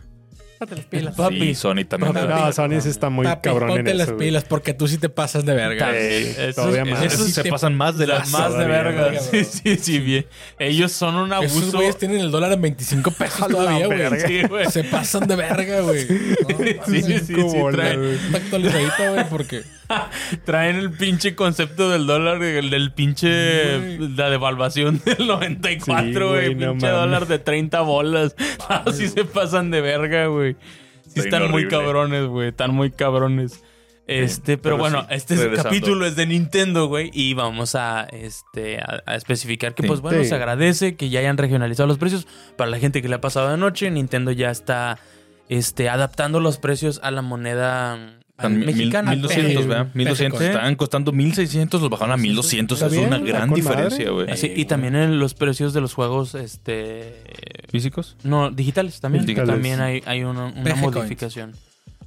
[SPEAKER 4] Ponte las
[SPEAKER 2] Papi.
[SPEAKER 1] Sí, Sony también.
[SPEAKER 4] Papi,
[SPEAKER 1] era-
[SPEAKER 3] No, Sony sí está muy
[SPEAKER 4] Papi,
[SPEAKER 3] cabrón en
[SPEAKER 4] ponte las
[SPEAKER 3] eso. güey.
[SPEAKER 4] pilas porque tú sí te pasas de verga.
[SPEAKER 2] También.
[SPEAKER 3] Sí,
[SPEAKER 2] Eso-
[SPEAKER 3] todavía más.
[SPEAKER 1] Esos
[SPEAKER 4] sí
[SPEAKER 1] se
[SPEAKER 4] te-
[SPEAKER 1] pasan más de las
[SPEAKER 2] Las más de
[SPEAKER 3] todavía,
[SPEAKER 2] verga.
[SPEAKER 4] ¿no?
[SPEAKER 2] Sí, sí, sí, bien. Ellos son un
[SPEAKER 4] Esos
[SPEAKER 2] abuso.
[SPEAKER 4] güeyes tienen el dólar en 25 pesos todavía, güey.
[SPEAKER 3] verga.
[SPEAKER 2] Sí, güey.
[SPEAKER 4] Se pasan de verga, güey. No,
[SPEAKER 2] Sí, sí,
[SPEAKER 4] mames.
[SPEAKER 2] sí,
[SPEAKER 3] Cinco
[SPEAKER 2] sí,
[SPEAKER 3] bolas,
[SPEAKER 2] traen,
[SPEAKER 3] güey.
[SPEAKER 4] Está actualizadito, güey, porque
[SPEAKER 2] traen el pinche concepto del dólar, el del pinche.
[SPEAKER 4] Güey.
[SPEAKER 2] La devaluación del 94,
[SPEAKER 3] Sí,
[SPEAKER 2] güey.
[SPEAKER 3] güey, no
[SPEAKER 2] pinche
[SPEAKER 3] mames.
[SPEAKER 2] dólar de 30 bolas. Así se pasan de verga, güey. Sí,
[SPEAKER 1] Está
[SPEAKER 2] están muy
[SPEAKER 1] horrible.
[SPEAKER 2] cabrones, güey. Están muy cabrones. Este, pero,
[SPEAKER 1] pero
[SPEAKER 2] bueno,
[SPEAKER 1] sí,
[SPEAKER 2] este
[SPEAKER 1] regresando.
[SPEAKER 2] capítulo es de Nintendo, güey. Y vamos a, este, a, a especificar que,
[SPEAKER 1] Sí.
[SPEAKER 2] pues bueno,
[SPEAKER 3] Sí.
[SPEAKER 2] se agradece que ya hayan regionalizado los precios. Para la gente que le ha pasado de noche, Nintendo ya está este, adaptando los precios a la moneda mm,
[SPEAKER 1] Están mil-
[SPEAKER 2] mexicana.
[SPEAKER 1] 1200,
[SPEAKER 4] Sí.
[SPEAKER 1] ¿verdad? 1200.
[SPEAKER 4] Sí.
[SPEAKER 1] Estaban costando 1600, los bajaron a 1200.
[SPEAKER 3] Está
[SPEAKER 1] Es una
[SPEAKER 3] bien,
[SPEAKER 1] gran
[SPEAKER 3] con
[SPEAKER 1] diferencia,
[SPEAKER 3] madre.
[SPEAKER 1] güey.
[SPEAKER 2] Así,
[SPEAKER 4] Eh,
[SPEAKER 2] y
[SPEAKER 4] güey.
[SPEAKER 2] también en los precios de los juegos, este...
[SPEAKER 1] ¿Físicos?
[SPEAKER 2] No, digitales también.
[SPEAKER 1] Digitales.
[SPEAKER 2] También hay, hay una, una
[SPEAKER 4] Peje coins.
[SPEAKER 2] modificación.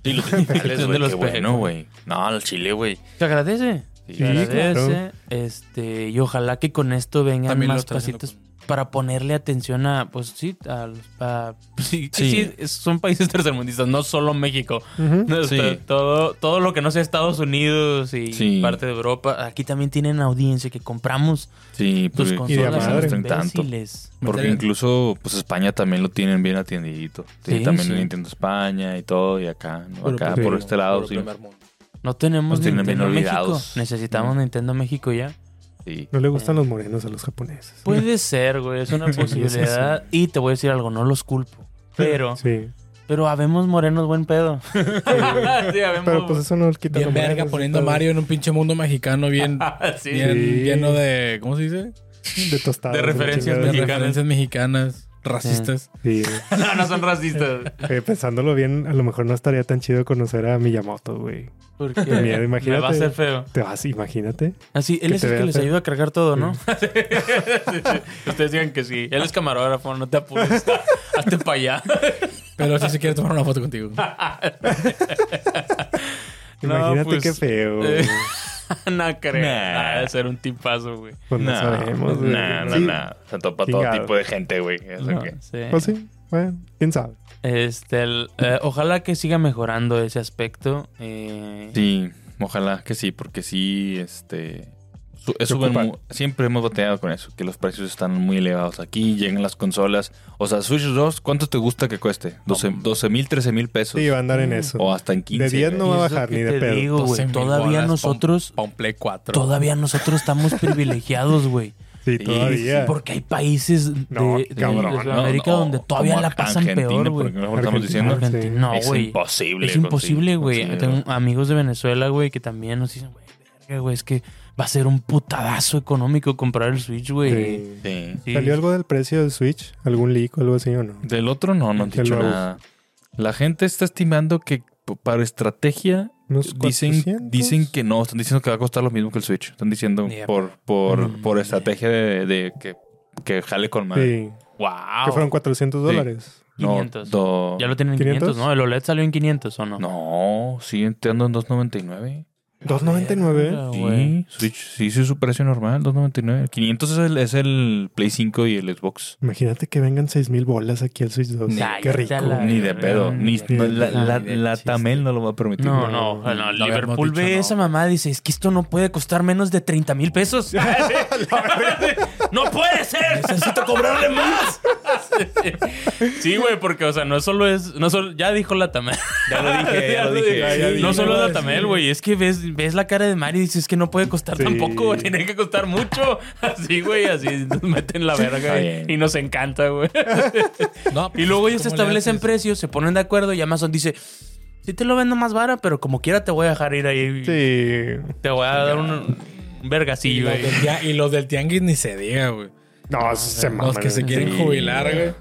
[SPEAKER 1] Sí, los digitales,
[SPEAKER 2] Son de
[SPEAKER 1] güey.
[SPEAKER 2] los
[SPEAKER 1] Qué bueno, güey. No, al chile, güey.
[SPEAKER 2] Se agradece.
[SPEAKER 1] Sí.
[SPEAKER 2] Se agradece.
[SPEAKER 3] claro.
[SPEAKER 2] Este, y ojalá que con esto vengan
[SPEAKER 4] también lo
[SPEAKER 2] más
[SPEAKER 4] están haciendo
[SPEAKER 2] pasitos para ponerle atención a, pues sí, a los... a- pues, sí,
[SPEAKER 1] Sí.
[SPEAKER 2] sí, es- son países tercermundistas, no solo México.
[SPEAKER 3] Ujú.
[SPEAKER 2] No,
[SPEAKER 1] Sí.
[SPEAKER 2] está- todo, todo lo que no sea Estados Unidos y
[SPEAKER 1] Sí.
[SPEAKER 2] parte de Europa, aquí también tienen audiencia que compramos
[SPEAKER 1] Sí,
[SPEAKER 2] tus
[SPEAKER 1] pues.
[SPEAKER 3] de
[SPEAKER 2] consolas a
[SPEAKER 3] madre.
[SPEAKER 2] los
[SPEAKER 1] tanto.
[SPEAKER 2] imbéciles.
[SPEAKER 1] Porque
[SPEAKER 4] Material.
[SPEAKER 1] incluso, pues España también lo tienen bien atendidito. Sí,
[SPEAKER 2] Sí,
[SPEAKER 1] también
[SPEAKER 2] sí.
[SPEAKER 1] Nintendo España y todo, y acá, ¿no?
[SPEAKER 4] Puro
[SPEAKER 1] acá
[SPEAKER 3] primer
[SPEAKER 1] por
[SPEAKER 3] mundo,
[SPEAKER 1] este lado,
[SPEAKER 4] puro
[SPEAKER 1] sí.
[SPEAKER 4] primer mundo.
[SPEAKER 2] No tenemos
[SPEAKER 1] Nos tienen bien
[SPEAKER 2] Nintendo México.
[SPEAKER 1] olvidados.
[SPEAKER 2] Necesitamos
[SPEAKER 1] Mm.
[SPEAKER 2] Nintendo México ya.
[SPEAKER 1] sí.
[SPEAKER 3] No le gustan los morenos a los japoneses.
[SPEAKER 2] Puede ser, güey, es una
[SPEAKER 3] Sí,
[SPEAKER 2] posibilidad. Y te voy a decir algo, no los culpo. Pero,
[SPEAKER 3] Sí.
[SPEAKER 2] pero habemos morenos buen pedo. sí, habemos.
[SPEAKER 3] Pero pues eso no le quita
[SPEAKER 4] Bien
[SPEAKER 3] lo
[SPEAKER 4] verga
[SPEAKER 3] morenos,
[SPEAKER 4] poniendo a
[SPEAKER 3] está
[SPEAKER 4] Mario en un pinche mundo mexicano bien,
[SPEAKER 1] Ah,
[SPEAKER 2] sí.
[SPEAKER 4] bien
[SPEAKER 3] Sí.
[SPEAKER 4] lleno de... ¿Cómo se dice?
[SPEAKER 3] De tostadas.
[SPEAKER 2] de referencias
[SPEAKER 4] De
[SPEAKER 3] chingadas.
[SPEAKER 2] Mexicanas.
[SPEAKER 4] referencias mexicanas, racistas.
[SPEAKER 2] Eh.
[SPEAKER 3] Sí.
[SPEAKER 2] no, no son racistas.
[SPEAKER 3] Eh, pensándolo bien, a lo mejor no estaría tan chido conocer a Miyamoto, güey.
[SPEAKER 2] Porque
[SPEAKER 3] Miedo,
[SPEAKER 2] me va a
[SPEAKER 3] imagínate.
[SPEAKER 2] hacer feo.
[SPEAKER 3] Te vas, imagínate.
[SPEAKER 2] Así, él
[SPEAKER 3] Que
[SPEAKER 2] es
[SPEAKER 3] te
[SPEAKER 2] el que
[SPEAKER 3] vean
[SPEAKER 2] les
[SPEAKER 3] feo.
[SPEAKER 2] ayuda a cargar todo, ¿no? Sí, sí, sí. Ustedes digan que sí. Él es camarógrafo, no te apures. Hazte para allá.
[SPEAKER 4] Pero si se quiere tomar una foto contigo.
[SPEAKER 2] No,
[SPEAKER 3] Imagínate
[SPEAKER 2] pues,
[SPEAKER 3] qué feo.
[SPEAKER 2] eh,
[SPEAKER 3] güey.
[SPEAKER 2] no creo.
[SPEAKER 1] Nah.
[SPEAKER 2] Ah, debe ser un tipazo, güey.
[SPEAKER 3] Pues no, sabemos, güey.
[SPEAKER 1] No, no,
[SPEAKER 3] Sí.
[SPEAKER 1] no. Se topa
[SPEAKER 3] Chingado.
[SPEAKER 1] todo tipo de gente, güey. Es lo
[SPEAKER 2] No,
[SPEAKER 1] que-
[SPEAKER 2] sí.
[SPEAKER 3] Pues sí, bueno, quién sabe.
[SPEAKER 2] Este, el, eh, ojalá que siga mejorando ese aspecto. eh,
[SPEAKER 1] Sí, ojalá que sí, porque sí, este. su- suben
[SPEAKER 3] Preocupa.
[SPEAKER 1] mu- siempre hemos bateado con eso, que los precios están muy elevados aquí, llegan las consolas. O sea, Switch 2, ¿cuánto te gusta que cueste? 12 12 mil, 13 mil pesos.
[SPEAKER 3] Sí, va a andar en eso.
[SPEAKER 1] o hasta en 15.
[SPEAKER 3] De 10 no
[SPEAKER 2] y
[SPEAKER 1] güey.
[SPEAKER 3] va a
[SPEAKER 2] es lo
[SPEAKER 3] bajar
[SPEAKER 2] que
[SPEAKER 3] ni de
[SPEAKER 2] te
[SPEAKER 3] pedo.
[SPEAKER 2] digo, güey,
[SPEAKER 4] 12,000
[SPEAKER 2] todavía
[SPEAKER 4] bolas,
[SPEAKER 2] nosotros,
[SPEAKER 4] Pa' un Play 4.
[SPEAKER 2] todavía nosotros estamos privilegiados, güey.
[SPEAKER 3] Sí, todavía.
[SPEAKER 2] Porque hay países de,
[SPEAKER 3] No,
[SPEAKER 2] de- de
[SPEAKER 3] cabrón,
[SPEAKER 1] No,
[SPEAKER 2] Sudamérica
[SPEAKER 1] no,
[SPEAKER 2] donde todavía
[SPEAKER 1] como
[SPEAKER 2] la pasan
[SPEAKER 1] Argentina,
[SPEAKER 2] peor,
[SPEAKER 1] por
[SPEAKER 2] güey.
[SPEAKER 1] ejemplo, lo estamos diciendo.
[SPEAKER 3] Argentina.
[SPEAKER 2] Argentina, no,
[SPEAKER 1] es
[SPEAKER 2] güey.
[SPEAKER 1] imposible.
[SPEAKER 2] Es imposible,
[SPEAKER 1] conseguir-
[SPEAKER 2] güey.
[SPEAKER 1] conseguir-
[SPEAKER 2] Tengo amigos de Venezuela, güey, que también nos dicen, güey, verga, güey, es que va a ser un putadazo económico comprar el Switch, güey.
[SPEAKER 3] Sí.
[SPEAKER 1] Sí.
[SPEAKER 2] Sí.
[SPEAKER 3] ¿Salió algo del precio del Switch? ¿Algún leak o algo así o no?
[SPEAKER 1] Del otro no, no han
[SPEAKER 3] Del
[SPEAKER 1] dicho
[SPEAKER 3] nuevo.
[SPEAKER 1] nada. La gente está estimando que p- para estrategia
[SPEAKER 3] ¿Unos
[SPEAKER 1] dicen,
[SPEAKER 3] 400?
[SPEAKER 1] dicen que no, están diciendo que va a costar lo mismo que el Switch. Están diciendo
[SPEAKER 4] Ni de
[SPEAKER 1] por por,
[SPEAKER 2] Mm.
[SPEAKER 1] por estrategia de, de que, que jale con madre.
[SPEAKER 3] Sí.
[SPEAKER 1] ¡Wow!
[SPEAKER 3] Que fueron 400
[SPEAKER 1] Sí.
[SPEAKER 3] dólares.
[SPEAKER 1] No,
[SPEAKER 2] 500.
[SPEAKER 1] do-
[SPEAKER 2] Ya lo tienen en
[SPEAKER 3] 500,
[SPEAKER 2] 500, ¿no? El OLED salió en 500 o no.
[SPEAKER 1] No, siguen estando en 2.99.
[SPEAKER 3] ¿2.99?
[SPEAKER 1] Sí,
[SPEAKER 2] güey.
[SPEAKER 1] Switch sí, sí es su precio normal, 2.99. 500 es el, es el Play 5 y el Xbox.
[SPEAKER 3] Imagínate que vengan 6.000 bolas aquí al Switch 2.
[SPEAKER 2] Nah,
[SPEAKER 3] Qué
[SPEAKER 2] ya
[SPEAKER 3] rico.
[SPEAKER 2] está la-
[SPEAKER 1] Ni de
[SPEAKER 2] verga,
[SPEAKER 1] pedo. Ni,
[SPEAKER 2] ni
[SPEAKER 1] no,
[SPEAKER 3] de
[SPEAKER 1] la,
[SPEAKER 2] pedo,
[SPEAKER 1] la,
[SPEAKER 4] ni de
[SPEAKER 1] la
[SPEAKER 4] chiste.
[SPEAKER 1] Tamel no lo va a permitir.
[SPEAKER 2] No, no, no,
[SPEAKER 4] no
[SPEAKER 2] Liverpool
[SPEAKER 4] habíamos dicho
[SPEAKER 2] ve
[SPEAKER 4] no.
[SPEAKER 2] esa mamá y dice, es que esto no puede costar menos de 30 mil pesos. no, ¡No puede ser!
[SPEAKER 4] Necesito cobrarle más.
[SPEAKER 2] Sí, güey, porque, o sea, no solo es. No solo, ya dijo la Tamel.
[SPEAKER 1] Ya lo dije, ya lo dije.
[SPEAKER 3] ya
[SPEAKER 2] No
[SPEAKER 3] dije.
[SPEAKER 2] solo
[SPEAKER 3] Sí.
[SPEAKER 2] la Tamel, güey. Es que ves, ves la cara de Mario y dices que no puede costar
[SPEAKER 3] Sí.
[SPEAKER 2] tampoco, güey. Tiene que costar mucho. Así, güey, así nos meten la verga
[SPEAKER 1] Está
[SPEAKER 2] y,
[SPEAKER 1] bien.
[SPEAKER 2] y nos encanta, güey.
[SPEAKER 4] No,
[SPEAKER 2] Y luego ellos
[SPEAKER 4] ¿cómo le
[SPEAKER 2] establecen
[SPEAKER 4] haces?
[SPEAKER 2] precios, se ponen de acuerdo y Amazon dice: Sí, te lo vendo más vara, pero como quiera te voy a dejar ir ahí.
[SPEAKER 3] Sí.
[SPEAKER 2] Te voy a dar un, un
[SPEAKER 4] Y
[SPEAKER 2] vergacillo,
[SPEAKER 4] los,
[SPEAKER 2] güey.
[SPEAKER 4] del tia- y los del tianguis ni se diga, güey.
[SPEAKER 3] No, se maman.
[SPEAKER 4] Los que se
[SPEAKER 3] güey.
[SPEAKER 4] quieren
[SPEAKER 1] Sí.
[SPEAKER 4] jubilar, güey.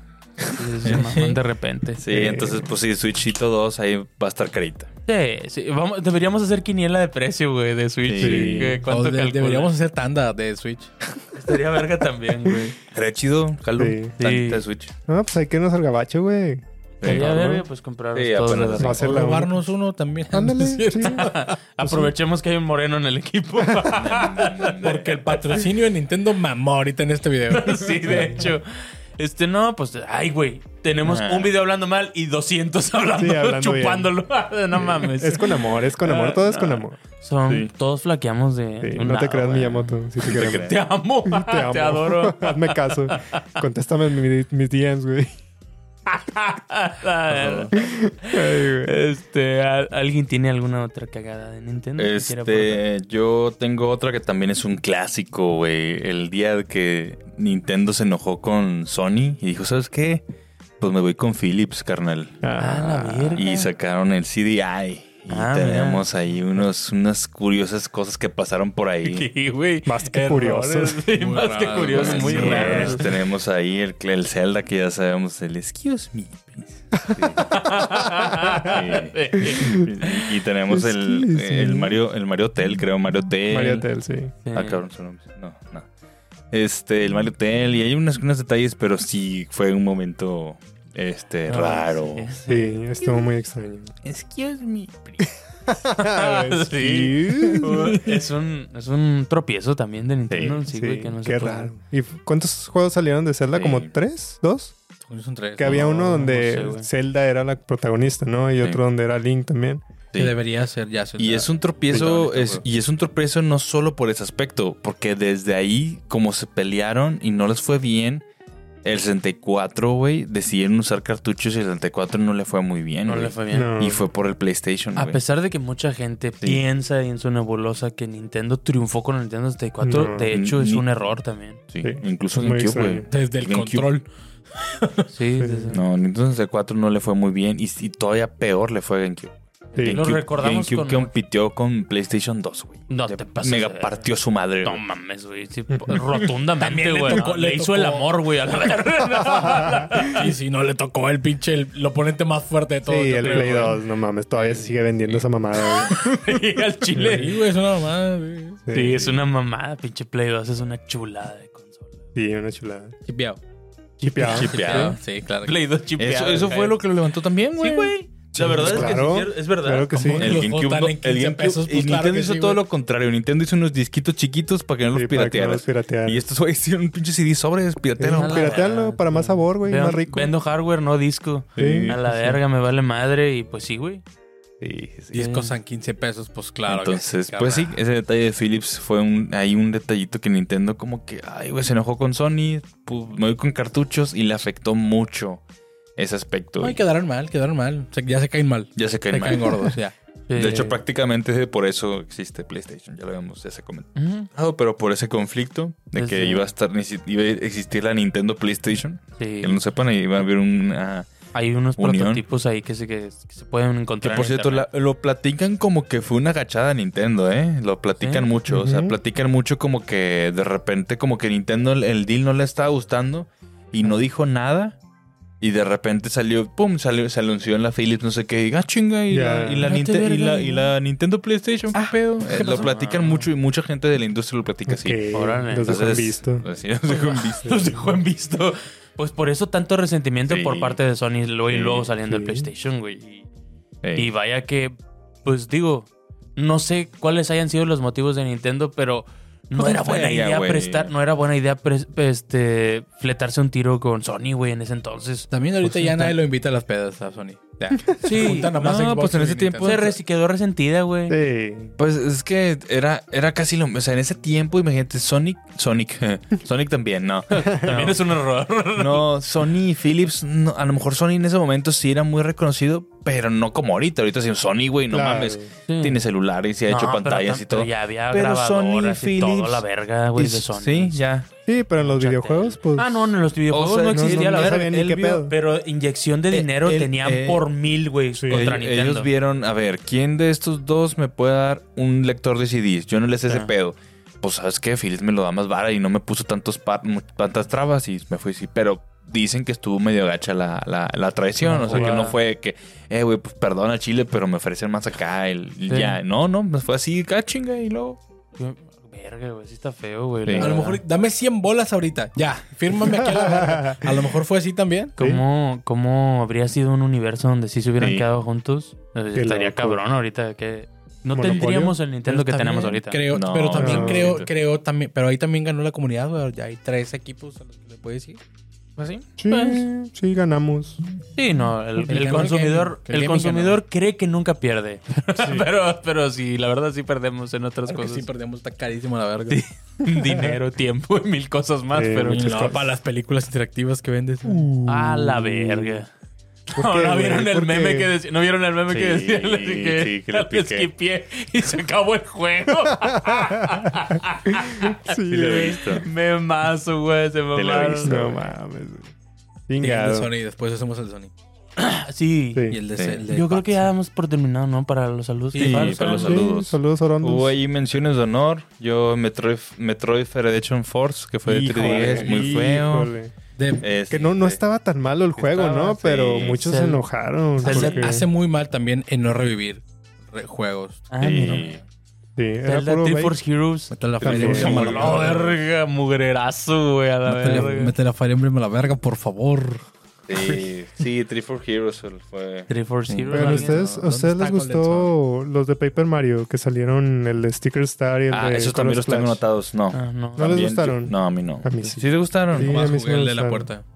[SPEAKER 2] Se maman De repente.
[SPEAKER 1] Sí, entonces, pues sí, Switchito 2 ahí va a estar carita.
[SPEAKER 2] Sí, sí, vamos- deberíamos hacer quiniela de precio, güey, de Switch.
[SPEAKER 1] Sí.
[SPEAKER 2] güey.
[SPEAKER 4] O
[SPEAKER 2] ¿Cuánto
[SPEAKER 4] de-
[SPEAKER 2] calcula?
[SPEAKER 4] deberíamos hacer tanda de Switch.
[SPEAKER 2] Estaría verga también, güey.
[SPEAKER 1] Era chido, jalo.
[SPEAKER 3] Sí.
[SPEAKER 1] Tantita de Switch.
[SPEAKER 3] No, pues hay que irnos al gabacho, güey.
[SPEAKER 2] Ah, Estaría
[SPEAKER 3] ¿no?
[SPEAKER 2] verga, pues comprar
[SPEAKER 1] Sí,
[SPEAKER 2] todos
[SPEAKER 1] apenas
[SPEAKER 2] los-
[SPEAKER 1] así.
[SPEAKER 3] Va a ser
[SPEAKER 4] O
[SPEAKER 3] la
[SPEAKER 4] robarnos uno también.
[SPEAKER 3] Ándale,
[SPEAKER 4] Sí.
[SPEAKER 3] sí.
[SPEAKER 4] Pues
[SPEAKER 2] Aprovechemos que hay un moreno en el equipo.
[SPEAKER 4] Porque el patrocinio de Nintendo mamó ahorita en este video.
[SPEAKER 2] sí, de hecho. Este, no, pues, ay, güey. Tenemos
[SPEAKER 1] Ajá.
[SPEAKER 2] un video hablando mal y 200 hablando,
[SPEAKER 3] Sí, hablando
[SPEAKER 2] chupándolo. Ah, no mames.
[SPEAKER 3] Es con amor, es con amor,
[SPEAKER 2] Ah,
[SPEAKER 3] todo es con amor.
[SPEAKER 2] Son,
[SPEAKER 1] Sí.
[SPEAKER 2] todos flaqueamos de.
[SPEAKER 3] Sí,
[SPEAKER 2] de
[SPEAKER 3] no te
[SPEAKER 2] nada,
[SPEAKER 3] creas,
[SPEAKER 2] güey.
[SPEAKER 3] Miyamoto. Si te queremos.
[SPEAKER 2] Te amo, te,
[SPEAKER 3] Te amo.
[SPEAKER 2] adoro.
[SPEAKER 3] Hazme caso. Contéstame mi- mis DMs, güey. Ay, güey.
[SPEAKER 2] este, ¿al- ¿alguien tiene alguna otra cagada de Nintendo? que quiera aportar?
[SPEAKER 1] Este, yo tengo otra que también es un clásico, güey. El día que Nintendo se enojó con Sony y dijo, ¿sabes qué? Pues me voy con Philips, carnal.
[SPEAKER 2] Ah, la verga.
[SPEAKER 1] Y sacaron el CDI. Y
[SPEAKER 2] Ah,
[SPEAKER 1] tenemos ahí unos, unas curiosas cosas que pasaron por ahí.
[SPEAKER 2] Sí, güey.
[SPEAKER 3] Más que
[SPEAKER 2] Errores,
[SPEAKER 3] curioso.
[SPEAKER 2] sí,
[SPEAKER 4] Muy
[SPEAKER 2] más que
[SPEAKER 4] raro,
[SPEAKER 2] curioso, muy
[SPEAKER 4] güey.
[SPEAKER 1] Así
[SPEAKER 4] Sí,
[SPEAKER 2] raro.
[SPEAKER 1] es, tenemos ahí el, el Zelda que ya sabemos, el excuse me. please.
[SPEAKER 2] Sí.
[SPEAKER 1] Y, y tenemos el,
[SPEAKER 3] Excuse
[SPEAKER 1] el
[SPEAKER 3] me.
[SPEAKER 1] Mario, el Mario Tel, creo, Mario Tel.
[SPEAKER 3] María Tel, sí.
[SPEAKER 1] Ah, cabrón, su nombre. No, no. Este, el Mario Tel. Y hay unos, unos detalles, pero sí fue un momento este
[SPEAKER 2] Ah,
[SPEAKER 1] raro.
[SPEAKER 2] sí.
[SPEAKER 3] Sí, estuvo muy extraño.
[SPEAKER 1] Excuse me.
[SPEAKER 2] Ah, Sí. Es un, es un tropiezo también de Nintendo. Sí, güey, que no se
[SPEAKER 3] qué
[SPEAKER 2] puede-
[SPEAKER 3] raro. ¿Y f- cuántos juegos salieron de Zelda?
[SPEAKER 1] Sí.
[SPEAKER 3] ¿Como tres? ¿Dos?
[SPEAKER 4] Son tres.
[SPEAKER 3] Que había
[SPEAKER 2] No,
[SPEAKER 3] uno
[SPEAKER 2] no sé,
[SPEAKER 3] donde
[SPEAKER 2] güey.
[SPEAKER 3] Zelda era la protagonista, ¿no? Y
[SPEAKER 1] Sí.
[SPEAKER 3] otro donde era Link también.
[SPEAKER 4] Que debería ser ya. se-
[SPEAKER 1] Y es un tropiezo,
[SPEAKER 4] Ahorita,
[SPEAKER 1] es,
[SPEAKER 4] güey.
[SPEAKER 1] y es un tropiezo no solo por ese aspecto, porque desde ahí, como se pelearon y no les fue bien, el 64, güey, decidieron usar cartuchos y el 64 no le fue muy bien.
[SPEAKER 2] No
[SPEAKER 1] güey.
[SPEAKER 2] le fue Ah, pues, bien.
[SPEAKER 3] No.
[SPEAKER 1] Y fue por el PlayStation.
[SPEAKER 2] A
[SPEAKER 1] güey.
[SPEAKER 2] pesar de que mucha gente piensa en su nebulosa que Nintendo triunfó con el Nintendo 64,
[SPEAKER 3] No.
[SPEAKER 2] de hecho es
[SPEAKER 1] Ni-
[SPEAKER 2] un error también.
[SPEAKER 1] Sí,
[SPEAKER 3] Sí.
[SPEAKER 1] Incluso
[SPEAKER 3] Muy
[SPEAKER 1] GameCube,
[SPEAKER 3] extraño.
[SPEAKER 1] güey.
[SPEAKER 4] Desde el
[SPEAKER 1] GameCube.
[SPEAKER 4] control.
[SPEAKER 2] Sí, sí, sí.
[SPEAKER 1] No, Nintendo 64 no le fue muy bien y, y todavía peor le fue a GameCube.
[SPEAKER 3] Sí.
[SPEAKER 2] Lo recordamos
[SPEAKER 1] GameCube
[SPEAKER 2] con-
[SPEAKER 1] compitió con PlayStation 2, güey.
[SPEAKER 2] No
[SPEAKER 1] Le
[SPEAKER 2] te pases de
[SPEAKER 1] Mega
[SPEAKER 2] verga.
[SPEAKER 1] partió su madre.
[SPEAKER 2] No
[SPEAKER 1] güey.
[SPEAKER 2] mames, güey. sí, rotundamente,
[SPEAKER 4] También le
[SPEAKER 2] güey.
[SPEAKER 4] tocó-
[SPEAKER 2] Le,
[SPEAKER 4] le
[SPEAKER 2] hizo el
[SPEAKER 4] tocó.
[SPEAKER 2] amor, güey, a la verga.
[SPEAKER 4] Y si no le tocó el pinche, el, el oponente más fuerte de
[SPEAKER 3] Sí,
[SPEAKER 4] todos. yo
[SPEAKER 3] el
[SPEAKER 4] creo,
[SPEAKER 3] Play
[SPEAKER 4] güey.
[SPEAKER 3] 2, no mames, todavía se sigue vendiendo esa mamada. güey.
[SPEAKER 2] Y al chile.
[SPEAKER 4] Sí, güey, es una mamada, güey.
[SPEAKER 2] Sí, es una mamada, pinche Play 2 es una chulada de consola.
[SPEAKER 3] Sí, una chulada.
[SPEAKER 4] Chipeado.
[SPEAKER 3] Chipeado.
[SPEAKER 1] Chipeado.
[SPEAKER 4] Sí, claro.
[SPEAKER 2] Play 2
[SPEAKER 1] Eso,
[SPEAKER 2] chipeado.
[SPEAKER 1] eso fue lo que lo levantó también, güey.
[SPEAKER 2] Sí, güey. La verdad es que
[SPEAKER 3] claro,
[SPEAKER 2] sí, es verdad.
[SPEAKER 3] Claro que sí.
[SPEAKER 4] ¿Cómo?
[SPEAKER 1] El
[SPEAKER 4] Los
[SPEAKER 1] GameCube,
[SPEAKER 4] botan en
[SPEAKER 1] no- el
[SPEAKER 4] 15
[SPEAKER 1] GameCube-
[SPEAKER 4] pesos, pues,
[SPEAKER 1] y
[SPEAKER 4] claro
[SPEAKER 1] Nintendo
[SPEAKER 4] que
[SPEAKER 1] hizo
[SPEAKER 4] sí,
[SPEAKER 1] todo
[SPEAKER 4] güey.
[SPEAKER 1] lo contrario. Nintendo hizo unos disquitos chiquitos para que no
[SPEAKER 3] Sí,
[SPEAKER 1] los
[SPEAKER 3] para que no
[SPEAKER 1] piratearan.
[SPEAKER 3] los piratearan.
[SPEAKER 1] Y estos güeyes hicieron un pinche CD sobres,
[SPEAKER 3] Sí,
[SPEAKER 1] piratearon.
[SPEAKER 2] la
[SPEAKER 3] piratealo
[SPEAKER 2] verga.
[SPEAKER 3] para más sabor, güey,
[SPEAKER 2] Veo-
[SPEAKER 3] más rico.
[SPEAKER 2] Vendo hardware, no disco.
[SPEAKER 3] Sí.
[SPEAKER 2] A la verga, me vale madre. Y pues sí, güey.
[SPEAKER 1] Sí, sí.
[SPEAKER 4] Discos en 15 pesos, pues claro. que
[SPEAKER 1] Entonces,
[SPEAKER 4] sí,
[SPEAKER 1] pues sí,
[SPEAKER 4] carnal.
[SPEAKER 1] ese detalle de Philips fue un, ahí un detallito que Nintendo como que, ay, güey, se enojó con Sony, pu- me voy con cartuchos y le afectó mucho ese aspecto.
[SPEAKER 4] Ay,
[SPEAKER 1] güey.
[SPEAKER 4] quedaron mal, quedaron mal. Se- ya se caen mal.
[SPEAKER 1] Ya se
[SPEAKER 4] Se
[SPEAKER 1] caen
[SPEAKER 4] caen
[SPEAKER 1] mal.
[SPEAKER 4] gordos, ya.
[SPEAKER 1] De hecho, prácticamente por eso existe PlayStation, ya lo habíamos, ya se comentó.
[SPEAKER 2] Ujú,
[SPEAKER 1] Pero por ese conflicto de que
[SPEAKER 2] Desde-
[SPEAKER 1] iba a estar iba a existir la Nintendo PlayStation,
[SPEAKER 2] sí.
[SPEAKER 1] que no sepan, iba a haber una
[SPEAKER 2] Hay unos
[SPEAKER 1] Unión.
[SPEAKER 2] prototipos ahí que se, que, que se pueden
[SPEAKER 1] Que
[SPEAKER 2] encontrar.
[SPEAKER 1] por
[SPEAKER 2] en
[SPEAKER 1] cierto,
[SPEAKER 2] internet.
[SPEAKER 1] la- lo platican como que fue una gachada de Nintendo, ¿eh? Lo platican
[SPEAKER 2] Sí.
[SPEAKER 1] mucho, o sea,
[SPEAKER 3] Ujú.
[SPEAKER 1] platican mucho como que de repente como que Nintendo el, el deal no le estaba gustando y no dijo nada. Y de repente salió, pum, salió, se anunció en la Philips, no sé qué, y ah, chinga, y,
[SPEAKER 3] Ya.
[SPEAKER 1] la, y, la,
[SPEAKER 2] Date
[SPEAKER 1] Ninte- y,
[SPEAKER 2] verga,
[SPEAKER 1] la, y la Nintendo PlayStation, ¿qué pedo? Eh, lo
[SPEAKER 2] pasó?
[SPEAKER 1] platican
[SPEAKER 2] Ah.
[SPEAKER 1] mucho y mucha gente de la industria lo platica así.
[SPEAKER 3] Ok,
[SPEAKER 2] Órale.
[SPEAKER 3] Los dejan
[SPEAKER 1] Entonces, pues,
[SPEAKER 3] visto.
[SPEAKER 1] así, los dejó en visto.
[SPEAKER 2] Los dejó en visto. Pues por eso tanto resentimiento
[SPEAKER 1] Sí.
[SPEAKER 2] por parte de Sony y luego, y
[SPEAKER 1] Sí.
[SPEAKER 2] luego saliendo el
[SPEAKER 3] Sí.
[SPEAKER 2] PlayStation, güey. Y-
[SPEAKER 1] Ey.
[SPEAKER 2] Y vaya que, pues digo, no sé cuáles hayan sido los motivos de Nintendo, pero no
[SPEAKER 1] Pues
[SPEAKER 2] era
[SPEAKER 1] no
[SPEAKER 2] buena
[SPEAKER 1] feria,
[SPEAKER 2] idea
[SPEAKER 1] güey.
[SPEAKER 2] prestar, no era buena idea pres- este fletarse un tiro con Sony, güey, en ese entonces.
[SPEAKER 4] También ahorita
[SPEAKER 2] Pues sí,
[SPEAKER 4] ya
[SPEAKER 2] está-
[SPEAKER 4] nadie lo invita a las pedas a Sony. Ya.
[SPEAKER 2] Sí,
[SPEAKER 4] Juntan a más
[SPEAKER 2] no,
[SPEAKER 4] Xbox
[SPEAKER 2] pues en
[SPEAKER 4] y
[SPEAKER 2] ese
[SPEAKER 4] Nintendo.
[SPEAKER 2] tiempo se resi- quedó resentida, güey.
[SPEAKER 3] Sí.
[SPEAKER 1] Pues es que era, era casi lo mismo. O sea, en ese tiempo, imagínate, Sonic. Sonic. Sonic también, no.
[SPEAKER 2] También es un error.
[SPEAKER 1] No, Sony y Philips, no, a lo mejor Sony en ese momento sí era muy reconocido, pero no como ahorita. Ahorita sí, Sony, güey, no
[SPEAKER 3] Claro.
[SPEAKER 1] mames.
[SPEAKER 2] Sí.
[SPEAKER 1] Tiene celulares y ha hecho
[SPEAKER 2] No, pero
[SPEAKER 1] pantallas y
[SPEAKER 2] tanto,
[SPEAKER 1] todo.
[SPEAKER 2] Ya había
[SPEAKER 1] Pero
[SPEAKER 2] grabadoras
[SPEAKER 1] Sony,
[SPEAKER 2] y todo
[SPEAKER 1] Philips,
[SPEAKER 2] la verga, güey,
[SPEAKER 1] Y-
[SPEAKER 2] de Sony.
[SPEAKER 1] Sí, ya.
[SPEAKER 3] Sí, pero en los
[SPEAKER 2] Mucha
[SPEAKER 3] videojuegos, pues.
[SPEAKER 2] Ah, no, en los videojuegos
[SPEAKER 1] O sea,
[SPEAKER 2] no
[SPEAKER 1] no-
[SPEAKER 2] existía
[SPEAKER 1] no
[SPEAKER 2] la verga.
[SPEAKER 3] sabía ni
[SPEAKER 2] Él
[SPEAKER 3] qué
[SPEAKER 2] vio-
[SPEAKER 3] pedo.
[SPEAKER 2] Pero inyección de
[SPEAKER 1] Eh,
[SPEAKER 2] dinero
[SPEAKER 1] él-
[SPEAKER 2] tenían
[SPEAKER 1] eh,
[SPEAKER 2] por mil, güey,
[SPEAKER 3] Sí.
[SPEAKER 2] contra
[SPEAKER 1] Ellos,
[SPEAKER 2] Nintendo.
[SPEAKER 1] ellos vieron, a ver, ¿quién de estos dos me puede dar un lector de CDs? Yo no les sé ese
[SPEAKER 2] Ah.
[SPEAKER 1] pedo. Pues, ¿sabes qué? Philips me lo da más vara y no me puso tantos pa- mu- tantas trabas y me fui así. Pero dicen que estuvo medio gacha la, la- la traición.
[SPEAKER 2] No,
[SPEAKER 1] o sea, que
[SPEAKER 2] jugada.
[SPEAKER 1] no fue que, eh, güey, pues perdona Chile, pero me ofrecen más acá. El, el
[SPEAKER 2] Sí.
[SPEAKER 1] Ya, no, no, pues fue así, ah, chinga y luego.
[SPEAKER 2] Yo- Verga, güey, sí está feo, güey.
[SPEAKER 1] Sí.
[SPEAKER 2] la
[SPEAKER 4] A lo
[SPEAKER 2] verdad.
[SPEAKER 4] mejor, dame 100 bolas ahorita. Ya, fírmame aquí a la verga. A lo mejor fue así también.
[SPEAKER 2] ¿Cómo, ¿Cómo habría sido un universo donde sí se hubieran
[SPEAKER 1] Sí.
[SPEAKER 2] quedado juntos? Eh,
[SPEAKER 3] Qué
[SPEAKER 2] Estaría
[SPEAKER 3] loco.
[SPEAKER 2] cabrón ahorita que... No
[SPEAKER 3] ¿Monopolio?
[SPEAKER 2] tendríamos el Nintendo que
[SPEAKER 4] Pero
[SPEAKER 2] tenemos
[SPEAKER 4] también
[SPEAKER 2] ahorita.
[SPEAKER 4] Creo,
[SPEAKER 1] No,
[SPEAKER 4] pero también
[SPEAKER 3] no.
[SPEAKER 4] creo, creo también, pero ahí también ganó la comunidad, güey. Ya hay tres equipos a los que le puedes ir.
[SPEAKER 3] Sí,
[SPEAKER 2] Pues.
[SPEAKER 3] sí, ganamos.
[SPEAKER 2] Sí, no, el,
[SPEAKER 4] El
[SPEAKER 2] el
[SPEAKER 4] gaming-
[SPEAKER 2] consumidor,
[SPEAKER 4] el
[SPEAKER 2] el
[SPEAKER 4] gaming
[SPEAKER 2] consumidor cree que nunca pierde. pero, pero sí, la verdad sí perdemos en otras
[SPEAKER 4] Porque
[SPEAKER 2] cosas.
[SPEAKER 4] sí perdemos está carísimo la verga.
[SPEAKER 2] Sí. Dinero, tiempo y mil cosas más,
[SPEAKER 3] Sí,
[SPEAKER 2] pero...
[SPEAKER 4] Y
[SPEAKER 3] muchas
[SPEAKER 4] no,
[SPEAKER 3] cosas. Uh,
[SPEAKER 4] para las películas interactivas que vendes.
[SPEAKER 2] A la verga.
[SPEAKER 3] ¿Por
[SPEAKER 2] No,
[SPEAKER 3] qué,
[SPEAKER 2] ¿no
[SPEAKER 3] güey?
[SPEAKER 2] Ah, vieron el
[SPEAKER 3] ¿Por
[SPEAKER 2] meme
[SPEAKER 3] qué?
[SPEAKER 2] que decía, no vieron el meme que
[SPEAKER 1] Sí,
[SPEAKER 2] decía así que,
[SPEAKER 1] sí, que le
[SPEAKER 2] le
[SPEAKER 1] piqué.
[SPEAKER 2] esquipié y se acabó el juego.
[SPEAKER 3] Sí, güey.
[SPEAKER 2] me mazo, güey, se
[SPEAKER 1] he
[SPEAKER 2] mamaron.
[SPEAKER 1] visto.
[SPEAKER 3] No mames, güey.
[SPEAKER 4] Y el de
[SPEAKER 3] Chingado.
[SPEAKER 4] Sony, y después hacemos el Sony.
[SPEAKER 2] Ah, Sí.
[SPEAKER 3] Sí.
[SPEAKER 4] Y el de,
[SPEAKER 1] Sí.
[SPEAKER 4] el de
[SPEAKER 2] Yo creo
[SPEAKER 4] Pats.
[SPEAKER 2] que ya damos por terminado, ¿no? Para los saludos.
[SPEAKER 1] Sí,
[SPEAKER 2] que
[SPEAKER 1] para
[SPEAKER 2] faltan.
[SPEAKER 1] los
[SPEAKER 3] Sí,
[SPEAKER 1] saludos.
[SPEAKER 3] saludos, Orondos.
[SPEAKER 1] Hubo ahí menciones de honor. Yo, Metroid, Metroid Federation Force, que fue de
[SPEAKER 3] Híjole,
[SPEAKER 1] 3DS, muy feo.
[SPEAKER 3] híjole.
[SPEAKER 4] De-
[SPEAKER 1] Este,
[SPEAKER 3] Que no, no estaba tan malo el juego,
[SPEAKER 1] Estaba,
[SPEAKER 3] ¿no? Pero
[SPEAKER 1] sí.
[SPEAKER 3] muchos
[SPEAKER 2] Se-
[SPEAKER 3] se enojaron.
[SPEAKER 2] se le
[SPEAKER 3] porque-
[SPEAKER 2] Ok.
[SPEAKER 4] Hace muy mal también en no revivir re- juegos.
[SPEAKER 2] Ah, mira.
[SPEAKER 1] sí.
[SPEAKER 3] Sí, era
[SPEAKER 2] Zelda
[SPEAKER 3] puro
[SPEAKER 2] Three
[SPEAKER 3] bait.
[SPEAKER 2] Force Heroes.
[SPEAKER 4] Mete la
[SPEAKER 3] Yo
[SPEAKER 4] Fire Emblem
[SPEAKER 3] también.
[SPEAKER 4] a
[SPEAKER 2] No,
[SPEAKER 4] la verga.
[SPEAKER 2] verga, mugrerazo, güey, a la
[SPEAKER 4] Métele-
[SPEAKER 2] verga.
[SPEAKER 4] Métele la Fire Emblem a la verga, por favor.
[SPEAKER 1] Sí, sí, Three for Heroes fue.
[SPEAKER 2] Three Force
[SPEAKER 1] Sí.
[SPEAKER 2] Heroes.
[SPEAKER 3] Pero a
[SPEAKER 2] ¿no?
[SPEAKER 3] ustedes,
[SPEAKER 4] ¿Dónde
[SPEAKER 3] a ustedes
[SPEAKER 4] está
[SPEAKER 3] les
[SPEAKER 4] Golden
[SPEAKER 3] gustó los de Paper Mario que salieron el de Sticker Star y el
[SPEAKER 1] Ah,
[SPEAKER 3] de
[SPEAKER 1] esos
[SPEAKER 3] Color
[SPEAKER 1] también los tengo
[SPEAKER 3] Splash?
[SPEAKER 1] anotados. No.
[SPEAKER 2] Ah, no.
[SPEAKER 3] No les
[SPEAKER 1] También-
[SPEAKER 3] gustaron.
[SPEAKER 1] No, a mí no.
[SPEAKER 3] A mí sí.
[SPEAKER 1] ¿Sí te gustaron?
[SPEAKER 3] Sí,
[SPEAKER 4] Nomás
[SPEAKER 3] a mí sí
[SPEAKER 4] jugué
[SPEAKER 3] me
[SPEAKER 4] el de la
[SPEAKER 3] gustaron.
[SPEAKER 4] puerta.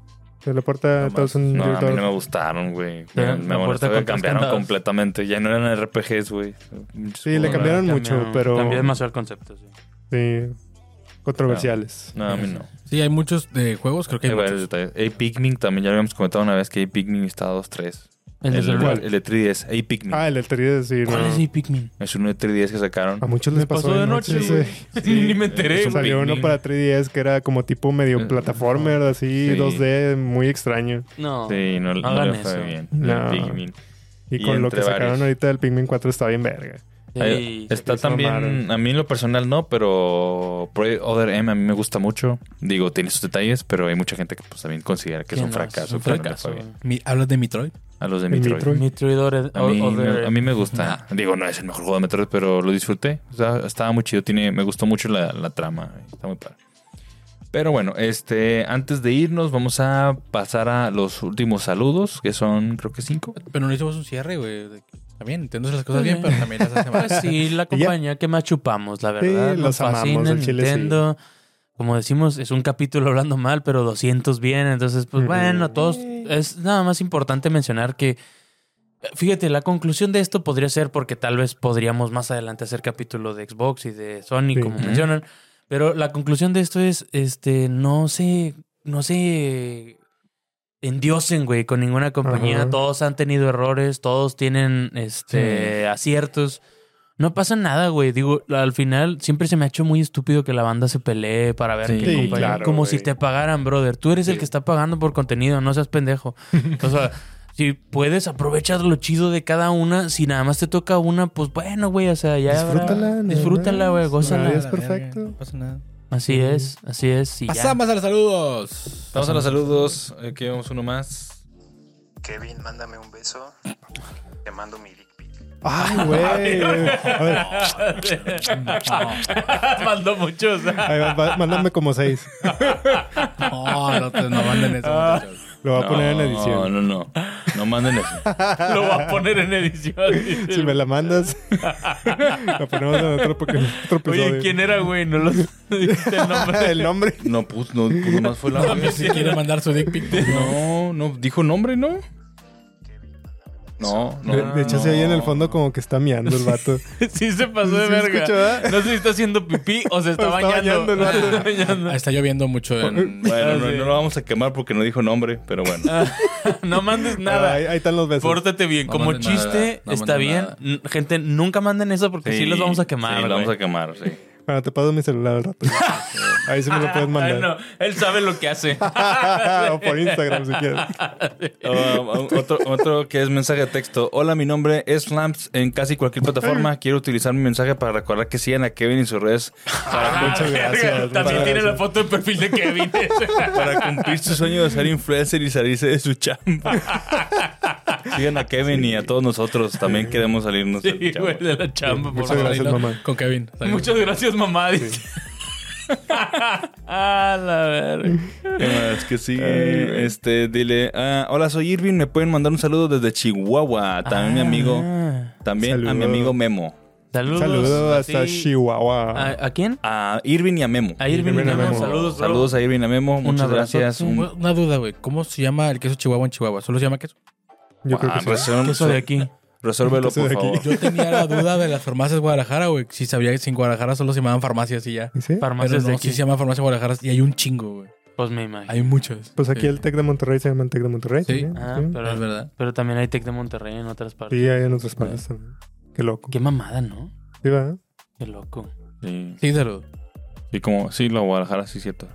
[SPEAKER 3] De la puerta
[SPEAKER 4] Nomás.
[SPEAKER 3] Thousand
[SPEAKER 1] No, a mí
[SPEAKER 3] Year
[SPEAKER 1] no me
[SPEAKER 3] Door.
[SPEAKER 1] gustaron, güey.
[SPEAKER 3] Ah,
[SPEAKER 2] La
[SPEAKER 1] Me, me
[SPEAKER 2] puerta
[SPEAKER 1] molestó
[SPEAKER 2] con
[SPEAKER 1] que
[SPEAKER 2] tres
[SPEAKER 1] cambiaron
[SPEAKER 2] candados.
[SPEAKER 1] completamente. Ya no eran RPGs, güey.
[SPEAKER 3] Sí, le
[SPEAKER 2] Cambiaron-
[SPEAKER 3] cambiaron mucho, pero
[SPEAKER 2] Cambió demasiado el concepto, sí.
[SPEAKER 3] sí, controversiales.
[SPEAKER 1] No, a mí no.
[SPEAKER 4] Sí, hay muchos de juegos, creo que hay
[SPEAKER 1] Hay varios
[SPEAKER 4] muchos.
[SPEAKER 1] detalles. Hey, Pikmin también ya lo habíamos comentado una vez que Hey Pikmin está 2-3.
[SPEAKER 2] El de celular.
[SPEAKER 1] el de 3DS. Hey Pikmin.
[SPEAKER 3] Ah, el del 3DS, sí,
[SPEAKER 2] ¿Cuál
[SPEAKER 3] no.
[SPEAKER 2] es el Pikmin?
[SPEAKER 1] Es uno de 3DS que sacaron.
[SPEAKER 3] A muchos les pasó, de noche.
[SPEAKER 2] güey.
[SPEAKER 3] sí.
[SPEAKER 2] Ni me enteré,
[SPEAKER 1] Eso
[SPEAKER 2] güey.
[SPEAKER 3] Salió uno
[SPEAKER 1] Pikmin.
[SPEAKER 3] para 3DS que era como tipo medio
[SPEAKER 1] Eh,
[SPEAKER 3] plataformer, así,
[SPEAKER 1] sí.
[SPEAKER 3] 2D, muy extraño.
[SPEAKER 2] No.
[SPEAKER 1] Sí, no, no
[SPEAKER 2] hagan
[SPEAKER 1] le fue
[SPEAKER 2] eso.
[SPEAKER 1] bien.
[SPEAKER 3] No.
[SPEAKER 1] El Pikmin.
[SPEAKER 3] Y,
[SPEAKER 1] Y
[SPEAKER 3] con lo
[SPEAKER 1] entre
[SPEAKER 3] que sacaron
[SPEAKER 1] varios.
[SPEAKER 3] ahorita del Pikmin 4 está bien verga.
[SPEAKER 2] Sí.
[SPEAKER 1] Ay, está
[SPEAKER 3] se
[SPEAKER 1] también,
[SPEAKER 3] mamaron.
[SPEAKER 1] a mí en lo personal no, pero Project Other M a mí me gusta mucho. Digo, tiene sus detalles, pero hay mucha gente que pues, también considera que es
[SPEAKER 2] Sí,
[SPEAKER 1] un
[SPEAKER 2] no,
[SPEAKER 1] fracaso.
[SPEAKER 2] es un
[SPEAKER 1] que no le
[SPEAKER 2] fracaso,
[SPEAKER 1] fue bien.
[SPEAKER 2] güey.
[SPEAKER 4] Mi- ¿Hablas de Metroid?
[SPEAKER 1] A los de
[SPEAKER 3] ¿El
[SPEAKER 1] Metroid.
[SPEAKER 3] Metroid?
[SPEAKER 2] Metroid Ore-
[SPEAKER 1] A mí,
[SPEAKER 2] Other-
[SPEAKER 1] me, a mí me gusta. Digo, no es el mejor juego de Metroid, pero lo disfruté. O sea, estaba muy chido. Tiene, me gustó mucho la, la trama. Está muy padre. Pero bueno, este, antes de irnos, vamos a pasar a los últimos saludos, que son creo que cinco.
[SPEAKER 4] Pero no hicimos un cierre, güey. de- También, entiendo las cosas
[SPEAKER 2] Sí.
[SPEAKER 4] bien, pero también las hacemos.
[SPEAKER 2] Pues sí, la compañía que más chupamos, la verdad.
[SPEAKER 3] Sí,
[SPEAKER 2] Nos
[SPEAKER 3] los amamos,
[SPEAKER 2] fascina
[SPEAKER 3] el chile sí.
[SPEAKER 2] Nintendo. Como decimos, es un capítulo hablando mal, pero 200 bien. Entonces, pues
[SPEAKER 3] Ujú.
[SPEAKER 2] bueno, todos. Es nada más importante mencionar que. Fíjate, la conclusión de esto podría ser porque tal vez podríamos más adelante hacer capítulo de Xbox y de Sony,
[SPEAKER 3] Sí.
[SPEAKER 2] como
[SPEAKER 1] Ujú.
[SPEAKER 2] mencionan. Pero la conclusión de esto es, este, no se, no se endiosen, güey, con ninguna compañía.
[SPEAKER 3] Ajá.
[SPEAKER 2] Todos han tenido errores, todos tienen, este, aciertos. No pasa nada, güey. Digo, al final siempre se me ha hecho muy estúpido que la banda se pelee para ver
[SPEAKER 1] Sí.
[SPEAKER 2] qué
[SPEAKER 1] Sí,
[SPEAKER 2] compañía-
[SPEAKER 3] claro,
[SPEAKER 2] Como si
[SPEAKER 3] güey.
[SPEAKER 2] te pagaran, brother. Tú eres el
[SPEAKER 1] Sí.
[SPEAKER 2] que está pagando por contenido, no seas pendejo. O sea, si puedes aprovechar lo chido de cada una, si nada más te toca una, pues bueno, güey, o sea, ya. habrá-
[SPEAKER 3] Disfrútala, nada
[SPEAKER 2] Disfrútala,
[SPEAKER 3] más.
[SPEAKER 2] güey,
[SPEAKER 3] Nadie
[SPEAKER 2] gózala.
[SPEAKER 3] es perfecto.
[SPEAKER 4] No pasa nada.
[SPEAKER 2] Así es, así es. y ya.
[SPEAKER 4] Pasamos a los saludos.
[SPEAKER 1] Vamos a los saludos. Aquí vamos uno más.
[SPEAKER 6] Kevin, mándame un beso. Te mando mi dick pic.
[SPEAKER 3] Ay, güey. A ver,
[SPEAKER 2] Mandó muchos.
[SPEAKER 3] ahí va, va- mándame como seis.
[SPEAKER 4] No, no, te, no manden eso.
[SPEAKER 2] Ah.
[SPEAKER 4] muchachos.
[SPEAKER 3] Lo voy a poner en
[SPEAKER 1] No,
[SPEAKER 3] edición.
[SPEAKER 1] no, no. No manden eso.
[SPEAKER 2] Lo va a poner en edición.
[SPEAKER 3] Si me la mandas, lo ponemos en otro, porque- otro episodio.
[SPEAKER 2] Oye, ¿quién era, güey? No lo dijiste el nombre.
[SPEAKER 3] El nombre.
[SPEAKER 1] No, pues, no, pues más fue la.
[SPEAKER 4] Si quieren mandar su dick pic,
[SPEAKER 1] No, no, dijo nombre, ¿no?
[SPEAKER 6] Kevin, mándame un
[SPEAKER 1] No, no.
[SPEAKER 3] De, de hecho, se oye en el fondo como que está miando el vato.
[SPEAKER 2] Sí se pasó de
[SPEAKER 3] Sí
[SPEAKER 2] verga.
[SPEAKER 3] escucho, ¿verdad?
[SPEAKER 2] No sé si está haciendo pipí o se está,
[SPEAKER 3] Está
[SPEAKER 2] bañando.
[SPEAKER 3] bañando el vato.
[SPEAKER 2] Está bañando.
[SPEAKER 4] Está lloviendo mucho en...
[SPEAKER 1] Bueno, no,
[SPEAKER 2] Ah, sí.
[SPEAKER 1] no lo vamos a quemar porque no dijo nombre, pero bueno.
[SPEAKER 2] Ah, No mandes nada.
[SPEAKER 3] Ahí, ahí están los besos.
[SPEAKER 2] Pórtate bien.
[SPEAKER 4] No
[SPEAKER 2] Como
[SPEAKER 4] manden
[SPEAKER 2] chiste,
[SPEAKER 4] nada, no
[SPEAKER 2] está
[SPEAKER 4] manden
[SPEAKER 2] bien.
[SPEAKER 4] nada.
[SPEAKER 2] N- Gente, nunca manden eso porque sí, los vamos a quemar.
[SPEAKER 1] Sí, los vamos
[SPEAKER 2] güey.
[SPEAKER 1] a quemar, sí.
[SPEAKER 3] Bueno, te paso mi celular al rato. Ahí sí me lo puedes
[SPEAKER 2] Ah,
[SPEAKER 3] mandar.
[SPEAKER 2] no, él sabe lo que hace.
[SPEAKER 3] o por Instagram si quieres.
[SPEAKER 1] Um, otro, otro que es mensaje de texto. Hola, mi nombre es Flamps en casi cualquier plataforma. Quiero utilizar mi mensaje para recordar que sigan a Kevin y sus redes para,
[SPEAKER 3] muchas
[SPEAKER 2] verga,
[SPEAKER 3] gracias,
[SPEAKER 2] También
[SPEAKER 3] muchas
[SPEAKER 2] tiene la
[SPEAKER 3] gracias.
[SPEAKER 2] foto de perfil de Kevin.
[SPEAKER 1] para cumplir su sueño de ser influencer y salirse de su chamba. Sigan a Kevin y a todos nosotros. También queremos salirnos del
[SPEAKER 2] Sí,
[SPEAKER 1] chamba.
[SPEAKER 2] güey, de la chamba, por
[SPEAKER 3] Muchas
[SPEAKER 2] favor.
[SPEAKER 3] gracias,
[SPEAKER 4] Ahí, ¿no?
[SPEAKER 3] mamá.
[SPEAKER 4] Con Kevin.
[SPEAKER 2] Muchas gracias, mamá. dice. ah, la verga.
[SPEAKER 1] ¿Qué más Eh, que sigue? Este, dile, ah, hola, soy Irving, me pueden mandar un saludo desde Chihuahua. También mi amigo,
[SPEAKER 2] Ah.
[SPEAKER 1] también a mi
[SPEAKER 3] Saludo.
[SPEAKER 1] amigo Memo.
[SPEAKER 2] Saludos.
[SPEAKER 3] Saludos
[SPEAKER 2] a
[SPEAKER 3] hasta
[SPEAKER 2] ti.
[SPEAKER 3] Chihuahua.
[SPEAKER 2] ¿A, a quién?
[SPEAKER 1] A Irving y a Memo.
[SPEAKER 2] A Irving
[SPEAKER 3] Irving y a
[SPEAKER 2] Memo.
[SPEAKER 3] Memo.
[SPEAKER 2] Saludos, bro.
[SPEAKER 1] Saludos a Irving y a Memo. Muchas
[SPEAKER 2] abrazo.
[SPEAKER 1] gracias. Un-
[SPEAKER 4] Una duda, güey. ¿Cómo se llama el queso chihuahua en Chihuahua? ¿Solo se llama queso?
[SPEAKER 3] Yo creo
[SPEAKER 1] Ah,
[SPEAKER 3] que sí.
[SPEAKER 1] resol-
[SPEAKER 2] Queso de aquí.
[SPEAKER 1] Resólvelo,
[SPEAKER 3] Queso
[SPEAKER 1] por
[SPEAKER 3] de aquí.
[SPEAKER 1] favor.
[SPEAKER 4] Yo tenía la duda de las farmacias de Guadalajara, güey. Si sabía que en Guadalajara solo se llamaban farmacias y ya.
[SPEAKER 3] ¿Sí?
[SPEAKER 2] Farmacias
[SPEAKER 4] Pero
[SPEAKER 2] de
[SPEAKER 4] no,
[SPEAKER 2] aquí.
[SPEAKER 4] sí se llama farmacia Guadalajara y hay un chingo, güey.
[SPEAKER 2] Pues me imagino.
[SPEAKER 4] Hay muchas.
[SPEAKER 3] Pues aquí
[SPEAKER 4] Sí.
[SPEAKER 3] el Tec de Monterrey se llama el Tec de Monterrey.
[SPEAKER 4] Sí.
[SPEAKER 3] también,
[SPEAKER 2] Ah,
[SPEAKER 3] sí.
[SPEAKER 4] Es
[SPEAKER 2] pero,
[SPEAKER 4] verdad.
[SPEAKER 2] pero también hay Tec de Monterrey en otras partes.
[SPEAKER 3] Sí, hay en otras partes también. Qué loco.
[SPEAKER 2] Qué mamada, ¿no?
[SPEAKER 3] Sí, ¿verdad?
[SPEAKER 2] Qué loco.
[SPEAKER 1] Sí.
[SPEAKER 4] Sí, saludos.
[SPEAKER 1] Y como, sí, lo Guadalajara, sí, cierto.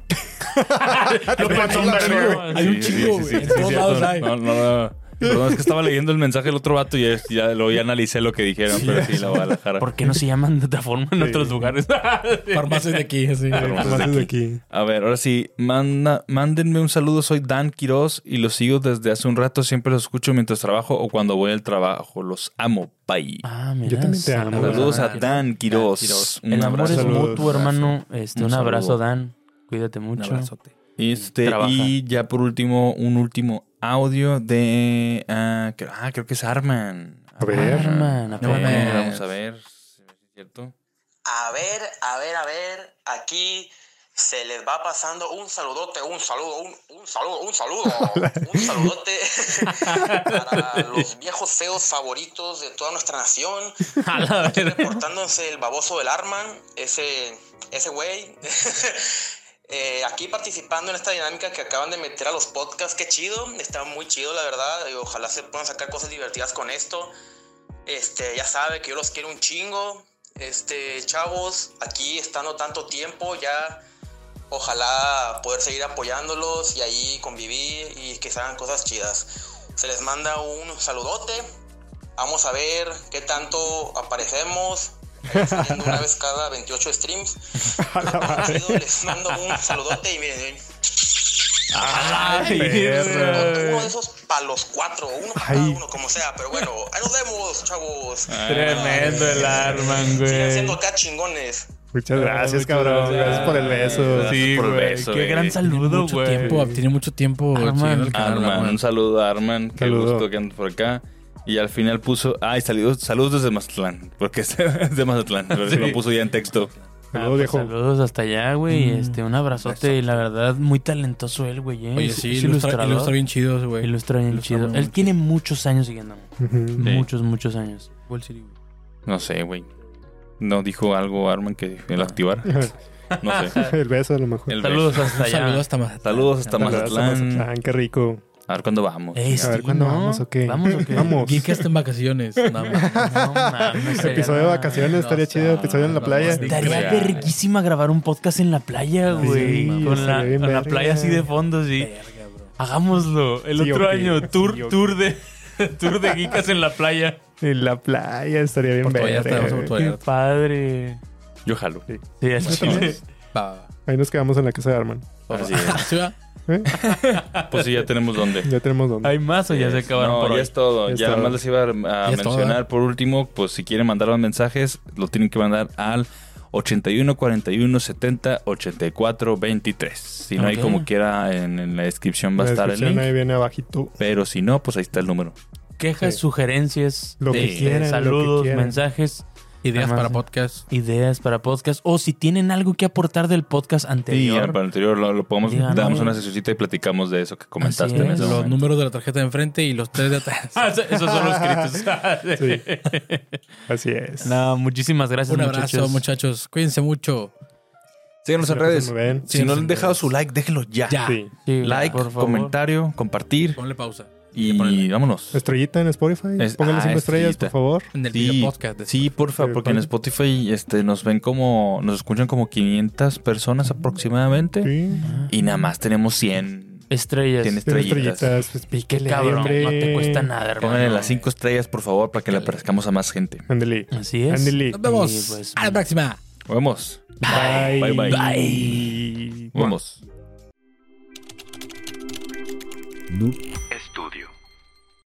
[SPEAKER 2] Lo pensó un vergo.
[SPEAKER 4] Hay un chingo, güey. En todos lados hay.
[SPEAKER 1] No, no, no. Perdón, es que estaba leyendo el mensaje del otro vato y ya, ya, luego ya analicé lo que dijeron, pero sí, la Guadalajara.
[SPEAKER 2] ¿Por qué no se llaman de otra forma en otros lugares?
[SPEAKER 4] Farmacias de aquí, así.
[SPEAKER 1] Farmacias.
[SPEAKER 3] Más desde aquí.
[SPEAKER 1] A ver, ahora sí, manda, mándenme un saludo. Soy Dan Quiroz y los sigo desde hace un rato. Siempre los escucho mientras trabajo o cuando voy al trabajo. Los amo, bye.
[SPEAKER 2] Ah, mira.
[SPEAKER 3] Yo también te amo,
[SPEAKER 1] Saludos a
[SPEAKER 3] Dan.
[SPEAKER 1] Dan Quiroz.
[SPEAKER 4] Quiroz.
[SPEAKER 1] Un
[SPEAKER 2] El amor
[SPEAKER 1] abrazo.
[SPEAKER 2] es
[SPEAKER 3] Saludos.
[SPEAKER 2] mutuo, hermano. Este, un,
[SPEAKER 1] Un
[SPEAKER 2] abrazo,
[SPEAKER 1] saludo.
[SPEAKER 2] Dan. Cuídate
[SPEAKER 4] Un
[SPEAKER 2] mucho.
[SPEAKER 4] abrazote.
[SPEAKER 1] Este,
[SPEAKER 2] Trabaja.
[SPEAKER 1] y ya por último, un último audio de. ah, cre- ah, creo que es Arman.
[SPEAKER 3] A ver.
[SPEAKER 2] Arman, a
[SPEAKER 1] No,
[SPEAKER 2] ver.
[SPEAKER 1] vamos a ver. ¿Cierto?
[SPEAKER 7] A ver, a ver, a ver, aquí se les va pasando un saludote, un saludo, un, un saludo, un saludo, un saludote para los viejos feos favoritos de toda nuestra nación,
[SPEAKER 2] A la
[SPEAKER 7] Aquí
[SPEAKER 2] verga.
[SPEAKER 7] reportándose el baboso del Arman, ese, ese güey. Eh, aquí participando en esta dinámica que acaban de meter a los podcasts, qué chido, está muy chido la verdad, y ojalá se puedan sacar cosas divertidas con esto. Este, ya sabe que yo los quiero un chingo. Este, chavos, aquí estando tanto tiempo ya ojalá poder seguir apoyándolos y ahí convivir y que se hagan cosas chidas. Se les manda un saludote. Vamos a ver qué tanto aparecemos. Ahí saliendo una vez cada 28 streams. Les mando un saludote y miren,
[SPEAKER 2] Ah, sí,
[SPEAKER 3] perra.
[SPEAKER 2] güey.
[SPEAKER 7] uno de esos para los cuatro, uno para
[SPEAKER 3] Ay.
[SPEAKER 7] cada uno, como sea. Pero bueno, ahí nos vemos, chavos.
[SPEAKER 2] Tremendo el Arman,
[SPEAKER 7] Sigan
[SPEAKER 2] güey.
[SPEAKER 7] siendo acá chingones.
[SPEAKER 3] Muchas gracias,
[SPEAKER 2] Muchas
[SPEAKER 3] cabrón.
[SPEAKER 2] gracias.
[SPEAKER 3] Gracias por el
[SPEAKER 1] Sí.
[SPEAKER 3] beso.
[SPEAKER 2] Sí,
[SPEAKER 1] por el
[SPEAKER 2] güey.
[SPEAKER 1] beso, eh.
[SPEAKER 2] Qué
[SPEAKER 1] güey.
[SPEAKER 2] gran saludo,
[SPEAKER 4] Mucho
[SPEAKER 2] güey.
[SPEAKER 4] tiempo, tiene mucho tiempo
[SPEAKER 2] Arman.
[SPEAKER 4] siguiendo el canal,
[SPEAKER 1] Arman,
[SPEAKER 4] Arman.
[SPEAKER 1] un saludo a Arman, qué
[SPEAKER 3] Saludo.
[SPEAKER 1] gusto que andas por acá. Y al final puso, ay, saludos, saludos desde Mazatlán, porque es de Mazatlán, pero lo puso ya en texto.
[SPEAKER 2] Ah,
[SPEAKER 3] Saludos,
[SPEAKER 2] pues,
[SPEAKER 3] viejo.
[SPEAKER 2] saludos hasta allá, güey. Este, un abrazote. Y la verdad, muy talentoso él, güey. ¿eh?
[SPEAKER 4] Oye,
[SPEAKER 2] Es-
[SPEAKER 4] sí,
[SPEAKER 2] es
[SPEAKER 4] ilustra,
[SPEAKER 2] ilustrador.
[SPEAKER 4] ilustra bien chido, güey.
[SPEAKER 2] Ilustra bien
[SPEAKER 4] Ilustra
[SPEAKER 2] chido.
[SPEAKER 4] muy
[SPEAKER 2] Él
[SPEAKER 4] bien.
[SPEAKER 2] tiene muchos años siguiéndome.
[SPEAKER 3] Ujú.
[SPEAKER 2] Muchos, muchos años.
[SPEAKER 1] No sé, güey. No dijo algo Arman que el activar. No sé.
[SPEAKER 3] El beso, a lo mejor.
[SPEAKER 1] El
[SPEAKER 2] Saludos
[SPEAKER 1] beso.
[SPEAKER 2] hasta allá.
[SPEAKER 4] Saludos hasta más.
[SPEAKER 1] Saludos hasta
[SPEAKER 3] Saludos a
[SPEAKER 1] Mazatlán.
[SPEAKER 3] Mazatlán, Qué rico.
[SPEAKER 1] A ver cuándo vamos.
[SPEAKER 2] Ey,
[SPEAKER 3] A ver,
[SPEAKER 2] sí,
[SPEAKER 3] ¿cuándo
[SPEAKER 2] ¿no?
[SPEAKER 3] vamos o qué?
[SPEAKER 2] ¿Vamos o qué?
[SPEAKER 3] Vamos.
[SPEAKER 4] Bien que hasta en vacaciones. No,
[SPEAKER 2] No mames, sería
[SPEAKER 3] Episodio de
[SPEAKER 2] nada.
[SPEAKER 3] vacaciones, estaría
[SPEAKER 4] no,
[SPEAKER 3] chido.
[SPEAKER 4] no,
[SPEAKER 3] Episodio en la
[SPEAKER 4] no,
[SPEAKER 3] playa.
[SPEAKER 4] no,
[SPEAKER 2] Estaría
[SPEAKER 1] Increíble.
[SPEAKER 2] verguísima grabar un podcast en la playa,
[SPEAKER 3] Sí,
[SPEAKER 2] güey. con la,
[SPEAKER 3] estaría bien
[SPEAKER 2] con la
[SPEAKER 3] verga.
[SPEAKER 2] playa así de fondo, sí. Hagámoslo el
[SPEAKER 3] Sí,
[SPEAKER 2] otro
[SPEAKER 3] ok.
[SPEAKER 2] año.
[SPEAKER 3] Sí,
[SPEAKER 2] Tour,
[SPEAKER 3] ok.
[SPEAKER 2] tour de tour de geekas en la playa.
[SPEAKER 3] En la playa estaría bien
[SPEAKER 4] Puerto
[SPEAKER 3] verga.
[SPEAKER 4] Vallarta, vamos a Puerto
[SPEAKER 2] Qué
[SPEAKER 4] Vallarta.
[SPEAKER 2] padre.
[SPEAKER 1] Yo jalo.
[SPEAKER 2] Sí, así
[SPEAKER 3] Nosotros.
[SPEAKER 2] de-
[SPEAKER 4] Va, va,
[SPEAKER 3] Ahí nos quedamos en la casa de Arman.
[SPEAKER 4] va.
[SPEAKER 1] Así es.
[SPEAKER 4] ¿Sí va?
[SPEAKER 3] ¿Eh?
[SPEAKER 1] Pues sí, ya tenemos dónde.
[SPEAKER 3] Ya tenemos dónde.
[SPEAKER 2] ¿Hay más o ya se acabaron
[SPEAKER 1] Este, No,
[SPEAKER 2] por
[SPEAKER 1] ya
[SPEAKER 2] hoy?
[SPEAKER 1] es todo.
[SPEAKER 3] Ya es
[SPEAKER 1] Ya
[SPEAKER 3] todo.
[SPEAKER 1] nada más les iba a, a
[SPEAKER 4] Ya es todo,
[SPEAKER 1] mencionar por último, pues si quieren mandar los mensajes, lo tienen que mandar al 81 41 70 84 23. Si no hay
[SPEAKER 2] Ok.
[SPEAKER 1] como quiera en, en la descripción va
[SPEAKER 3] La
[SPEAKER 1] a estar el
[SPEAKER 3] descripción
[SPEAKER 1] link.
[SPEAKER 3] ahí viene abajito.
[SPEAKER 1] Pero si no, pues ahí está el número.
[SPEAKER 2] Quejas,
[SPEAKER 3] Sí.
[SPEAKER 2] sugerencias, eh,
[SPEAKER 3] Lo
[SPEAKER 1] Sí.
[SPEAKER 3] que quieran. lo que
[SPEAKER 2] saludos,
[SPEAKER 3] quieran.
[SPEAKER 2] mensajes.
[SPEAKER 4] Ideas
[SPEAKER 2] Además,
[SPEAKER 4] para
[SPEAKER 2] sí.
[SPEAKER 4] podcast.
[SPEAKER 2] Ideas para podcast. O si tienen algo que aportar del podcast
[SPEAKER 1] Sí,
[SPEAKER 2] anterior.
[SPEAKER 1] para el anterior lo, lo podemos,
[SPEAKER 2] Díganos.
[SPEAKER 1] damos una sesioncita y platicamos de eso que comentaste.
[SPEAKER 2] Así
[SPEAKER 1] en
[SPEAKER 2] es.
[SPEAKER 1] ese
[SPEAKER 4] Los
[SPEAKER 1] momento.
[SPEAKER 4] números de la tarjeta de enfrente y los tres de atrás.
[SPEAKER 2] Ah, eso- esos son los escritos.
[SPEAKER 3] Así es.
[SPEAKER 2] No, muchísimas gracias,
[SPEAKER 4] Un abrazo,
[SPEAKER 2] muchachos.
[SPEAKER 4] muchachos. Cuídense mucho.
[SPEAKER 1] Síganos en
[SPEAKER 3] Se la
[SPEAKER 1] redes.
[SPEAKER 3] pasan muy bien.
[SPEAKER 1] Si
[SPEAKER 4] Sí,
[SPEAKER 1] no
[SPEAKER 4] sí,
[SPEAKER 1] han dejado su like, déjenlo ya.
[SPEAKER 4] Ya.
[SPEAKER 3] Sí.
[SPEAKER 2] Sí,
[SPEAKER 1] Like,
[SPEAKER 2] por favor.
[SPEAKER 1] comentario, compartir
[SPEAKER 4] Ponle pausa.
[SPEAKER 1] y
[SPEAKER 4] Le ponen like.
[SPEAKER 1] vámonos.
[SPEAKER 3] Estrellita en Spotify.
[SPEAKER 1] Es-
[SPEAKER 3] Pónganle
[SPEAKER 1] ah,
[SPEAKER 3] cinco estrellas,
[SPEAKER 1] estrellita.
[SPEAKER 3] por favor.
[SPEAKER 4] En el
[SPEAKER 1] Sí,
[SPEAKER 4] podcast. de-
[SPEAKER 1] sí, porfa,
[SPEAKER 3] Sí,
[SPEAKER 1] porque en
[SPEAKER 3] vale.
[SPEAKER 1] Spotify este, nos ven como, nos escuchan como 500 personas aproximadamente
[SPEAKER 3] Sí.
[SPEAKER 1] y nada más tenemos 100.
[SPEAKER 2] Estrellas.
[SPEAKER 1] Tienes-
[SPEAKER 3] Tiene
[SPEAKER 1] Estrellitas.
[SPEAKER 3] estrellitas. Pues píquele,
[SPEAKER 2] Cabrón,
[SPEAKER 3] hombre.
[SPEAKER 2] no te cuesta nada, hermano.
[SPEAKER 1] Pónganle las 5 estrellas, por favor, para que le aparezcamos a más gente.
[SPEAKER 3] Ándale.
[SPEAKER 2] Así es.
[SPEAKER 3] Ándale.
[SPEAKER 4] Nos vemos.
[SPEAKER 2] Sí, pues,
[SPEAKER 4] a la próxima.
[SPEAKER 1] Nos vemos.
[SPEAKER 3] Bye.
[SPEAKER 1] Bye, bye.
[SPEAKER 3] Bye.
[SPEAKER 1] Vamos.
[SPEAKER 8] Noob